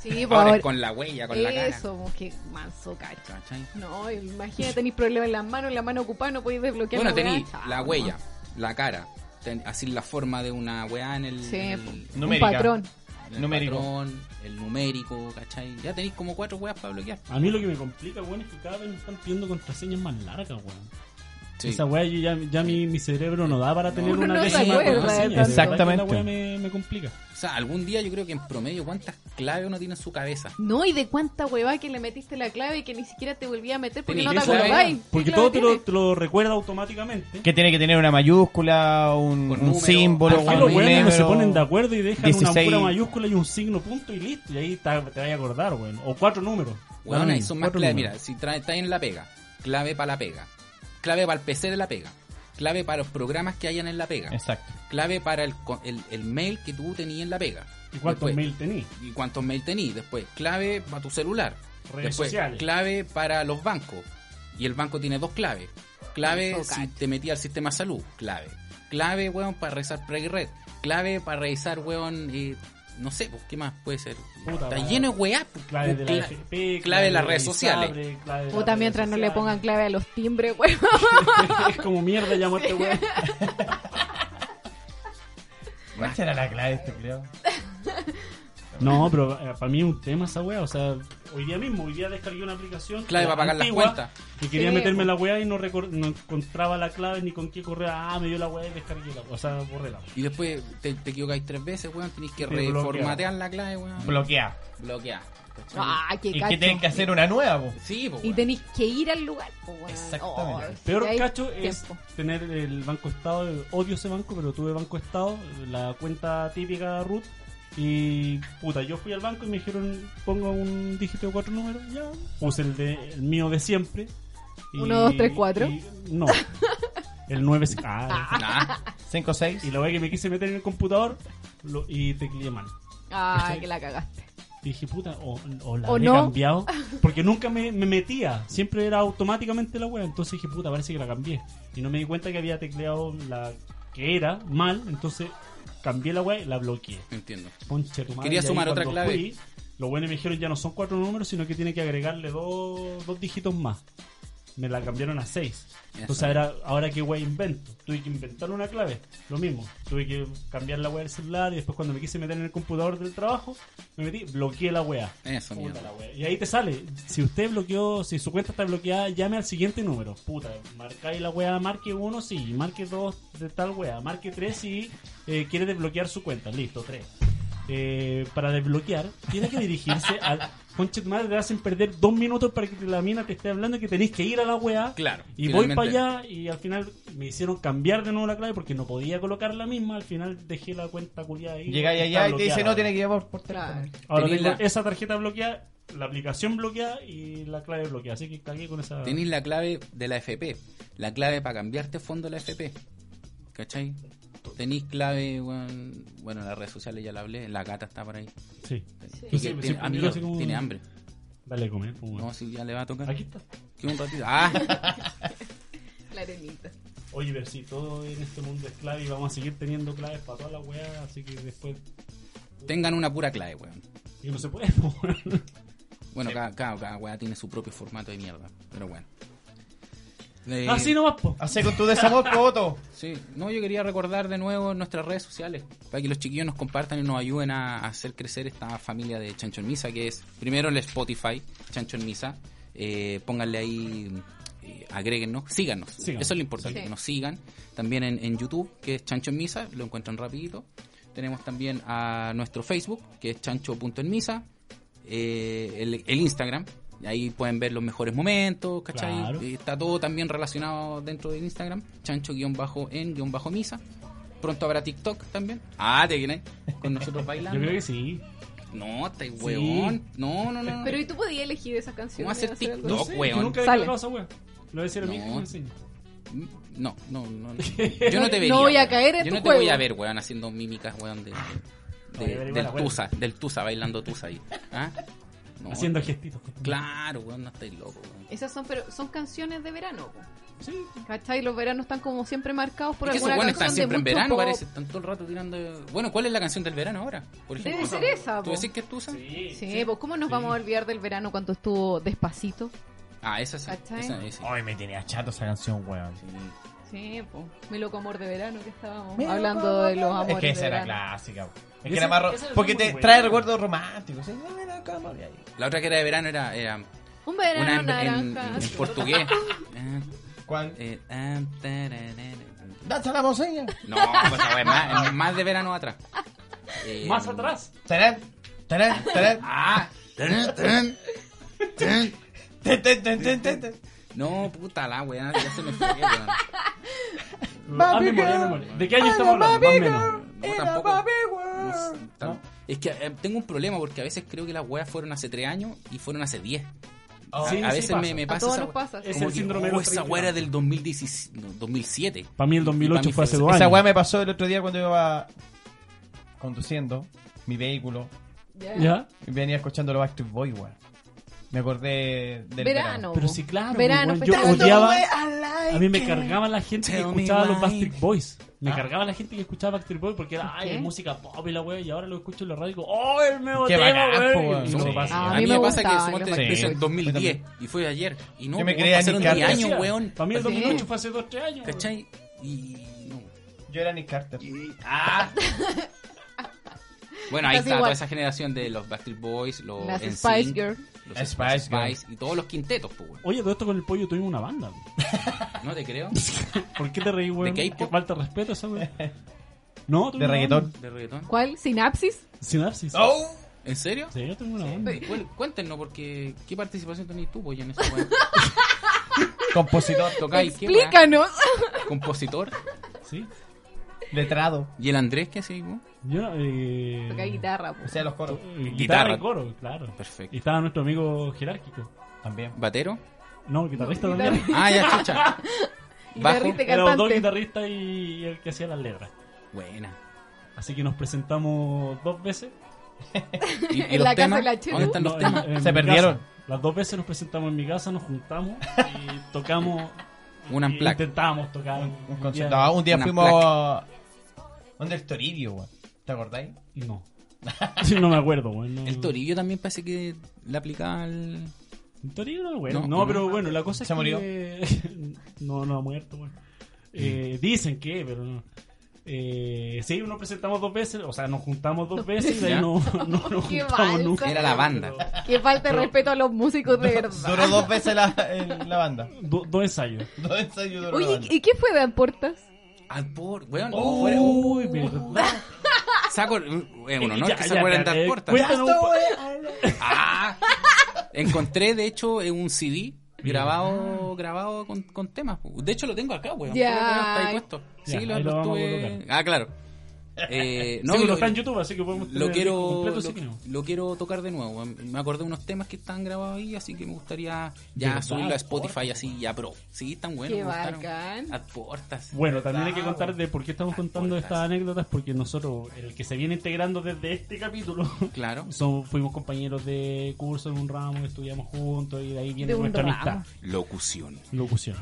Speaker 4: Sí, por
Speaker 3: Ahora es
Speaker 4: favor.
Speaker 3: con la huella, con la cara.
Speaker 4: Eso, vos, qué manso cacho.
Speaker 3: ¿Cachai?
Speaker 4: No, imagínate, tenéis problemas en las manos, en la mano ocupada, no podéis desbloquear la
Speaker 3: Bueno,
Speaker 4: weá.
Speaker 3: tení
Speaker 4: Chao,
Speaker 3: la
Speaker 4: no.
Speaker 3: huella, la cara. ten- así la forma de una weá en el,
Speaker 4: Sí,
Speaker 3: en
Speaker 4: po.
Speaker 3: el-
Speaker 2: Mm,
Speaker 4: Un
Speaker 1: Numérica.
Speaker 4: patrón.
Speaker 3: en el
Speaker 1: Numérico.
Speaker 3: patrón, el numérico, ¿cachai? Ya tenéis como cuatro weas para bloquear.
Speaker 2: A mí lo que me complica, weón, es que cada vez me están pidiendo contraseñas más largas, weón.
Speaker 3: Sí.
Speaker 2: Esa wea yo ya, ya mi, mi cerebro no da para tener
Speaker 3: Uno
Speaker 2: una
Speaker 4: no se
Speaker 2: décima
Speaker 4: acuerda de
Speaker 2: contraseña.
Speaker 4: tanto.
Speaker 2: de verdad que
Speaker 1: Exactamente.
Speaker 2: La wea me, me complica.
Speaker 3: O sea, algún día yo creo que en promedio cuántas claves uno tiene en su cabeza.
Speaker 4: No, y de cuánta hueva que le metiste la clave y que ni siquiera te volvía a meter porque
Speaker 3: Tení
Speaker 4: no te
Speaker 3: esa hueva.
Speaker 4: acordáis.
Speaker 2: Porque
Speaker 4: ¿Qué
Speaker 2: todo
Speaker 4: clave
Speaker 2: te lo,
Speaker 4: tienes?
Speaker 2: te lo recuerda automáticamente.
Speaker 1: Que tiene que tener una mayúscula, un,
Speaker 3: Con
Speaker 1: un
Speaker 3: número,
Speaker 1: símbolo,
Speaker 3: alfa,
Speaker 2: Aquí
Speaker 1: un
Speaker 2: los weones no se
Speaker 1: número.
Speaker 2: ponen de acuerdo y dejan una
Speaker 1: 16.
Speaker 2: pura mayúscula y un signo punto y listo. Y ahí ta- te, vas a acordar, weón. O cuatro números.
Speaker 3: Weón,
Speaker 2: Da lo
Speaker 3: ahí
Speaker 2: mismo,
Speaker 3: son más
Speaker 2: cuatro
Speaker 3: claves.
Speaker 2: números.
Speaker 3: Mira, si trae, está en la pega, clave para la pega, clave para el PC de la pega, clave para los programas que hayan en la pega,
Speaker 1: Exacto.
Speaker 3: clave para el, co- el, el mail que tú tenías en la pega.
Speaker 2: ¿Y cuántos
Speaker 3: Después,
Speaker 2: mail tenés?
Speaker 3: Y cuántos mail tenías. Después, clave para tu celular.
Speaker 2: Redes
Speaker 3: Después,
Speaker 2: sociales.
Speaker 3: clave para los bancos. Y el banco tiene dos claves. Clave
Speaker 4: Eso,
Speaker 3: si
Speaker 4: Oh, cacho.
Speaker 3: te metí al sistema de salud, clave. Clave, weón, para revisar pre red. Clave para revisar, weón, eh, no sé, pues, ¿qué más puede ser?
Speaker 2: Puta,
Speaker 3: Está
Speaker 2: weón.
Speaker 3: lleno de weá. pues,
Speaker 2: Clave de la
Speaker 3: cla-
Speaker 2: FP,
Speaker 3: clave de las redes sociales.
Speaker 2: Isapre, clave de las
Speaker 4: Puta,
Speaker 2: redes
Speaker 4: mientras no le
Speaker 2: sociales.
Speaker 4: pongan clave a los timbres, hueva.
Speaker 2: es como mierda llamó este weón.
Speaker 1: ¿Cuál será la clave de este, creo?
Speaker 2: No, pero para mí es un tema esa weá. O sea, hoy día mismo, hoy día descargué una aplicación.
Speaker 3: Clave
Speaker 2: la
Speaker 3: para pagar las
Speaker 2: antigua,
Speaker 3: cuentas.
Speaker 2: Que quería
Speaker 4: Sí,
Speaker 2: meterme
Speaker 4: po.
Speaker 2: la weá y no, recor- no encontraba la clave ni con qué correo. Ah, me dio la weá y descargué la O sea, borré la
Speaker 3: Y después te, te equivocáis tres veces, weón, tenéis que
Speaker 2: Te bloquea.
Speaker 3: reformatear la clave, weón.
Speaker 1: Bloquea.
Speaker 3: Bloquear. ¿cachai?
Speaker 4: Ah, qué
Speaker 1: Y
Speaker 4: cacho.
Speaker 1: que tienen que hacer una nueva, po.
Speaker 3: Sí, pues,
Speaker 4: Y tenéis que ir al lugar. po, weón.
Speaker 1: Exactamente.
Speaker 4: Oh,
Speaker 2: Peor
Speaker 4: si hay
Speaker 2: cacho es
Speaker 4: tiempo.
Speaker 2: tener el Banco Estado. eh, Odio ese banco, pero tuve Banco Estado, la cuenta típica root. Y puta, yo fui al banco y me dijeron, ponga un dígito de cuatro números. Ya, puse el, de, el mío de siempre. y-
Speaker 4: Uno, dos, tres, cuatro.
Speaker 2: y- no. El 9. Ah,
Speaker 3: Nah.
Speaker 1: 5 6.
Speaker 2: y la vez que me quise meter en el computador lo- y tecleé mal.
Speaker 4: Ah,
Speaker 2: ¿Cachai?
Speaker 4: que la cagaste.
Speaker 2: Y dije, puta, o, o la
Speaker 4: ¿O
Speaker 2: habré
Speaker 4: no?
Speaker 2: cambiado. Porque nunca me, me metía. Siempre era automáticamente la web. Entonces dije, puta, parece que la cambié. Y no me di cuenta que había tecleado la que era mal. Entonces cambié la web y la bloqueé.
Speaker 3: Entiendo.
Speaker 2: Ponche tu madre.
Speaker 3: Quería
Speaker 2: Y ahí
Speaker 3: sumar otra
Speaker 2: cuando
Speaker 3: clave.
Speaker 2: fui, Los buenos me dijeron ya no son cuatro números, sino que tiene que agregarle dos, dos dígitos más. Me la cambiaron a seis. Entonces
Speaker 3: Eso.
Speaker 2: ahora, ahora qué wey invento. Tuve que inventar una clave. Lo mismo. Tuve que cambiar la wea del celular y después cuando me quise meter en el computador del trabajo, me metí, bloqueé la wea.
Speaker 3: Eso,
Speaker 2: Puta la
Speaker 3: mierda.
Speaker 2: wea. Y ahí te sale. Si usted bloqueó, si su cuenta está bloqueada, llame al siguiente número. Puta, marcáis la wea, marque uno, sí, marque dos de tal wea, marque tres y eh, quiere desbloquear su cuenta. Listo, tres. Eh, para desbloquear, tiene que dirigirse al. Conche tu madre, te hacen perder dos minutos para que la mina te esté hablando que tenés que ir a la wea.
Speaker 3: Claro,
Speaker 2: Y voy
Speaker 3: finalmente.
Speaker 2: para allá y al final me hicieron cambiar de nuevo la clave porque no podía colocar la misma. Al final dejé la cuenta culiada ahí.
Speaker 1: Llegáis
Speaker 2: Está
Speaker 1: allá y te dice,
Speaker 2: bloqueada.
Speaker 1: no, tiene que llevar por teléfono.
Speaker 4: Claro.
Speaker 2: Ahora
Speaker 3: Tenís
Speaker 2: tengo
Speaker 3: la-
Speaker 2: esa tarjeta bloqueada, la aplicación bloqueada y la clave bloqueada. Así que cagué con esa.
Speaker 3: Tenéis la clave de la FP. La clave para cambiarte fondo de la FP. ¿Cachai? Tenéis clave, weón. Bueno, en las redes sociales ya la hablé. La gata está por ahí.
Speaker 2: Sí.
Speaker 3: Y
Speaker 2: Sí,
Speaker 3: que
Speaker 2: sí,
Speaker 3: tiene,
Speaker 2: sí,
Speaker 3: ah,
Speaker 2: yo
Speaker 3: mira,
Speaker 2: así como-
Speaker 3: tiene hambre.
Speaker 2: Dale a comer. pues, bueno.
Speaker 3: No, si ya le va a tocar.
Speaker 2: Aquí está.
Speaker 3: Que un ratito. Ah,
Speaker 4: La arenita.
Speaker 2: Oye, pero sí, todo en este mundo es clave y vamos a seguir teniendo claves para todas las weas. Así que después.
Speaker 3: tengan una pura clave, weón.
Speaker 2: Y no se puede. pues, bueno.
Speaker 3: Bueno, cada, cada, cada weá tiene su propio formato de mierda. Pero bueno. Eh,
Speaker 2: Así nomás, pues. po.
Speaker 1: Hace con tu desamor, Poto.
Speaker 3: Sí, no, yo quería recordar de nuevo nuestras redes sociales para que los chiquillos nos compartan y nos ayuden a a hacer crecer esta familia de Chancho en Misa, que es primero el Spotify, Chancho en Misa. eh, pónganle ahí, eh, agréguennos, síganos.
Speaker 2: Síganos.
Speaker 3: Eso es lo importante,
Speaker 4: Sí.
Speaker 3: que nos sigan. También en, en YouTube, que es Chancho en Misa, lo encuentran rapidito. Tenemos también a nuestro Facebook, que es chancho.enmisa. Eh, el, el Instagram, ahí pueden ver los mejores momentos, ¿cachai?
Speaker 2: Claro.
Speaker 3: Eh, Está todo también relacionado dentro del Instagram, chancho-en-misa. Pronto habrá TikTok también. Ah, te viene con nosotros
Speaker 2: Yo
Speaker 3: bailando.
Speaker 2: creo que sí.
Speaker 3: No, estáis weón. No, no, no. no.
Speaker 4: Pero ¿y tú podías elegir esas canciones?
Speaker 3: ¿Cómo hacer
Speaker 4: algo
Speaker 3: TikTok?
Speaker 4: así?
Speaker 3: No,
Speaker 2: sé,
Speaker 3: weón.
Speaker 2: que nunca he
Speaker 4: Sale.
Speaker 2: colocado esa wea. Lo voy a decir a mí que
Speaker 3: No.
Speaker 2: me lo enseñe.
Speaker 3: No, no, no. no. Yo no te
Speaker 4: No
Speaker 3: vería.
Speaker 4: voy a
Speaker 3: weón.
Speaker 4: caer en
Speaker 3: Yo
Speaker 4: tu
Speaker 3: no te
Speaker 4: juego.
Speaker 3: voy a ver, weón, haciendo mímicas, weón, de, de-
Speaker 2: Voy a ver igual,
Speaker 3: del
Speaker 2: weón.
Speaker 3: Tusa, del Tusa, bailando Tusa ahí. ¿Ah? No.
Speaker 2: Haciendo gestitos. pues.
Speaker 3: Claro, weón, no estáis loco, weón.
Speaker 4: Esas son, pero son canciones de verano. po.
Speaker 2: Sí.
Speaker 4: ¿Cachai? Los veranos están como siempre marcados por
Speaker 3: Es que esos
Speaker 4: alguna
Speaker 3: buenos
Speaker 4: canción
Speaker 3: están
Speaker 4: de
Speaker 3: siempre en
Speaker 4: mucho
Speaker 3: verano,
Speaker 4: pop.
Speaker 3: parece. Están todo el rato tirando. Bueno, ¿cuál es la canción del verano ahora? Por
Speaker 4: Debe
Speaker 3: ejemplo,
Speaker 4: ser esa,
Speaker 3: ¿Tú
Speaker 4: po.
Speaker 3: decís que es Tusa?
Speaker 2: Sí.
Speaker 4: Sí, pues ¿cómo nos vamos a olvidar del verano cuando estuvo despacito?
Speaker 3: Ah, esa sí.
Speaker 4: ¿Cachai?
Speaker 3: Esa, esa.
Speaker 1: Ay, me tenía chato esa canción, weón.
Speaker 4: Sí, pues. Mi loco amor de verano que estábamos
Speaker 1: Mi loco
Speaker 4: hablando de los amores
Speaker 1: Es que esa
Speaker 4: de
Speaker 1: era
Speaker 4: verano.
Speaker 1: clásica, weón. Es que
Speaker 2: Esa-
Speaker 1: era más ro-
Speaker 2: esa era
Speaker 1: Porque
Speaker 2: muy
Speaker 1: te
Speaker 2: buena.
Speaker 1: trae recuerdos románticos. ¿sí? No, mira, cómo había ahí.
Speaker 3: La otra que era de verano era, era
Speaker 4: Un
Speaker 3: una
Speaker 4: verano
Speaker 3: en, en-
Speaker 4: naranja.
Speaker 3: en portugués. Ah,
Speaker 1: ¿Cuál?
Speaker 3: eh, ah, tararara.
Speaker 1: Danza la monseña.
Speaker 3: No, pues esa wea es más, es más de verano atrás. Eh,
Speaker 2: Más atrás.
Speaker 1: Tarán, tarán, tarán.
Speaker 3: Ah. tan, tan, tan.
Speaker 1: Ten, ten, ten, ten, ten, ten.
Speaker 3: No, puta la weá, ya se me fue, weón.
Speaker 2: Ah, memoria, memoria. ¿De qué año estamos hablando? Más o menos.
Speaker 3: No, tampoco. No sé, tan- Es que eh, tengo un problema porque a veces creo que las weas fueron hace 3 años y fueron hace 10.
Speaker 2: Ah, Sí,
Speaker 3: a veces me,
Speaker 2: pasa.
Speaker 3: me
Speaker 4: A
Speaker 3: pasa.
Speaker 4: todos
Speaker 3: esa
Speaker 4: nos
Speaker 3: wea.
Speaker 4: pasa, sí.
Speaker 3: Como
Speaker 2: Es el
Speaker 3: que,
Speaker 2: síndrome de
Speaker 3: oh,
Speaker 2: los
Speaker 3: esa
Speaker 2: 30.
Speaker 3: weá era del 2017, no, 2007.
Speaker 2: Para mí el
Speaker 3: Y- y
Speaker 2: 2008
Speaker 3: pa' mí
Speaker 2: fue hace
Speaker 3: esa-
Speaker 2: dos años.
Speaker 1: Esa weá me pasó el otro día cuando iba conduciendo mi vehículo.
Speaker 4: Ya.
Speaker 2: ¿Ya?
Speaker 1: y Venía escuchando los Active Boy, weón. Me acordé del verano.
Speaker 4: Verano.
Speaker 2: Pero sí, claro.
Speaker 4: Verano, pues,
Speaker 2: weón, yo
Speaker 4: festival.
Speaker 2: odiaba.
Speaker 1: Verano.
Speaker 2: A mí me cargaba la gente que
Speaker 3: Tell me
Speaker 2: escuchaba los
Speaker 3: why.
Speaker 2: Backstreet Boys. Me
Speaker 1: Ah.
Speaker 2: cargaba la gente que escuchaba Backstreet Boys porque era, ay,
Speaker 4: ¿Qué?
Speaker 2: es música pop y la wea. Y ahora lo escucho en la radio y digo, oh, el nuevo
Speaker 1: Qué
Speaker 2: tema,
Speaker 1: bacán,
Speaker 2: weón.
Speaker 1: po, weón.
Speaker 2: Y no me
Speaker 1: Sí.
Speaker 2: pasa.
Speaker 4: Ah,
Speaker 3: A
Speaker 4: a
Speaker 3: mí
Speaker 4: mí me
Speaker 3: me pasa que
Speaker 4: gustaban
Speaker 3: suponte
Speaker 4: los
Speaker 3: que
Speaker 1: Backstreet
Speaker 3: empezó en
Speaker 1: Boys.
Speaker 3: 2010 y fue ayer. Y no,
Speaker 1: Yo me
Speaker 3: weón,
Speaker 1: creía
Speaker 3: pasaron
Speaker 1: Nick
Speaker 3: 10
Speaker 1: Carter.
Speaker 3: años, weón.
Speaker 2: Para mí el
Speaker 4: Sí.
Speaker 2: 2008 fue hace 2, 3 años. weón.
Speaker 3: ¿Cachai? Y. No.
Speaker 1: Yo era Nick Carter.
Speaker 3: Bueno, ahí
Speaker 4: Estás
Speaker 3: está
Speaker 4: igual.
Speaker 3: toda esa generación de los Backstreet Boys, los
Speaker 4: Las
Speaker 3: NSYNC,
Speaker 4: Spice Girls.
Speaker 3: los
Speaker 1: Spice
Speaker 3: Spice y todos los quintetos, pues, weón.
Speaker 2: Oye, todo esto con el pollo tuvimos una banda. weón.
Speaker 3: No te creo.
Speaker 2: ¿Por qué te reí, weón?
Speaker 3: ¿De K-pop?
Speaker 2: Que falta de respeto esa weón. No, tuvimos
Speaker 1: De
Speaker 2: una
Speaker 1: reggaetón.
Speaker 2: banda.
Speaker 3: De reggaetón.
Speaker 4: ¿Cuál? ¿Sinapsis?
Speaker 2: Sinapsis.
Speaker 1: ¡Oh!
Speaker 3: ¿En serio?
Speaker 2: Sí, yo tengo una banda.
Speaker 3: Bueno, cuéntenos, porque ¿qué participación tenéis tú, pues, en esa weón?
Speaker 1: Compositor,
Speaker 3: ¿Tocáis qué, weón?
Speaker 4: Explícanos.
Speaker 3: Compositor.
Speaker 2: Sí.
Speaker 1: letrado.
Speaker 3: ¿Y el Andrés qué hacéis, weón?
Speaker 2: Yo, eh.
Speaker 4: Toca guitarra, pues. po.
Speaker 1: O sea, los coros.
Speaker 2: eh,
Speaker 3: Guitarra.
Speaker 2: Guitarra y coro, claro.
Speaker 3: Perfecto.
Speaker 2: Y estaba nuestro amigo jerárquico.
Speaker 1: También.
Speaker 3: ¿Batero?
Speaker 2: No, guitarrista
Speaker 4: Guitarra-
Speaker 2: también.
Speaker 3: Ah, ya, chucha. Bajo.
Speaker 4: Guitarrista y
Speaker 2: Era dos
Speaker 4: Este cantante.
Speaker 2: guitarristas y el que hacía las letras.
Speaker 3: Buena.
Speaker 2: Así que nos presentamos dos veces.
Speaker 3: ¿Y, y
Speaker 4: En
Speaker 3: los
Speaker 4: la casa
Speaker 3: temas?
Speaker 4: de la Chelu.
Speaker 3: ¿Dónde están los
Speaker 2: No,
Speaker 3: temas?
Speaker 2: en- en
Speaker 1: Se
Speaker 2: mi
Speaker 1: perdieron.
Speaker 2: casa. Las dos veces nos presentamos en mi casa, nos juntamos y tocamos.
Speaker 3: Un
Speaker 2: y
Speaker 3: unplugged.
Speaker 2: Intentábamos tocar.
Speaker 1: Un, un
Speaker 2: día-
Speaker 1: concierto. Ah, un día
Speaker 3: Una
Speaker 1: fuimos. a- ¿Dónde el Toribio, weón? ¿Te acordáis?
Speaker 2: No. Sí, no me acuerdo, weón. no-
Speaker 3: El Torillo también parece que le aplicaba al.
Speaker 2: El Torillo no, weón.
Speaker 3: No,
Speaker 2: No,
Speaker 3: no.
Speaker 2: pero bueno, la cosa
Speaker 1: Se
Speaker 2: es
Speaker 1: murió.
Speaker 2: que. no, no ha muerto, weón.
Speaker 3: Mm.
Speaker 2: Eh, dicen que, pero no. Eh, sí, nos presentamos dos veces, o sea, nos juntamos dos veces y de ahí
Speaker 3: Ya.
Speaker 2: no, no nos
Speaker 4: Qué
Speaker 2: juntamos
Speaker 4: mal.
Speaker 2: nunca.
Speaker 3: Era la banda.
Speaker 4: Que falta de respeto a los músicos de verdad. Ah,
Speaker 1: Duró dos veces la, el- la banda.
Speaker 2: Do- Dos ensayos.
Speaker 1: Dos ensayos duró la
Speaker 4: Oye,
Speaker 1: banda.
Speaker 4: ¿y qué fue de Aportas?
Speaker 3: Al por. Weón.
Speaker 2: Oh.
Speaker 3: fuera-
Speaker 2: Uy, verdad.
Speaker 3: se acuer- es un honor
Speaker 2: Ya,
Speaker 3: que
Speaker 2: ya,
Speaker 3: se acuerden
Speaker 2: ya, pues.
Speaker 3: de
Speaker 2: eh,
Speaker 3: las puertas.
Speaker 2: Cuéntanos un po-
Speaker 3: Ah. Encontré, de hecho, eh, un CD grabado grabado con, con temas. po. De hecho, lo tengo acá, weón.
Speaker 4: Ya.
Speaker 3: Creo que no está ahí puesto.
Speaker 2: Ya,
Speaker 3: Sí,
Speaker 2: ahí
Speaker 3: lo,
Speaker 2: lo
Speaker 3: lo
Speaker 2: vamos a
Speaker 3: estuve. Ah, claro. Eh, no,
Speaker 2: sí,
Speaker 3: y
Speaker 2: lo
Speaker 3: lo,
Speaker 2: está en YouTube, así que podemos tener
Speaker 3: lo
Speaker 2: el disco
Speaker 3: quiero
Speaker 2: completo,
Speaker 3: lo,
Speaker 2: así que no.
Speaker 3: lo quiero tocar de nuevo. Me acordé de unos temas que están grabados ahí, así que me gustaría ya
Speaker 2: verdad,
Speaker 3: subirlo a
Speaker 2: al
Speaker 3: Spotify
Speaker 2: porta,
Speaker 3: así ya pro. Sí, están buenos.
Speaker 4: Qué
Speaker 3: me gustaron.
Speaker 4: bacán.
Speaker 3: A puertas.
Speaker 2: Bueno, también hay que
Speaker 3: Claro.
Speaker 2: contar de por qué estamos contando estas anécdotas, porque nosotros, el que se viene integrando desde este capítulo,
Speaker 3: Claro.
Speaker 2: son, fuimos compañeros de curso en un ramo, estudiamos juntos y de ahí viene
Speaker 4: De un
Speaker 2: nuestra
Speaker 4: ramo.
Speaker 2: amistad.
Speaker 3: Locución.
Speaker 2: Locución.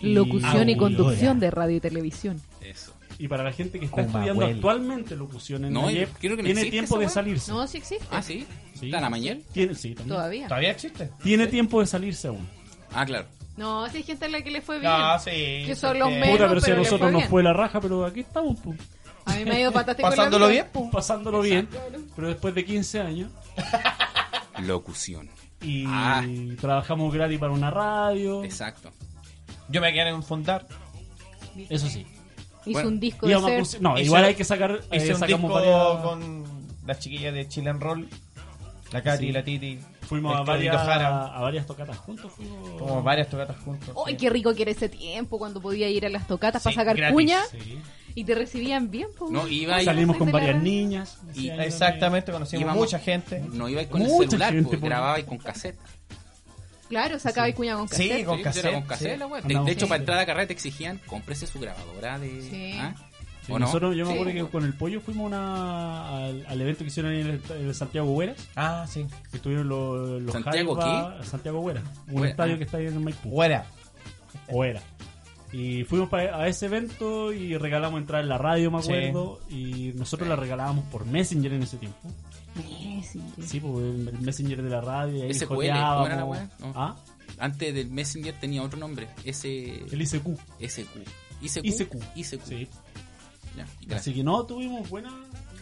Speaker 4: Locución y
Speaker 2: Audio.
Speaker 4: conducción de radio y televisión.
Speaker 3: Eso.
Speaker 2: Y para la gente que está
Speaker 1: Con
Speaker 2: estudiando
Speaker 1: Babuel.
Speaker 2: actualmente locución en
Speaker 3: No,
Speaker 2: la
Speaker 3: yo
Speaker 2: IEP,
Speaker 3: creo que no
Speaker 2: tiene
Speaker 3: existe
Speaker 2: tiempo
Speaker 3: esa
Speaker 2: de
Speaker 3: weá.
Speaker 2: salirse.
Speaker 4: No, sí existe.
Speaker 3: Ah, sí.
Speaker 2: Sí.
Speaker 3: ¿Está la mañana?
Speaker 2: Tiene, sí, también.
Speaker 4: Todavía.
Speaker 1: ¿Todavía existe?
Speaker 2: Tiene tiempo de salirse aún.
Speaker 3: Ah, claro.
Speaker 4: No, sí hay gente a la que le fue bien.
Speaker 1: No, Ah, sí.
Speaker 4: Que son los
Speaker 1: porque-
Speaker 4: Bueno, menos.
Speaker 2: Puta, pero si a
Speaker 4: pero le
Speaker 2: nosotros
Speaker 4: fue
Speaker 2: nos
Speaker 4: bien.
Speaker 2: fue la raja, pero aquí estamos, pu,
Speaker 4: A mí me ha ido patástico en la
Speaker 1: Pasándolo
Speaker 4: vida.
Speaker 1: bien.
Speaker 2: pu, pasándolo bien. Pero después de 15 años,
Speaker 3: Locución.
Speaker 2: y
Speaker 3: Ah.
Speaker 2: trabajamos gratis para una radio.
Speaker 3: Exacto.
Speaker 1: Yo me quedé en un fondar.
Speaker 2: Eso sí.
Speaker 4: Hizo
Speaker 3: Bueno,
Speaker 4: un disco
Speaker 2: Íbamos a
Speaker 4: de
Speaker 2: cursi-
Speaker 4: ser.
Speaker 2: no,
Speaker 1: Hice-
Speaker 2: igual hay que sacar. eh,
Speaker 1: Hice un
Speaker 2: sacamos
Speaker 1: disco
Speaker 2: varias-
Speaker 1: con las chiquillas de Chile and Roll. La Katy,
Speaker 2: Sí.
Speaker 1: la Titi.
Speaker 2: Fuimos
Speaker 1: el
Speaker 2: a
Speaker 1: Claudito
Speaker 2: varias,
Speaker 1: Jara.
Speaker 2: a varias tocatas juntos. Fuimos.
Speaker 1: Como varias tocatas juntos. sí.
Speaker 4: ¡Ay, Oh, qué rico que era ese tiempo cuando podía ir a las tocatas
Speaker 1: Sí,
Speaker 4: para sacar
Speaker 1: gratis,
Speaker 4: cuña!
Speaker 2: Sí.
Speaker 4: Y te recibían bien, po.
Speaker 3: No, iba y-
Speaker 2: Salimos con
Speaker 4: De la
Speaker 2: varias
Speaker 4: radio.
Speaker 2: niñas.
Speaker 3: Y-
Speaker 2: Sí,
Speaker 1: Exactamente, conocimos
Speaker 3: Íbamos-
Speaker 1: mucha gente.
Speaker 3: No ibais con
Speaker 2: Mucha
Speaker 3: el celular,
Speaker 2: gente,
Speaker 3: porque
Speaker 2: po.
Speaker 3: grababais con cassette.
Speaker 4: Claro, sacaba y cuña con
Speaker 1: Sí,
Speaker 4: cassette.
Speaker 1: con
Speaker 3: Sí,
Speaker 1: cassette,
Speaker 3: era con
Speaker 1: sí.
Speaker 3: cassette, la wea. De- De,
Speaker 2: Andamos
Speaker 3: hecho,
Speaker 4: con
Speaker 3: para
Speaker 2: cassette.
Speaker 3: entrar a la carrera te exigían, cómprese su grabadora de...
Speaker 4: Sí.
Speaker 3: ¿Ah?
Speaker 2: Sí,
Speaker 3: ¿O no?
Speaker 2: nosotros, yo me acuerdo
Speaker 4: Sí.
Speaker 2: que con el pollo fuimos a una, al, al evento que hicieron ahí en el, en el Santiago Hueras.
Speaker 1: Ah, sí.
Speaker 2: Que estuvieron los. los
Speaker 3: ¿Santiago
Speaker 2: Jaiba- Santiago Hueras. Un
Speaker 3: Huera,
Speaker 2: estadio
Speaker 3: ah.
Speaker 2: que está ahí en Maipú.
Speaker 1: Fuera.
Speaker 2: o era. Y fuimos pa- a ese evento y regalamos entrar en la radio, me
Speaker 1: Sí.
Speaker 2: acuerdo. Y nosotros la regalábamos por Messenger en ese tiempo.
Speaker 4: Eh, sí.
Speaker 3: Mm.
Speaker 2: Sí, pues el el Messenger de la radio. Ahí
Speaker 3: SQL, ¿cómo era la
Speaker 2: joteábamos.
Speaker 3: weá? No.
Speaker 2: ¿Ah?
Speaker 3: Antes del Messenger tenía otro nombre. Ese...
Speaker 2: El ICQ.
Speaker 3: SQ. ICQ.
Speaker 2: ICQ.
Speaker 3: ICQ.
Speaker 2: Sí.
Speaker 3: Ya,
Speaker 2: Así
Speaker 3: gracias.
Speaker 2: que no, tuvimos buena,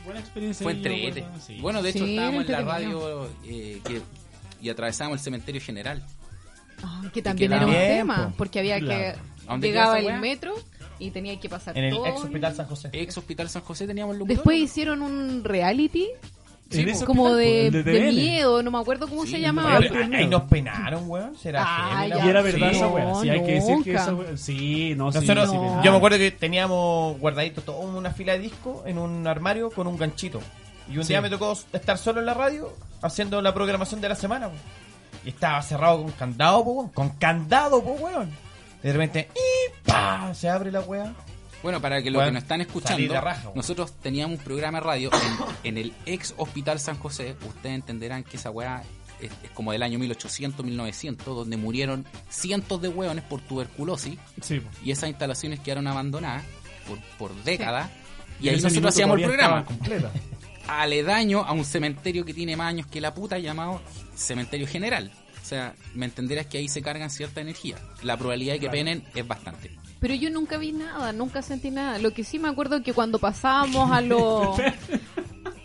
Speaker 2: buena experiencia.
Speaker 3: Fue
Speaker 2: ahí, yo me
Speaker 3: entrete.
Speaker 2: acuerdo, sí.
Speaker 3: Bueno, de hecho,
Speaker 4: Sí,
Speaker 3: estábamos en la
Speaker 4: entretenido.
Speaker 3: radio eh, que- y atravesábamos el cementerio general.
Speaker 4: Ay, Ah, que también
Speaker 3: Y
Speaker 4: era un
Speaker 1: quedaba-
Speaker 4: tema,
Speaker 1: Tiempo.
Speaker 4: porque había
Speaker 2: Claro.
Speaker 3: ¿A
Speaker 4: que
Speaker 3: dónde
Speaker 4: llegaba
Speaker 3: queda
Speaker 4: el
Speaker 3: esa weá?
Speaker 4: metro y tenía que pasar
Speaker 1: En el
Speaker 4: todo
Speaker 1: ex hospital San José.
Speaker 3: Ex Hospital San José teníamos el locutor.
Speaker 4: Después hicieron un reality
Speaker 2: Sí,
Speaker 3: pues.
Speaker 2: en ese
Speaker 4: como
Speaker 2: hospital,
Speaker 4: de,
Speaker 2: el de
Speaker 4: de
Speaker 2: TVN.
Speaker 4: miedo, no me acuerdo cómo
Speaker 3: Sí,
Speaker 4: se
Speaker 3: no
Speaker 4: llamaba.
Speaker 2: Pero-
Speaker 1: Pero ahí nos penaron, weón. Será
Speaker 4: Ah,
Speaker 1: heavy la
Speaker 4: ya.
Speaker 2: Y
Speaker 1: weá.
Speaker 2: era verdad
Speaker 1: Sí.
Speaker 2: esa weá. Sí, hay que decir que
Speaker 4: nunca.
Speaker 2: esa weá. Sí, no, sí,
Speaker 1: Nosotros,
Speaker 2: sí,
Speaker 4: No.
Speaker 2: verdad.
Speaker 1: yo me acuerdo que teníamos guardadito todo en una fila de disco en un armario con un ganchito. Y un
Speaker 2: Sí.
Speaker 1: día me tocó estar solo en la radio haciendo la programación de la semana. po. Y estaba cerrado con candado, po, weón. Con candado, po, weón. Y de repente, y pa, se abre la weá.
Speaker 3: Bueno, para que los
Speaker 1: Bueno,
Speaker 3: que nos están
Speaker 1: salí
Speaker 3: escuchando,
Speaker 1: de raja, weón.
Speaker 3: nosotros teníamos un programa de radio en, en el ex Hospital San José. Ustedes entenderán que esa weá es, es como del año 1800, 1900, donde murieron cientos de weones por tuberculosis
Speaker 2: Sí, pues.
Speaker 3: y esas instalaciones quedaron abandonadas por, por décadas. Y
Speaker 2: En
Speaker 3: ahí
Speaker 2: ese
Speaker 3: nosotros
Speaker 2: minuto
Speaker 3: hacíamos el
Speaker 2: todavía
Speaker 3: programa.
Speaker 2: estaba Completa.
Speaker 3: Aledaño a un cementerio que tiene más años que la puta, llamado Cementerio General. O sea, me entenderás que ahí se cargan cierta energía. La probabilidad de que penen es bastante.
Speaker 4: Pero yo nunca vi nada, nunca sentí nada. Lo que sí me acuerdo es que cuando pasábamos a los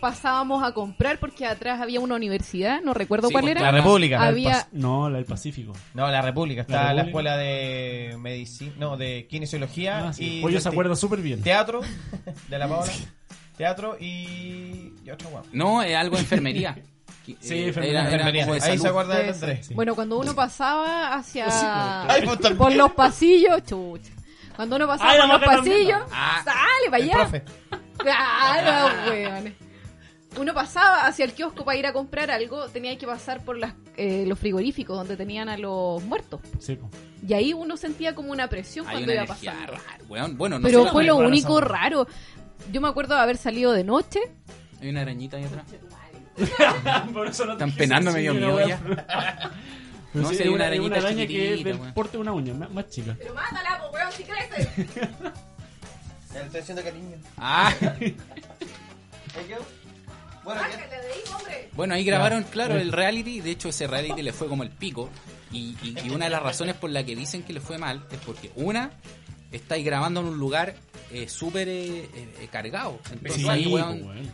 Speaker 4: pasábamos a comprar porque atrás había una universidad, no recuerdo
Speaker 3: Sí,
Speaker 4: cuál
Speaker 3: pues,
Speaker 4: era.
Speaker 1: La República.
Speaker 4: Había
Speaker 2: No, la del Pacífico.
Speaker 1: No, la República. Está
Speaker 2: La
Speaker 1: la,
Speaker 2: República.
Speaker 1: escuela de medicina, no, de kinesiología.
Speaker 2: Ah, sí.
Speaker 1: y
Speaker 2: Pollo se
Speaker 1: te-
Speaker 2: acuerda súper bien.
Speaker 1: Teatro, de la Paola. Teatro y, y otro weón.
Speaker 3: No, es algo de enfermería. Que,
Speaker 2: Sí,
Speaker 3: eh,
Speaker 2: enfermería.
Speaker 3: era- era
Speaker 1: Enfermería.
Speaker 3: como de
Speaker 1: Ahí
Speaker 3: salud.
Speaker 1: se acuerda de
Speaker 4: Puede
Speaker 1: Andrés.
Speaker 4: ser. Bueno, cuando uno pasaba hacia
Speaker 1: Ay, pues, también.
Speaker 4: por los pasillos, chucha. Cuando uno pasaba
Speaker 2: Ay, la
Speaker 4: por los
Speaker 2: vaca también.
Speaker 4: pasillos,
Speaker 3: Ah,
Speaker 4: sale para
Speaker 1: El
Speaker 4: allá.
Speaker 1: profe.
Speaker 4: Claro, weón. Uno pasaba hacia el kiosco para ir a comprar algo, tenía que pasar por las, eh, los frigoríficos donde tenían a los muertos.
Speaker 2: Sí, pues.
Speaker 4: Y ahí uno sentía como una presión
Speaker 3: Hay
Speaker 4: cuando
Speaker 3: una
Speaker 4: iba
Speaker 3: energía
Speaker 4: pasando.
Speaker 3: rara, weón. Bueno, no
Speaker 4: Pero
Speaker 3: sé,
Speaker 4: fue
Speaker 3: weón.
Speaker 4: lo
Speaker 2: rara esa
Speaker 4: único
Speaker 2: weá.
Speaker 4: raro. Yo me acuerdo de haber salido de noche.
Speaker 3: Hay una arañita ahí atrás.
Speaker 2: Por eso no te
Speaker 3: Están
Speaker 2: quise
Speaker 3: penando
Speaker 2: decir
Speaker 3: medio
Speaker 2: una
Speaker 3: miedo
Speaker 2: wea.
Speaker 3: ya.
Speaker 2: Pero
Speaker 3: No,
Speaker 2: sí,
Speaker 3: si hay
Speaker 2: una,
Speaker 3: una
Speaker 2: hay una
Speaker 3: arañita
Speaker 2: araña que es
Speaker 3: chiquitita,
Speaker 2: del
Speaker 3: weón.
Speaker 2: porte de una uña, ma- más chica.
Speaker 4: Pero mátala, po, weón, si crece.
Speaker 1: Ya le Estoy haciendo cariño.
Speaker 3: Ah,
Speaker 1: ¿Ello? Bueno, ya-
Speaker 4: de ahí, hombre!
Speaker 3: Bueno, ahí grabaron, claro, el reality. De hecho, ese reality le fue como el pico. Y, y- y una de las razones por la que dicen que le fue mal es porque, una, estáis grabando en un lugar eh, súper eh, eh, cargado. Entonces,
Speaker 2: Sí,
Speaker 3: ahí,
Speaker 2: pues,
Speaker 3: weón,
Speaker 2: weón.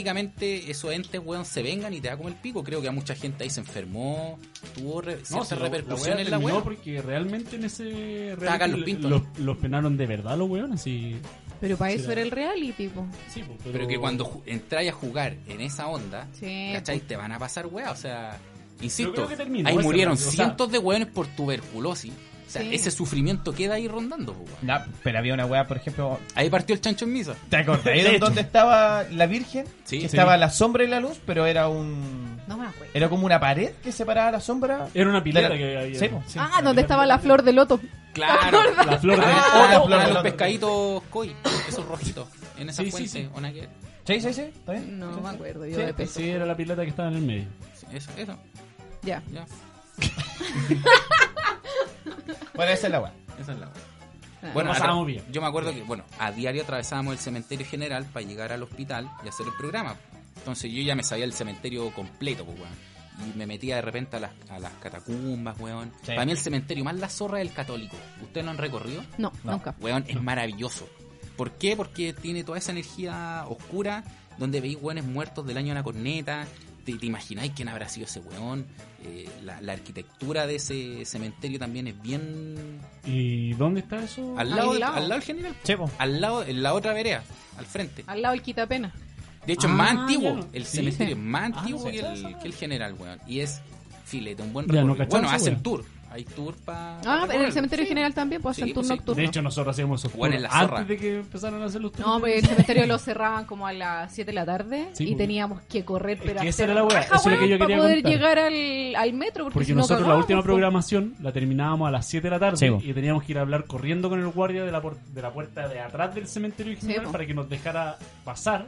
Speaker 3: energéticamente, esos entes, weón, se vengan y te da como el pico. Creo que a mucha gente ahí se enfermó, tuvo re-
Speaker 2: No,
Speaker 3: ciertas
Speaker 2: si la-
Speaker 3: repercusiones en la
Speaker 2: terminó
Speaker 3: web.
Speaker 2: porque realmente en ese
Speaker 3: Estaba Carlos Pinto,
Speaker 2: los,
Speaker 3: ¿no?
Speaker 2: los penaron de verdad los weones y
Speaker 4: Pero para
Speaker 2: Sí,
Speaker 4: eso
Speaker 2: la-
Speaker 4: era el reality, po.
Speaker 2: sí, pues,
Speaker 3: Pero que cuando ju- entráis a jugar en esa onda,
Speaker 4: Sí.
Speaker 3: ¿cachai? Te van a pasar weá, o sea,
Speaker 2: pues. Yo
Speaker 3: insisto,
Speaker 2: creo que terminó
Speaker 3: ahí
Speaker 2: ese
Speaker 3: murieron
Speaker 2: rollo, o sea-
Speaker 3: cientos de weones por tuberculosis. O sea,
Speaker 4: Sí.
Speaker 3: ese sufrimiento queda ahí rondando, po, weón.
Speaker 1: Ya, pero había una weá, por ejemplo,
Speaker 3: Ahí partió el chancho en misa.
Speaker 1: ¿te acordáis
Speaker 2: De
Speaker 1: de
Speaker 2: hecho.
Speaker 1: donde estaba la Virgen?
Speaker 3: Sí.
Speaker 1: que
Speaker 3: Sí.
Speaker 1: estaba la sombra y la luz, pero era un...
Speaker 4: No me acuerdo.
Speaker 1: Era como una pared que separaba la sombra.
Speaker 2: Era una pileta
Speaker 1: de la-
Speaker 2: que había.
Speaker 1: Sí, po, sí.
Speaker 4: ah, donde estaba la flor de loto.
Speaker 3: Claro.
Speaker 2: la flor de
Speaker 3: Ah,
Speaker 1: la
Speaker 3: o-
Speaker 1: flor
Speaker 3: o
Speaker 1: de
Speaker 3: los
Speaker 1: loto.
Speaker 3: pescaditos koi, esos rojitos, en esa
Speaker 2: Sí, sí,
Speaker 3: fuente,
Speaker 2: sí.
Speaker 3: o nada que-
Speaker 1: Sí, sí, sí, ¿está bien?
Speaker 4: No
Speaker 1: Sí,
Speaker 4: me
Speaker 1: sí.
Speaker 4: acuerdo yo
Speaker 1: Sí,
Speaker 4: de peso.
Speaker 2: sí, eh. era la pileta que estaba en el medio.
Speaker 3: Eso, eso,
Speaker 4: Ya.
Speaker 3: ya.
Speaker 1: Bueno, esa es la weá.
Speaker 3: Esa es la weá.
Speaker 4: Ah.
Speaker 3: Bueno,
Speaker 2: Lo pasábamos
Speaker 3: atra-
Speaker 2: bien.
Speaker 3: yo me acuerdo que, bueno, a diario atravesábamos el cementerio general para llegar al hospital y hacer el programa. Entonces yo ya me sabía el cementerio completo, pues, weón. Y me metía de repente a las, a las catacumbas, weón.
Speaker 1: Sí.
Speaker 3: Para mí el cementerio más la zorra es el católico. ¿Ustedes lo han recorrido?
Speaker 4: No,
Speaker 1: No.
Speaker 4: nunca.
Speaker 3: Weón, es maravilloso. ¿Por qué? Porque tiene toda esa energía oscura donde veis weones muertos del año de la corneta. Te, te imagináis quién habrá sido ese weón. Eh, la, la arquitectura de ese cementerio también es bien.
Speaker 2: ¿Y dónde está eso?
Speaker 3: Al lado,
Speaker 4: Al
Speaker 3: de-
Speaker 4: lado.
Speaker 3: al lado del general.
Speaker 1: Sí, po.
Speaker 3: Al lado, en la otra vereda, al frente.
Speaker 4: Al lado el quitapena.
Speaker 3: De hecho, es
Speaker 2: Ah,
Speaker 3: más
Speaker 2: ya
Speaker 3: antiguo.
Speaker 2: no.
Speaker 3: El
Speaker 2: Sí.
Speaker 3: cementerio es más
Speaker 2: Ah,
Speaker 3: antiguo
Speaker 2: no
Speaker 3: que,
Speaker 2: cachaba
Speaker 3: el,
Speaker 2: esa
Speaker 3: que el general, weón. Y es filete, un buen
Speaker 2: Ya, no
Speaker 3: recorrido.
Speaker 2: cachaba
Speaker 3: bueno,
Speaker 2: esa
Speaker 3: hacen
Speaker 2: weá.
Speaker 3: tour. Hay tour para.
Speaker 4: Ah, pero en el cementerio general también, pues
Speaker 3: Sí,
Speaker 4: hacen
Speaker 3: pues,
Speaker 4: turno
Speaker 3: sí.
Speaker 4: nocturno.
Speaker 2: De hecho, nosotros hacíamos esos
Speaker 3: Bueno, en la
Speaker 2: tours
Speaker 3: zorra.
Speaker 2: antes de que empezaran a hacer los tours.
Speaker 4: No, pues, pero el cementerio lo cerraban como a las 7 de la tarde
Speaker 2: Sí,
Speaker 4: y
Speaker 2: porque-
Speaker 4: teníamos que correr,
Speaker 2: Es
Speaker 4: pero
Speaker 2: que esa
Speaker 4: hacer
Speaker 2: era la weá, eso
Speaker 4: raja,
Speaker 2: es lo que yo
Speaker 4: weón, para
Speaker 2: quería
Speaker 4: poder
Speaker 2: contar.
Speaker 4: llegar al, al metro. Porque,
Speaker 2: Porque
Speaker 4: si no
Speaker 2: nosotros la
Speaker 4: cagábamos,
Speaker 2: última
Speaker 4: po.
Speaker 2: programación la terminábamos a las 7 de la tarde
Speaker 1: Sí, po.
Speaker 2: y teníamos que ir a hablar corriendo con el guardia de la, por- de la puerta de atrás del cementerio general
Speaker 4: po.
Speaker 2: para que nos dejara pasar.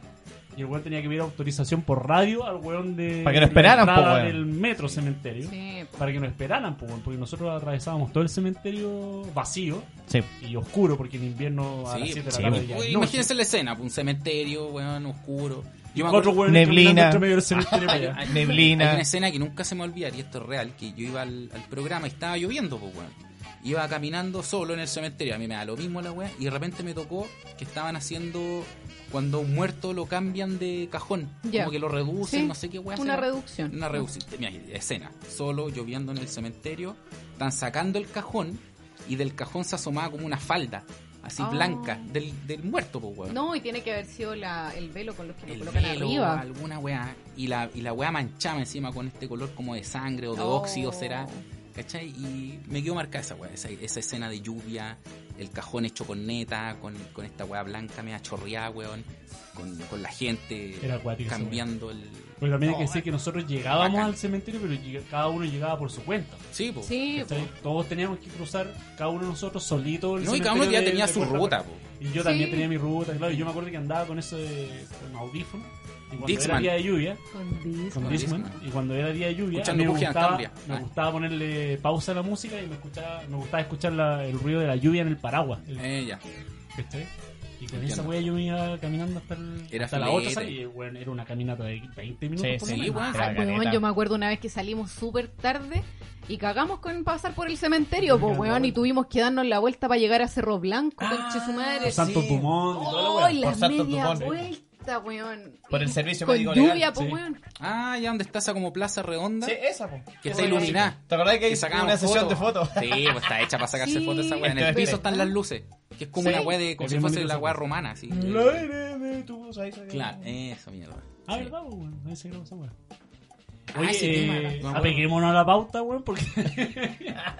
Speaker 2: Y el weón tenía que pedir autorización por radio al weón de
Speaker 1: Para que nos esperaran, po,
Speaker 2: la entrada
Speaker 1: weón.
Speaker 2: del metro cementerio.
Speaker 4: Sí, po.
Speaker 2: Para que nos esperaran, po, weón, porque nosotros atravesábamos todo el cementerio vacío
Speaker 1: Sí.
Speaker 2: y oscuro, porque en invierno a las
Speaker 3: Sí, pues,
Speaker 2: 7 de la
Speaker 3: sí,
Speaker 2: tarde
Speaker 1: po.
Speaker 2: ya
Speaker 3: Uy,
Speaker 2: es noche.
Speaker 3: Imagínense la escena, pues, un cementerio, weón, oscuro. Yo me
Speaker 2: Otro
Speaker 3: acuerdo-
Speaker 2: weón
Speaker 1: Neblina.
Speaker 2: caminando entre medio del cementerio para allá.
Speaker 3: Hay-
Speaker 1: Neblina.
Speaker 3: Hay una escena que nunca se me va a olvidar, y esto es real, que yo iba al, al programa y estaba lloviendo, pues, weón. Iba caminando solo en el cementerio, a mí me da lo mismo la weá, y de repente me tocó que estaban haciendo cuando un muerto lo cambian de cajón,
Speaker 4: Ya.
Speaker 3: como que lo reducen,
Speaker 4: Sí,
Speaker 3: no sé qué weá.
Speaker 4: una
Speaker 3: será.
Speaker 4: reducción.
Speaker 3: Una reducción. Mira, escena, solo lloviendo en el cementerio, están sacando el cajón y del cajón se asomaba como una falda, así
Speaker 4: Ah.
Speaker 3: blanca, del, del muerto, pues, weón
Speaker 4: No, y tiene que haber sido la, el velo con los que lo
Speaker 3: el
Speaker 4: colocan
Speaker 3: velo,
Speaker 4: arriba.
Speaker 3: alguna weá, y la, y la weá manchaba encima con este color como de sangre o de
Speaker 4: Oh.
Speaker 3: óxido será, ¿cachai? Y me quedó marcada esa weá, esa, esa escena de lluvia, el cajón hecho con neta, con, con esta weá blanca me chorreada, weón, con, con la gente
Speaker 2: Era acuática esa
Speaker 3: cambiando el...
Speaker 2: Pues también hay que
Speaker 3: No,
Speaker 2: decir que nosotros llegábamos
Speaker 3: bacán.
Speaker 2: al cementerio, pero lleg- cada uno llegaba por su cuenta.
Speaker 3: Sí, po.
Speaker 4: Sí, po.
Speaker 2: ¿cachai? Todos teníamos que cruzar, cada uno de nosotros solito. El
Speaker 3: No, y cada
Speaker 2: cementerio
Speaker 3: uno ya
Speaker 2: de-
Speaker 3: tenía
Speaker 2: de
Speaker 3: su
Speaker 2: puerta a
Speaker 3: ruta,
Speaker 2: puerta.
Speaker 3: po.
Speaker 2: Y yo
Speaker 4: Sí.
Speaker 2: también tenía mi ruta, claro. Y yo me acuerdo que andaba con ese con audífono. Y cuando era
Speaker 3: Discman.
Speaker 2: día de lluvia,
Speaker 4: Con disco.
Speaker 2: con
Speaker 3: Con
Speaker 2: Discman,
Speaker 3: Discman.
Speaker 2: y cuando era día de lluvia, a
Speaker 3: Escuchando
Speaker 2: mí me
Speaker 3: Bugia
Speaker 2: gustaba,
Speaker 3: Natalia.
Speaker 2: me
Speaker 3: Ah.
Speaker 2: gustaba ponerle pausa a la música y me, escuchaba, me gustaba escuchar la- el ruido de la lluvia en el paraguas. el-
Speaker 3: Eh, ya.
Speaker 2: ¿cachai? Y con esa
Speaker 3: Entiendo.
Speaker 2: wea yo me iba caminando hasta, el-
Speaker 3: Era
Speaker 2: hasta la
Speaker 3: filete.
Speaker 2: otra salida. Y bueno, era una caminata de 20 minutos.
Speaker 1: Sí,
Speaker 2: por
Speaker 1: sí,
Speaker 2: lo menos.
Speaker 3: weón.
Speaker 1: Era
Speaker 4: Ay, weón,
Speaker 1: caleta.
Speaker 4: yo me acuerdo una vez que salimos súper tarde y cagamos con pasar por el cementerio, po,
Speaker 2: Dando
Speaker 4: weón, y
Speaker 2: vuelta.
Speaker 4: tuvimos que darnos la vuelta para llegar a Cerro Blanco,
Speaker 3: Ah,
Speaker 4: conche su madre.
Speaker 2: Por Santo
Speaker 3: Sí.
Speaker 2: Pumón y toda la wea.
Speaker 4: ¡Ay, la
Speaker 1: Por Santo
Speaker 4: media
Speaker 1: Tomás.
Speaker 4: vuelta, weón!
Speaker 1: Por el servicio
Speaker 4: Con
Speaker 1: médico
Speaker 4: lluvia,
Speaker 1: legal.
Speaker 4: po,
Speaker 2: Sí.
Speaker 4: weón.
Speaker 3: Ah, ya donde está esa como plaza redonda.
Speaker 1: Sí, esa, po.
Speaker 3: Que está iluminada.
Speaker 1: ¿Te acordás que
Speaker 3: Y
Speaker 1: hay
Speaker 3: sacábamos
Speaker 1: una sesión de
Speaker 3: fotos.
Speaker 1: fotos?
Speaker 3: Sí, pues está hecha para sacarse
Speaker 4: Sí.
Speaker 3: fotos esa weá. En el
Speaker 1: Esto es
Speaker 3: piso están las luces. Que es como
Speaker 4: Sí.
Speaker 3: una weá de. como
Speaker 2: Es
Speaker 3: si
Speaker 2: bien
Speaker 3: fuese
Speaker 2: bonito
Speaker 3: la
Speaker 2: esa
Speaker 3: weá
Speaker 2: cosa.
Speaker 3: romana, así. Claro, eso mierda.
Speaker 2: Ah,
Speaker 3: Sí.
Speaker 2: ¿verdad, weón? Ahí se grabó esa weá.
Speaker 3: Ah,
Speaker 2: Oye,
Speaker 3: ese tema,
Speaker 2: eh,
Speaker 3: ¿verdad?
Speaker 2: apeguémonos a la pauta, weón, porque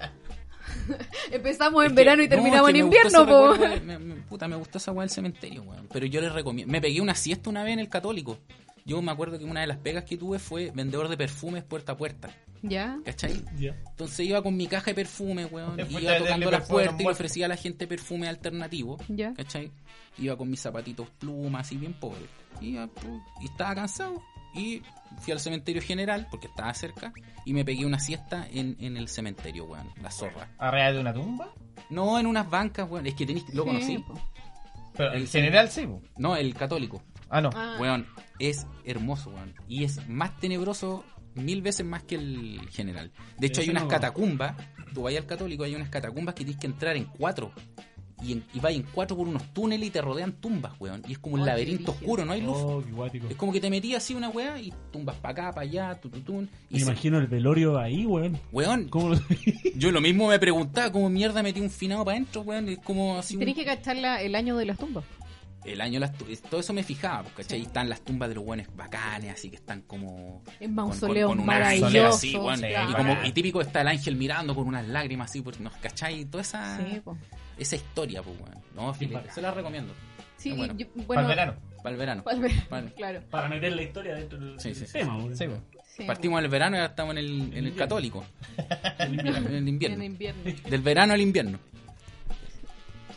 Speaker 4: Empezamos en
Speaker 3: Es que-
Speaker 4: verano y
Speaker 3: no,
Speaker 4: terminamos
Speaker 3: es que
Speaker 4: en
Speaker 3: me gustó
Speaker 4: invierno,
Speaker 3: ese
Speaker 4: po.
Speaker 3: recuerdo de- me- me- Puta, me gustó esa weá del cementerio, weón. Pero yo les recomiendo. Me pegué una siesta una vez en el católico. Yo me acuerdo que una de las pegas que tuve fue vendedor de perfumes puerta a puerta.
Speaker 4: ¿Ya?
Speaker 3: ¿Cachai?
Speaker 2: ya.
Speaker 3: Entonces iba con mi caja de perfume, weón.
Speaker 1: Después
Speaker 3: Iba
Speaker 1: de-
Speaker 3: tocando
Speaker 1: de-
Speaker 3: las
Speaker 1: perfume
Speaker 3: puertas y le
Speaker 1: envuelto.
Speaker 3: ofrecía a la gente perfume alternativo.
Speaker 4: Ya.
Speaker 3: ¿Cachai? Iba con mis zapatitos plumas y bien pobre. Iba, pu, y estaba cansado. Y fui al cementerio general, porque estaba cerca, y me pegué una siesta en, en el cementerio, weón. La zorra.
Speaker 1: ¿Arrea de una tumba?
Speaker 3: No en unas bancas, weón. Es que tenés... ¿Lo
Speaker 4: Sí,
Speaker 3: conocí?
Speaker 4: po.
Speaker 1: Pero
Speaker 3: El
Speaker 1: en general sí, po.
Speaker 3: No, el católico.
Speaker 1: Ah, no.
Speaker 4: Ah,
Speaker 3: Weón, es hermoso, weón. Y es más tenebroso mil veces más que el general. De hecho,
Speaker 2: Eso
Speaker 3: hay unas
Speaker 2: no.
Speaker 3: catacumbas. Tú vas al católico, hay unas catacumbas que tienes que entrar en cuatro. Y, en, y vas en cuatro por unos túneles y te rodean tumbas, weón. Y es como un
Speaker 4: Oh, qué
Speaker 3: laberinto
Speaker 4: brígido.
Speaker 3: oscuro, no hay luz.
Speaker 2: Oh, qué guático.
Speaker 3: Es como que te metías así una weá y tumbas para acá, para allá, tututun.
Speaker 2: Me
Speaker 3: Y se-
Speaker 2: imagino el velorio ahí, weón.
Speaker 3: weón,
Speaker 2: ¿Cómo lo
Speaker 3: yo lo mismo me preguntaba, ¿cómo mierda metí un finado para adentro, weón? Es como así. un-
Speaker 4: Tenés que cachar la- el año de las tumbas.
Speaker 3: El año, las tu- todo eso me fijaba, pues, ¿cachai? Y están las tumbas de los weones bacanes, así que están como.
Speaker 4: En
Speaker 3: con- con-
Speaker 4: mausoleos
Speaker 3: con una
Speaker 4: maravillosos.
Speaker 3: mausoleo así, weón.
Speaker 4: claro.
Speaker 3: y, como, y típico está el ángel mirando con unas lágrimas así, porque nos cachai, toda esa,
Speaker 4: Sí, po.
Speaker 3: esa historia, pues, weón. No, Felipe,
Speaker 2: bacán.
Speaker 3: se la recomiendo.
Speaker 4: Sí,
Speaker 3: Ah, Bueno,
Speaker 4: yo-
Speaker 1: Para
Speaker 4: bueno,
Speaker 1: el verano.
Speaker 3: Para el verano.
Speaker 4: pa'l verano,
Speaker 3: Vale.
Speaker 4: claro.
Speaker 2: Para meter la historia dentro del
Speaker 3: Sí, sí, sí.
Speaker 2: tema, weón.
Speaker 1: Sí, weón.
Speaker 4: sí,
Speaker 3: Partimos del verano y ahora estamos en el, en el
Speaker 2: invierno.
Speaker 3: católico. En el
Speaker 4: bueno, en
Speaker 3: invierno.
Speaker 4: invierno.
Speaker 3: Del verano al invierno.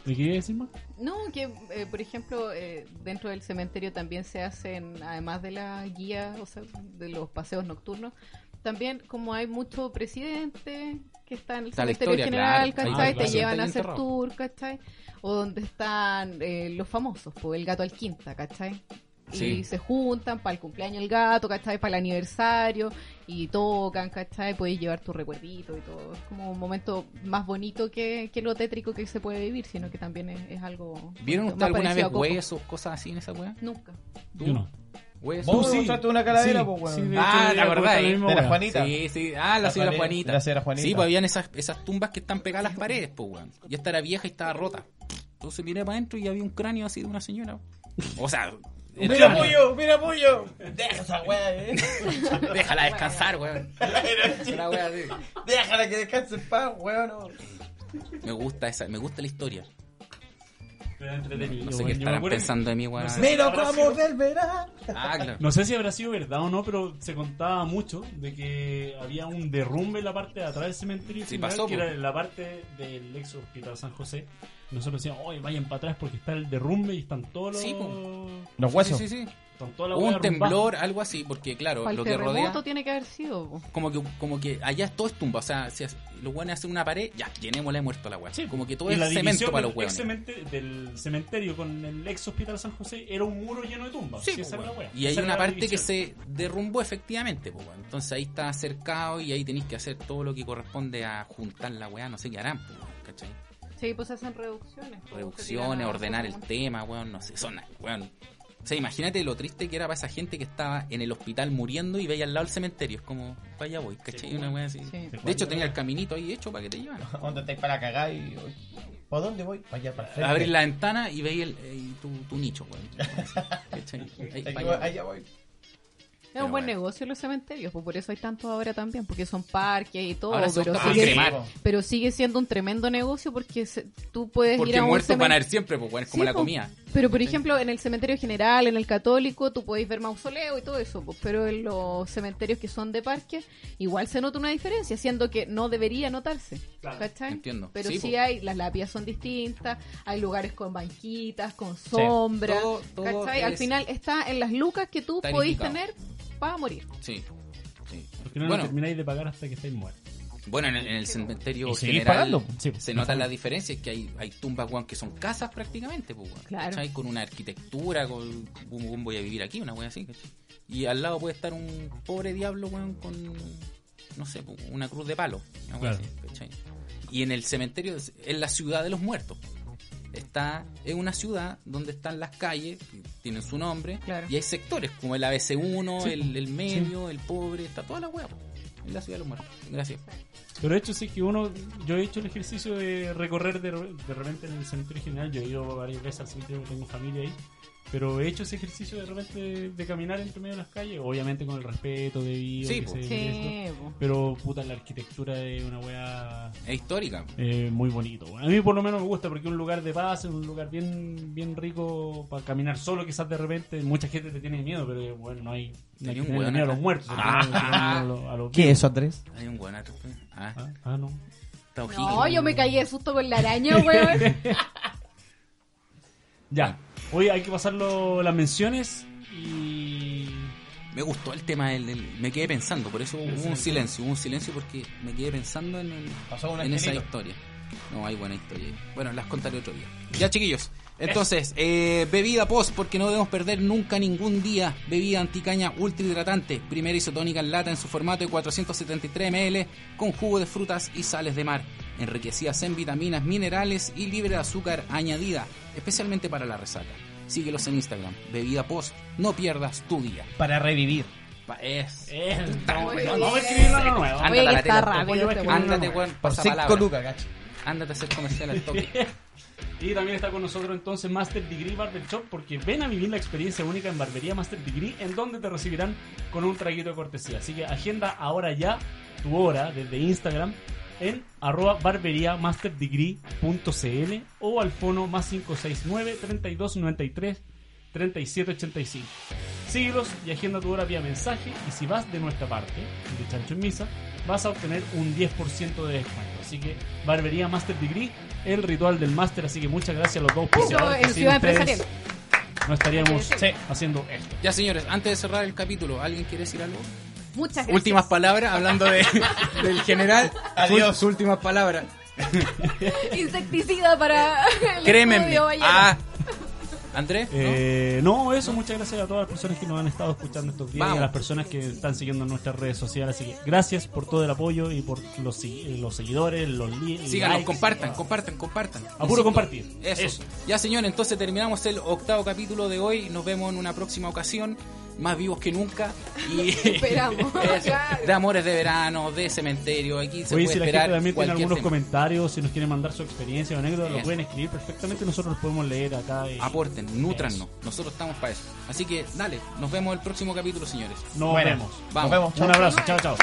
Speaker 2: ¿Me querías decir más?
Speaker 4: No, que eh, por ejemplo, eh, dentro del cementerio también se hacen, además de la guía, o sea, de los paseos nocturnos, también como hay mucho presidente que está en el
Speaker 3: Está la
Speaker 4: cementerio
Speaker 3: historia,
Speaker 4: general,
Speaker 3: claro.
Speaker 4: ¿cachai?
Speaker 2: Ah,
Speaker 4: Te
Speaker 2: claro.
Speaker 4: llevan a
Speaker 3: Ahí
Speaker 4: hacer
Speaker 3: enterrado.
Speaker 4: tour, ¿cachai? O donde están eh, los famosos, pues el gato al quinta, ¿cachai?
Speaker 3: Sí.
Speaker 4: Y se juntan para el cumpleaños del gato, ¿cachai? Para el aniversario y tocan, ¿cachai? Puedes llevar tu recuerdito y todo. Es como un momento más bonito que, que lo tétrico que se puede vivir, sino que también es, es algo.
Speaker 3: ¿Vieron
Speaker 4: más
Speaker 3: ustedes alguna
Speaker 4: parecido
Speaker 3: vez
Speaker 4: a Coco.
Speaker 3: huesos, cosas así en esa weá?
Speaker 4: Nunca.
Speaker 3: ¿Tú?
Speaker 2: Yo no.
Speaker 3: ¿Huesos?
Speaker 1: Vos
Speaker 2: Tú sí.
Speaker 1: mostraste una calavera,
Speaker 2: Sí,
Speaker 1: pues, weón.
Speaker 2: sí, de
Speaker 3: Ah,
Speaker 2: hecho,
Speaker 3: ¿te
Speaker 2: yo iba a contar
Speaker 3: acordáis?
Speaker 2: la misma
Speaker 1: De la
Speaker 2: weá.
Speaker 1: Juanita.
Speaker 3: Sí, sí. Ah, la,
Speaker 1: La
Speaker 3: señora
Speaker 1: Juanita-
Speaker 3: Juanita.
Speaker 1: la señora Juanita.
Speaker 3: Sí, pues habían esas, esas tumbas que están pegadas a las paredes, pues, weón. Y esta era vieja y estaba rota. Entonces miré para adentro y había un cráneo así de una señora. O sea, era-
Speaker 1: ¡Mira pollo! ¡Mira pollo! Deja esa weá, eh.
Speaker 3: déjala descansar, weón. Una wea así.
Speaker 1: Déjala que descanse en paz, weón. no.
Speaker 3: Me gusta esa, me gusta la historia.
Speaker 2: Pero entretenido,
Speaker 3: No sé
Speaker 2: weón.
Speaker 3: qué
Speaker 2: Yo me
Speaker 3: estarán
Speaker 2: acuerdo que-
Speaker 3: pensando de mí, weón.
Speaker 2: No sé.
Speaker 1: Mira cómo del verano.
Speaker 3: Ah, claro.
Speaker 2: No sé si habrá sido verdad o no, pero se contaba mucho de que había un derrumbe en la parte de atrás del cementerio
Speaker 3: Sí,
Speaker 2: general,
Speaker 3: pasó,
Speaker 2: que
Speaker 3: po.
Speaker 2: era la parte del ex hospital San José. Nosotros decíamos, oye, vayan para atrás porque está el derrumbe y están todos los...
Speaker 3: Sí, po.
Speaker 1: Los huesos.
Speaker 3: Sí, sí, sí.
Speaker 2: están toda la
Speaker 3: Hubo
Speaker 2: hueá
Speaker 3: un
Speaker 2: arrumbada.
Speaker 3: temblor, algo así, porque claro,
Speaker 4: Para el
Speaker 3: lo que rodea.
Speaker 4: terremoto tiene que haber sido. po.
Speaker 3: Como que, como que allá todo es tumba, o sea, si hace- los hueones hacen una pared, ya, llenémosla de muerto la weá.
Speaker 2: Sí, po.
Speaker 3: como que todo
Speaker 2: Y
Speaker 3: es
Speaker 2: la
Speaker 3: cemento
Speaker 2: división
Speaker 3: para
Speaker 2: del
Speaker 3: los hueones.
Speaker 2: ex cemente- del cementerio con el ex hospital San José era un muro lleno de tumbas.
Speaker 3: Sí,
Speaker 2: Sí,
Speaker 3: pues,
Speaker 2: esa era la
Speaker 3: weón.
Speaker 2: hueá.
Speaker 3: Y hay
Speaker 2: Esa era
Speaker 3: una
Speaker 2: la
Speaker 3: parte que
Speaker 2: división.
Speaker 3: se derrumbó efectivamente, pues, weón. entonces ahí está cercado y ahí tenéis que hacer todo lo que corresponde a juntar la weá, no sé qué harán, pues, weón, ¿cachai?
Speaker 4: Sí, pues hacen reducciones. po, se tiran
Speaker 3: Reducciones,
Speaker 4: a-
Speaker 3: ordenar el tema, weón, no sé, son, weón. O sea, imagínate lo triste que era para esa gente que estaba en el hospital muriendo y veía al lado el cementerio, es como, vaya voy, ¿cachai?
Speaker 2: Sí,
Speaker 3: una weá así.
Speaker 4: Sí.
Speaker 3: De hecho tenía el caminito ahí hecho para que te llevan.
Speaker 1: ¿Dónde estáis para cagar y. ¿Por dónde voy? Para allá, para el frente.
Speaker 3: Abrir la ventana y veis el, eh, tu, tu nicho, weón. ¿Cachai?
Speaker 1: Aquí
Speaker 3: Ahí, pa'
Speaker 1: voy,
Speaker 3: allá.
Speaker 1: allá voy.
Speaker 4: Es un
Speaker 3: Pero
Speaker 4: buen
Speaker 3: bueno.
Speaker 4: negocio los cementerios, pues por eso hay tantos ahora también, porque son parques y todo.
Speaker 3: Ahora se
Speaker 4: pero,
Speaker 3: opta
Speaker 1: Ah,
Speaker 3: por
Speaker 4: sigue,
Speaker 3: cremar.
Speaker 4: pero sigue siendo un tremendo negocio porque se- tú puedes ir
Speaker 3: Porque
Speaker 4: a un
Speaker 3: muertos van a
Speaker 4: cementerio.
Speaker 3: ir siempre, pues, weón, es como
Speaker 4: Sí,
Speaker 3: la
Speaker 4: po.
Speaker 3: comida.
Speaker 4: Pero por ejemplo, en el cementerio general, en el católico, tú podéis ver mausoleo y todo eso, pues, pero en los cementerios que son de parque, igual se nota una diferencia, siendo que no debería notarse.
Speaker 2: Claro.
Speaker 4: ¿cachai?
Speaker 3: Entiendo.
Speaker 4: Pero
Speaker 3: Sí,
Speaker 4: sí,
Speaker 3: po.
Speaker 4: hay, las lápidas son distintas, hay lugares con banquitas, con sombra.
Speaker 3: Todo- todo
Speaker 4: ¿cachai? Al
Speaker 3: es-
Speaker 4: final está en las lucas que tú
Speaker 3: Está
Speaker 4: podís
Speaker 3: indicado.
Speaker 4: tener para morir.
Speaker 3: Sí. sí.
Speaker 2: Porque no lo
Speaker 3: bueno,
Speaker 2: termináis de pagar hasta que estáis muertos.
Speaker 3: bueno, en el, en el cementerio
Speaker 1: Y seguir
Speaker 3: general
Speaker 1: pagando.
Speaker 2: Sí,
Speaker 3: se notan las diferencias que hay, hay tumbas weón, que son casas prácticamente, pues, weón,
Speaker 4: Claro.
Speaker 3: ¿cachai? Con una arquitectura, con como, como voy a vivir aquí, una wea así, ¿cachai? Y al lado puede estar un pobre diablo, weón, con no sé, pues, una cruz de palo, una wea
Speaker 2: Claro.
Speaker 3: así, ¿cachai? Y en el cementerio, en la ciudad de los muertos. Está en una ciudad donde están las calles, que tienen su nombre,
Speaker 4: Claro.
Speaker 3: y hay sectores como el ABC1,
Speaker 2: Sí,
Speaker 3: el, el medio, el pobre, está toda la wea po, en la ciudad de los muertos. Gracias.
Speaker 2: Pero de hecho sí que uno, yo he hecho el ejercicio de recorrer de, re- de repente en el cementerio general, yo he ido varias veces al cementerio porque tengo familia ahí, pero he hecho ese ejercicio de repente de, de caminar entre medio de las calles, obviamente con el respeto debido,
Speaker 3: Sí,
Speaker 2: que
Speaker 3: po.
Speaker 2: se-
Speaker 4: Sí,
Speaker 2: esto, pero puta la arquitectura es una weá
Speaker 3: Es histórica.
Speaker 2: eh, muy bonito. A mí por lo menos me gusta porque es un lugar de paz, es un lugar bien, bien rico para caminar solo, quizás de repente mucha gente te tiene miedo, pero eh, bueno, no hay, no hay
Speaker 3: Tenía
Speaker 2: que
Speaker 3: un
Speaker 2: tenerle
Speaker 3: weón
Speaker 2: miedo a los muertos,
Speaker 3: acá. Ah.
Speaker 2: hay que tenerle miedo a los, a los
Speaker 1: ¿Qué
Speaker 2: vivos.
Speaker 1: es eso, Andrés?
Speaker 3: Hay un guanato. Ah,
Speaker 2: Ah, ah, no.
Speaker 3: está ojique.
Speaker 4: No, yo me caí de susto con la araña, weón.
Speaker 2: Ya. Hoy hay que pasarlo las menciones y.
Speaker 3: Me gustó el tema del, del- Me quedé pensando, por eso hubo un silencio. Hubo un silencio porque me quedé pensando en, el-
Speaker 1: Pasó un
Speaker 3: en esa
Speaker 1: angelito.
Speaker 3: historia. No, hay buena historia. ahí. Bueno, las contaré otro día. Ya, chiquillos. Entonces, eh, bebida post, porque no debemos perder nunca ningún día. Bebida anticaña ultra hidratante, primera isotónica en lata en su formato de 473 ml, con jugo de frutas y sales de mar, enriquecidas en vitaminas, minerales y libre de azúcar añadida, especialmente para la resaca. Síguelos en Instagram, bebida post, no pierdas tu día.
Speaker 1: Para revivir.
Speaker 3: Pa- Es.
Speaker 2: Eh,
Speaker 4: Muy
Speaker 2: bueno,
Speaker 4: bien.
Speaker 2: Vamos a escribirlo de nuevo.
Speaker 4: Oye,
Speaker 3: Ándate a
Speaker 4: que
Speaker 3: la
Speaker 4: está
Speaker 3: tele,
Speaker 4: rápido este weón.
Speaker 3: Ándate, weón,
Speaker 1: Por
Speaker 3: pasa
Speaker 1: cinco
Speaker 3: palabra.
Speaker 1: lucas, cacho.
Speaker 3: Ándate a hacer comercial al toque.
Speaker 2: Y también está con nosotros entonces Master Degree Barber Shop porque ven a vivir la experiencia única en Barbería Master Degree en donde te recibirán con un traguito de cortesía. Así que agenda ahora ya tu hora desde Instagram en arroba barberiamasterdegree.cl o al fono más 569 3293 3785. Síguelos y agenda tu hora vía mensaje y si vas de nuestra parte, de Chancho en Misa, vas a obtener un 10% de descuento. Así que Barbería Master Degree, el ritual del máster, así que muchas gracias a los dos auspiciadores, que
Speaker 4: en
Speaker 2: sin
Speaker 4: Ciudad
Speaker 2: ustedes
Speaker 4: Empresarial.
Speaker 2: No estaríamos
Speaker 1: Sí.
Speaker 2: haciendo esto.
Speaker 3: Ya, señores, antes de cerrar el capítulo, ¿alguien quiere decir algo?
Speaker 4: Muchas gracias.
Speaker 3: Últimas palabras, hablando de, del general.
Speaker 1: Adiós.
Speaker 3: Sus últimas palabras.
Speaker 4: Insecticida para el
Speaker 3: Crémenme.
Speaker 4: estudio, vayan.
Speaker 3: Ah. Andrés, ¿no?
Speaker 2: Eh, no, eso, muchas gracias a todas las personas que nos han estado escuchando estos días
Speaker 3: Vamos.
Speaker 2: y a las personas que están siguiendo en nuestras redes sociales. Así que gracias por todo el apoyo y por los, si- eh, los seguidores, los likes.
Speaker 3: síganos,
Speaker 2: likes.
Speaker 3: compartan, compartan, compartan.
Speaker 2: A puro
Speaker 3: Necesito-
Speaker 2: compartir.
Speaker 3: Eso.
Speaker 2: Eso.
Speaker 3: Ya, señor, entonces terminamos el octavo capítulo de hoy. Nos vemos en una próxima ocasión. Más vivos que nunca. Y
Speaker 4: Esperamos.
Speaker 3: Eso.
Speaker 4: Claro.
Speaker 3: De amores de verano, de cementerio. Aquí se
Speaker 2: Oye,
Speaker 3: puede
Speaker 2: si la gente
Speaker 3: esperar
Speaker 2: también tiene
Speaker 3: cualquier
Speaker 2: algunos
Speaker 3: tema.
Speaker 2: comentarios, si nos quieren mandar su experiencia o anécdota, lo
Speaker 3: Eso.
Speaker 2: pueden escribir perfectamente. Nosotros los podemos leer acá. eh. y-
Speaker 3: Aporten, nutrannos. Nosotros estamos para eso. Así que, dale, nos vemos el próximo capítulo, señores.
Speaker 2: Nos
Speaker 1: Bueno,
Speaker 2: vemos.
Speaker 1: Nos
Speaker 3: Vamos.
Speaker 1: vemos.
Speaker 2: Un abrazo. Chao, chao.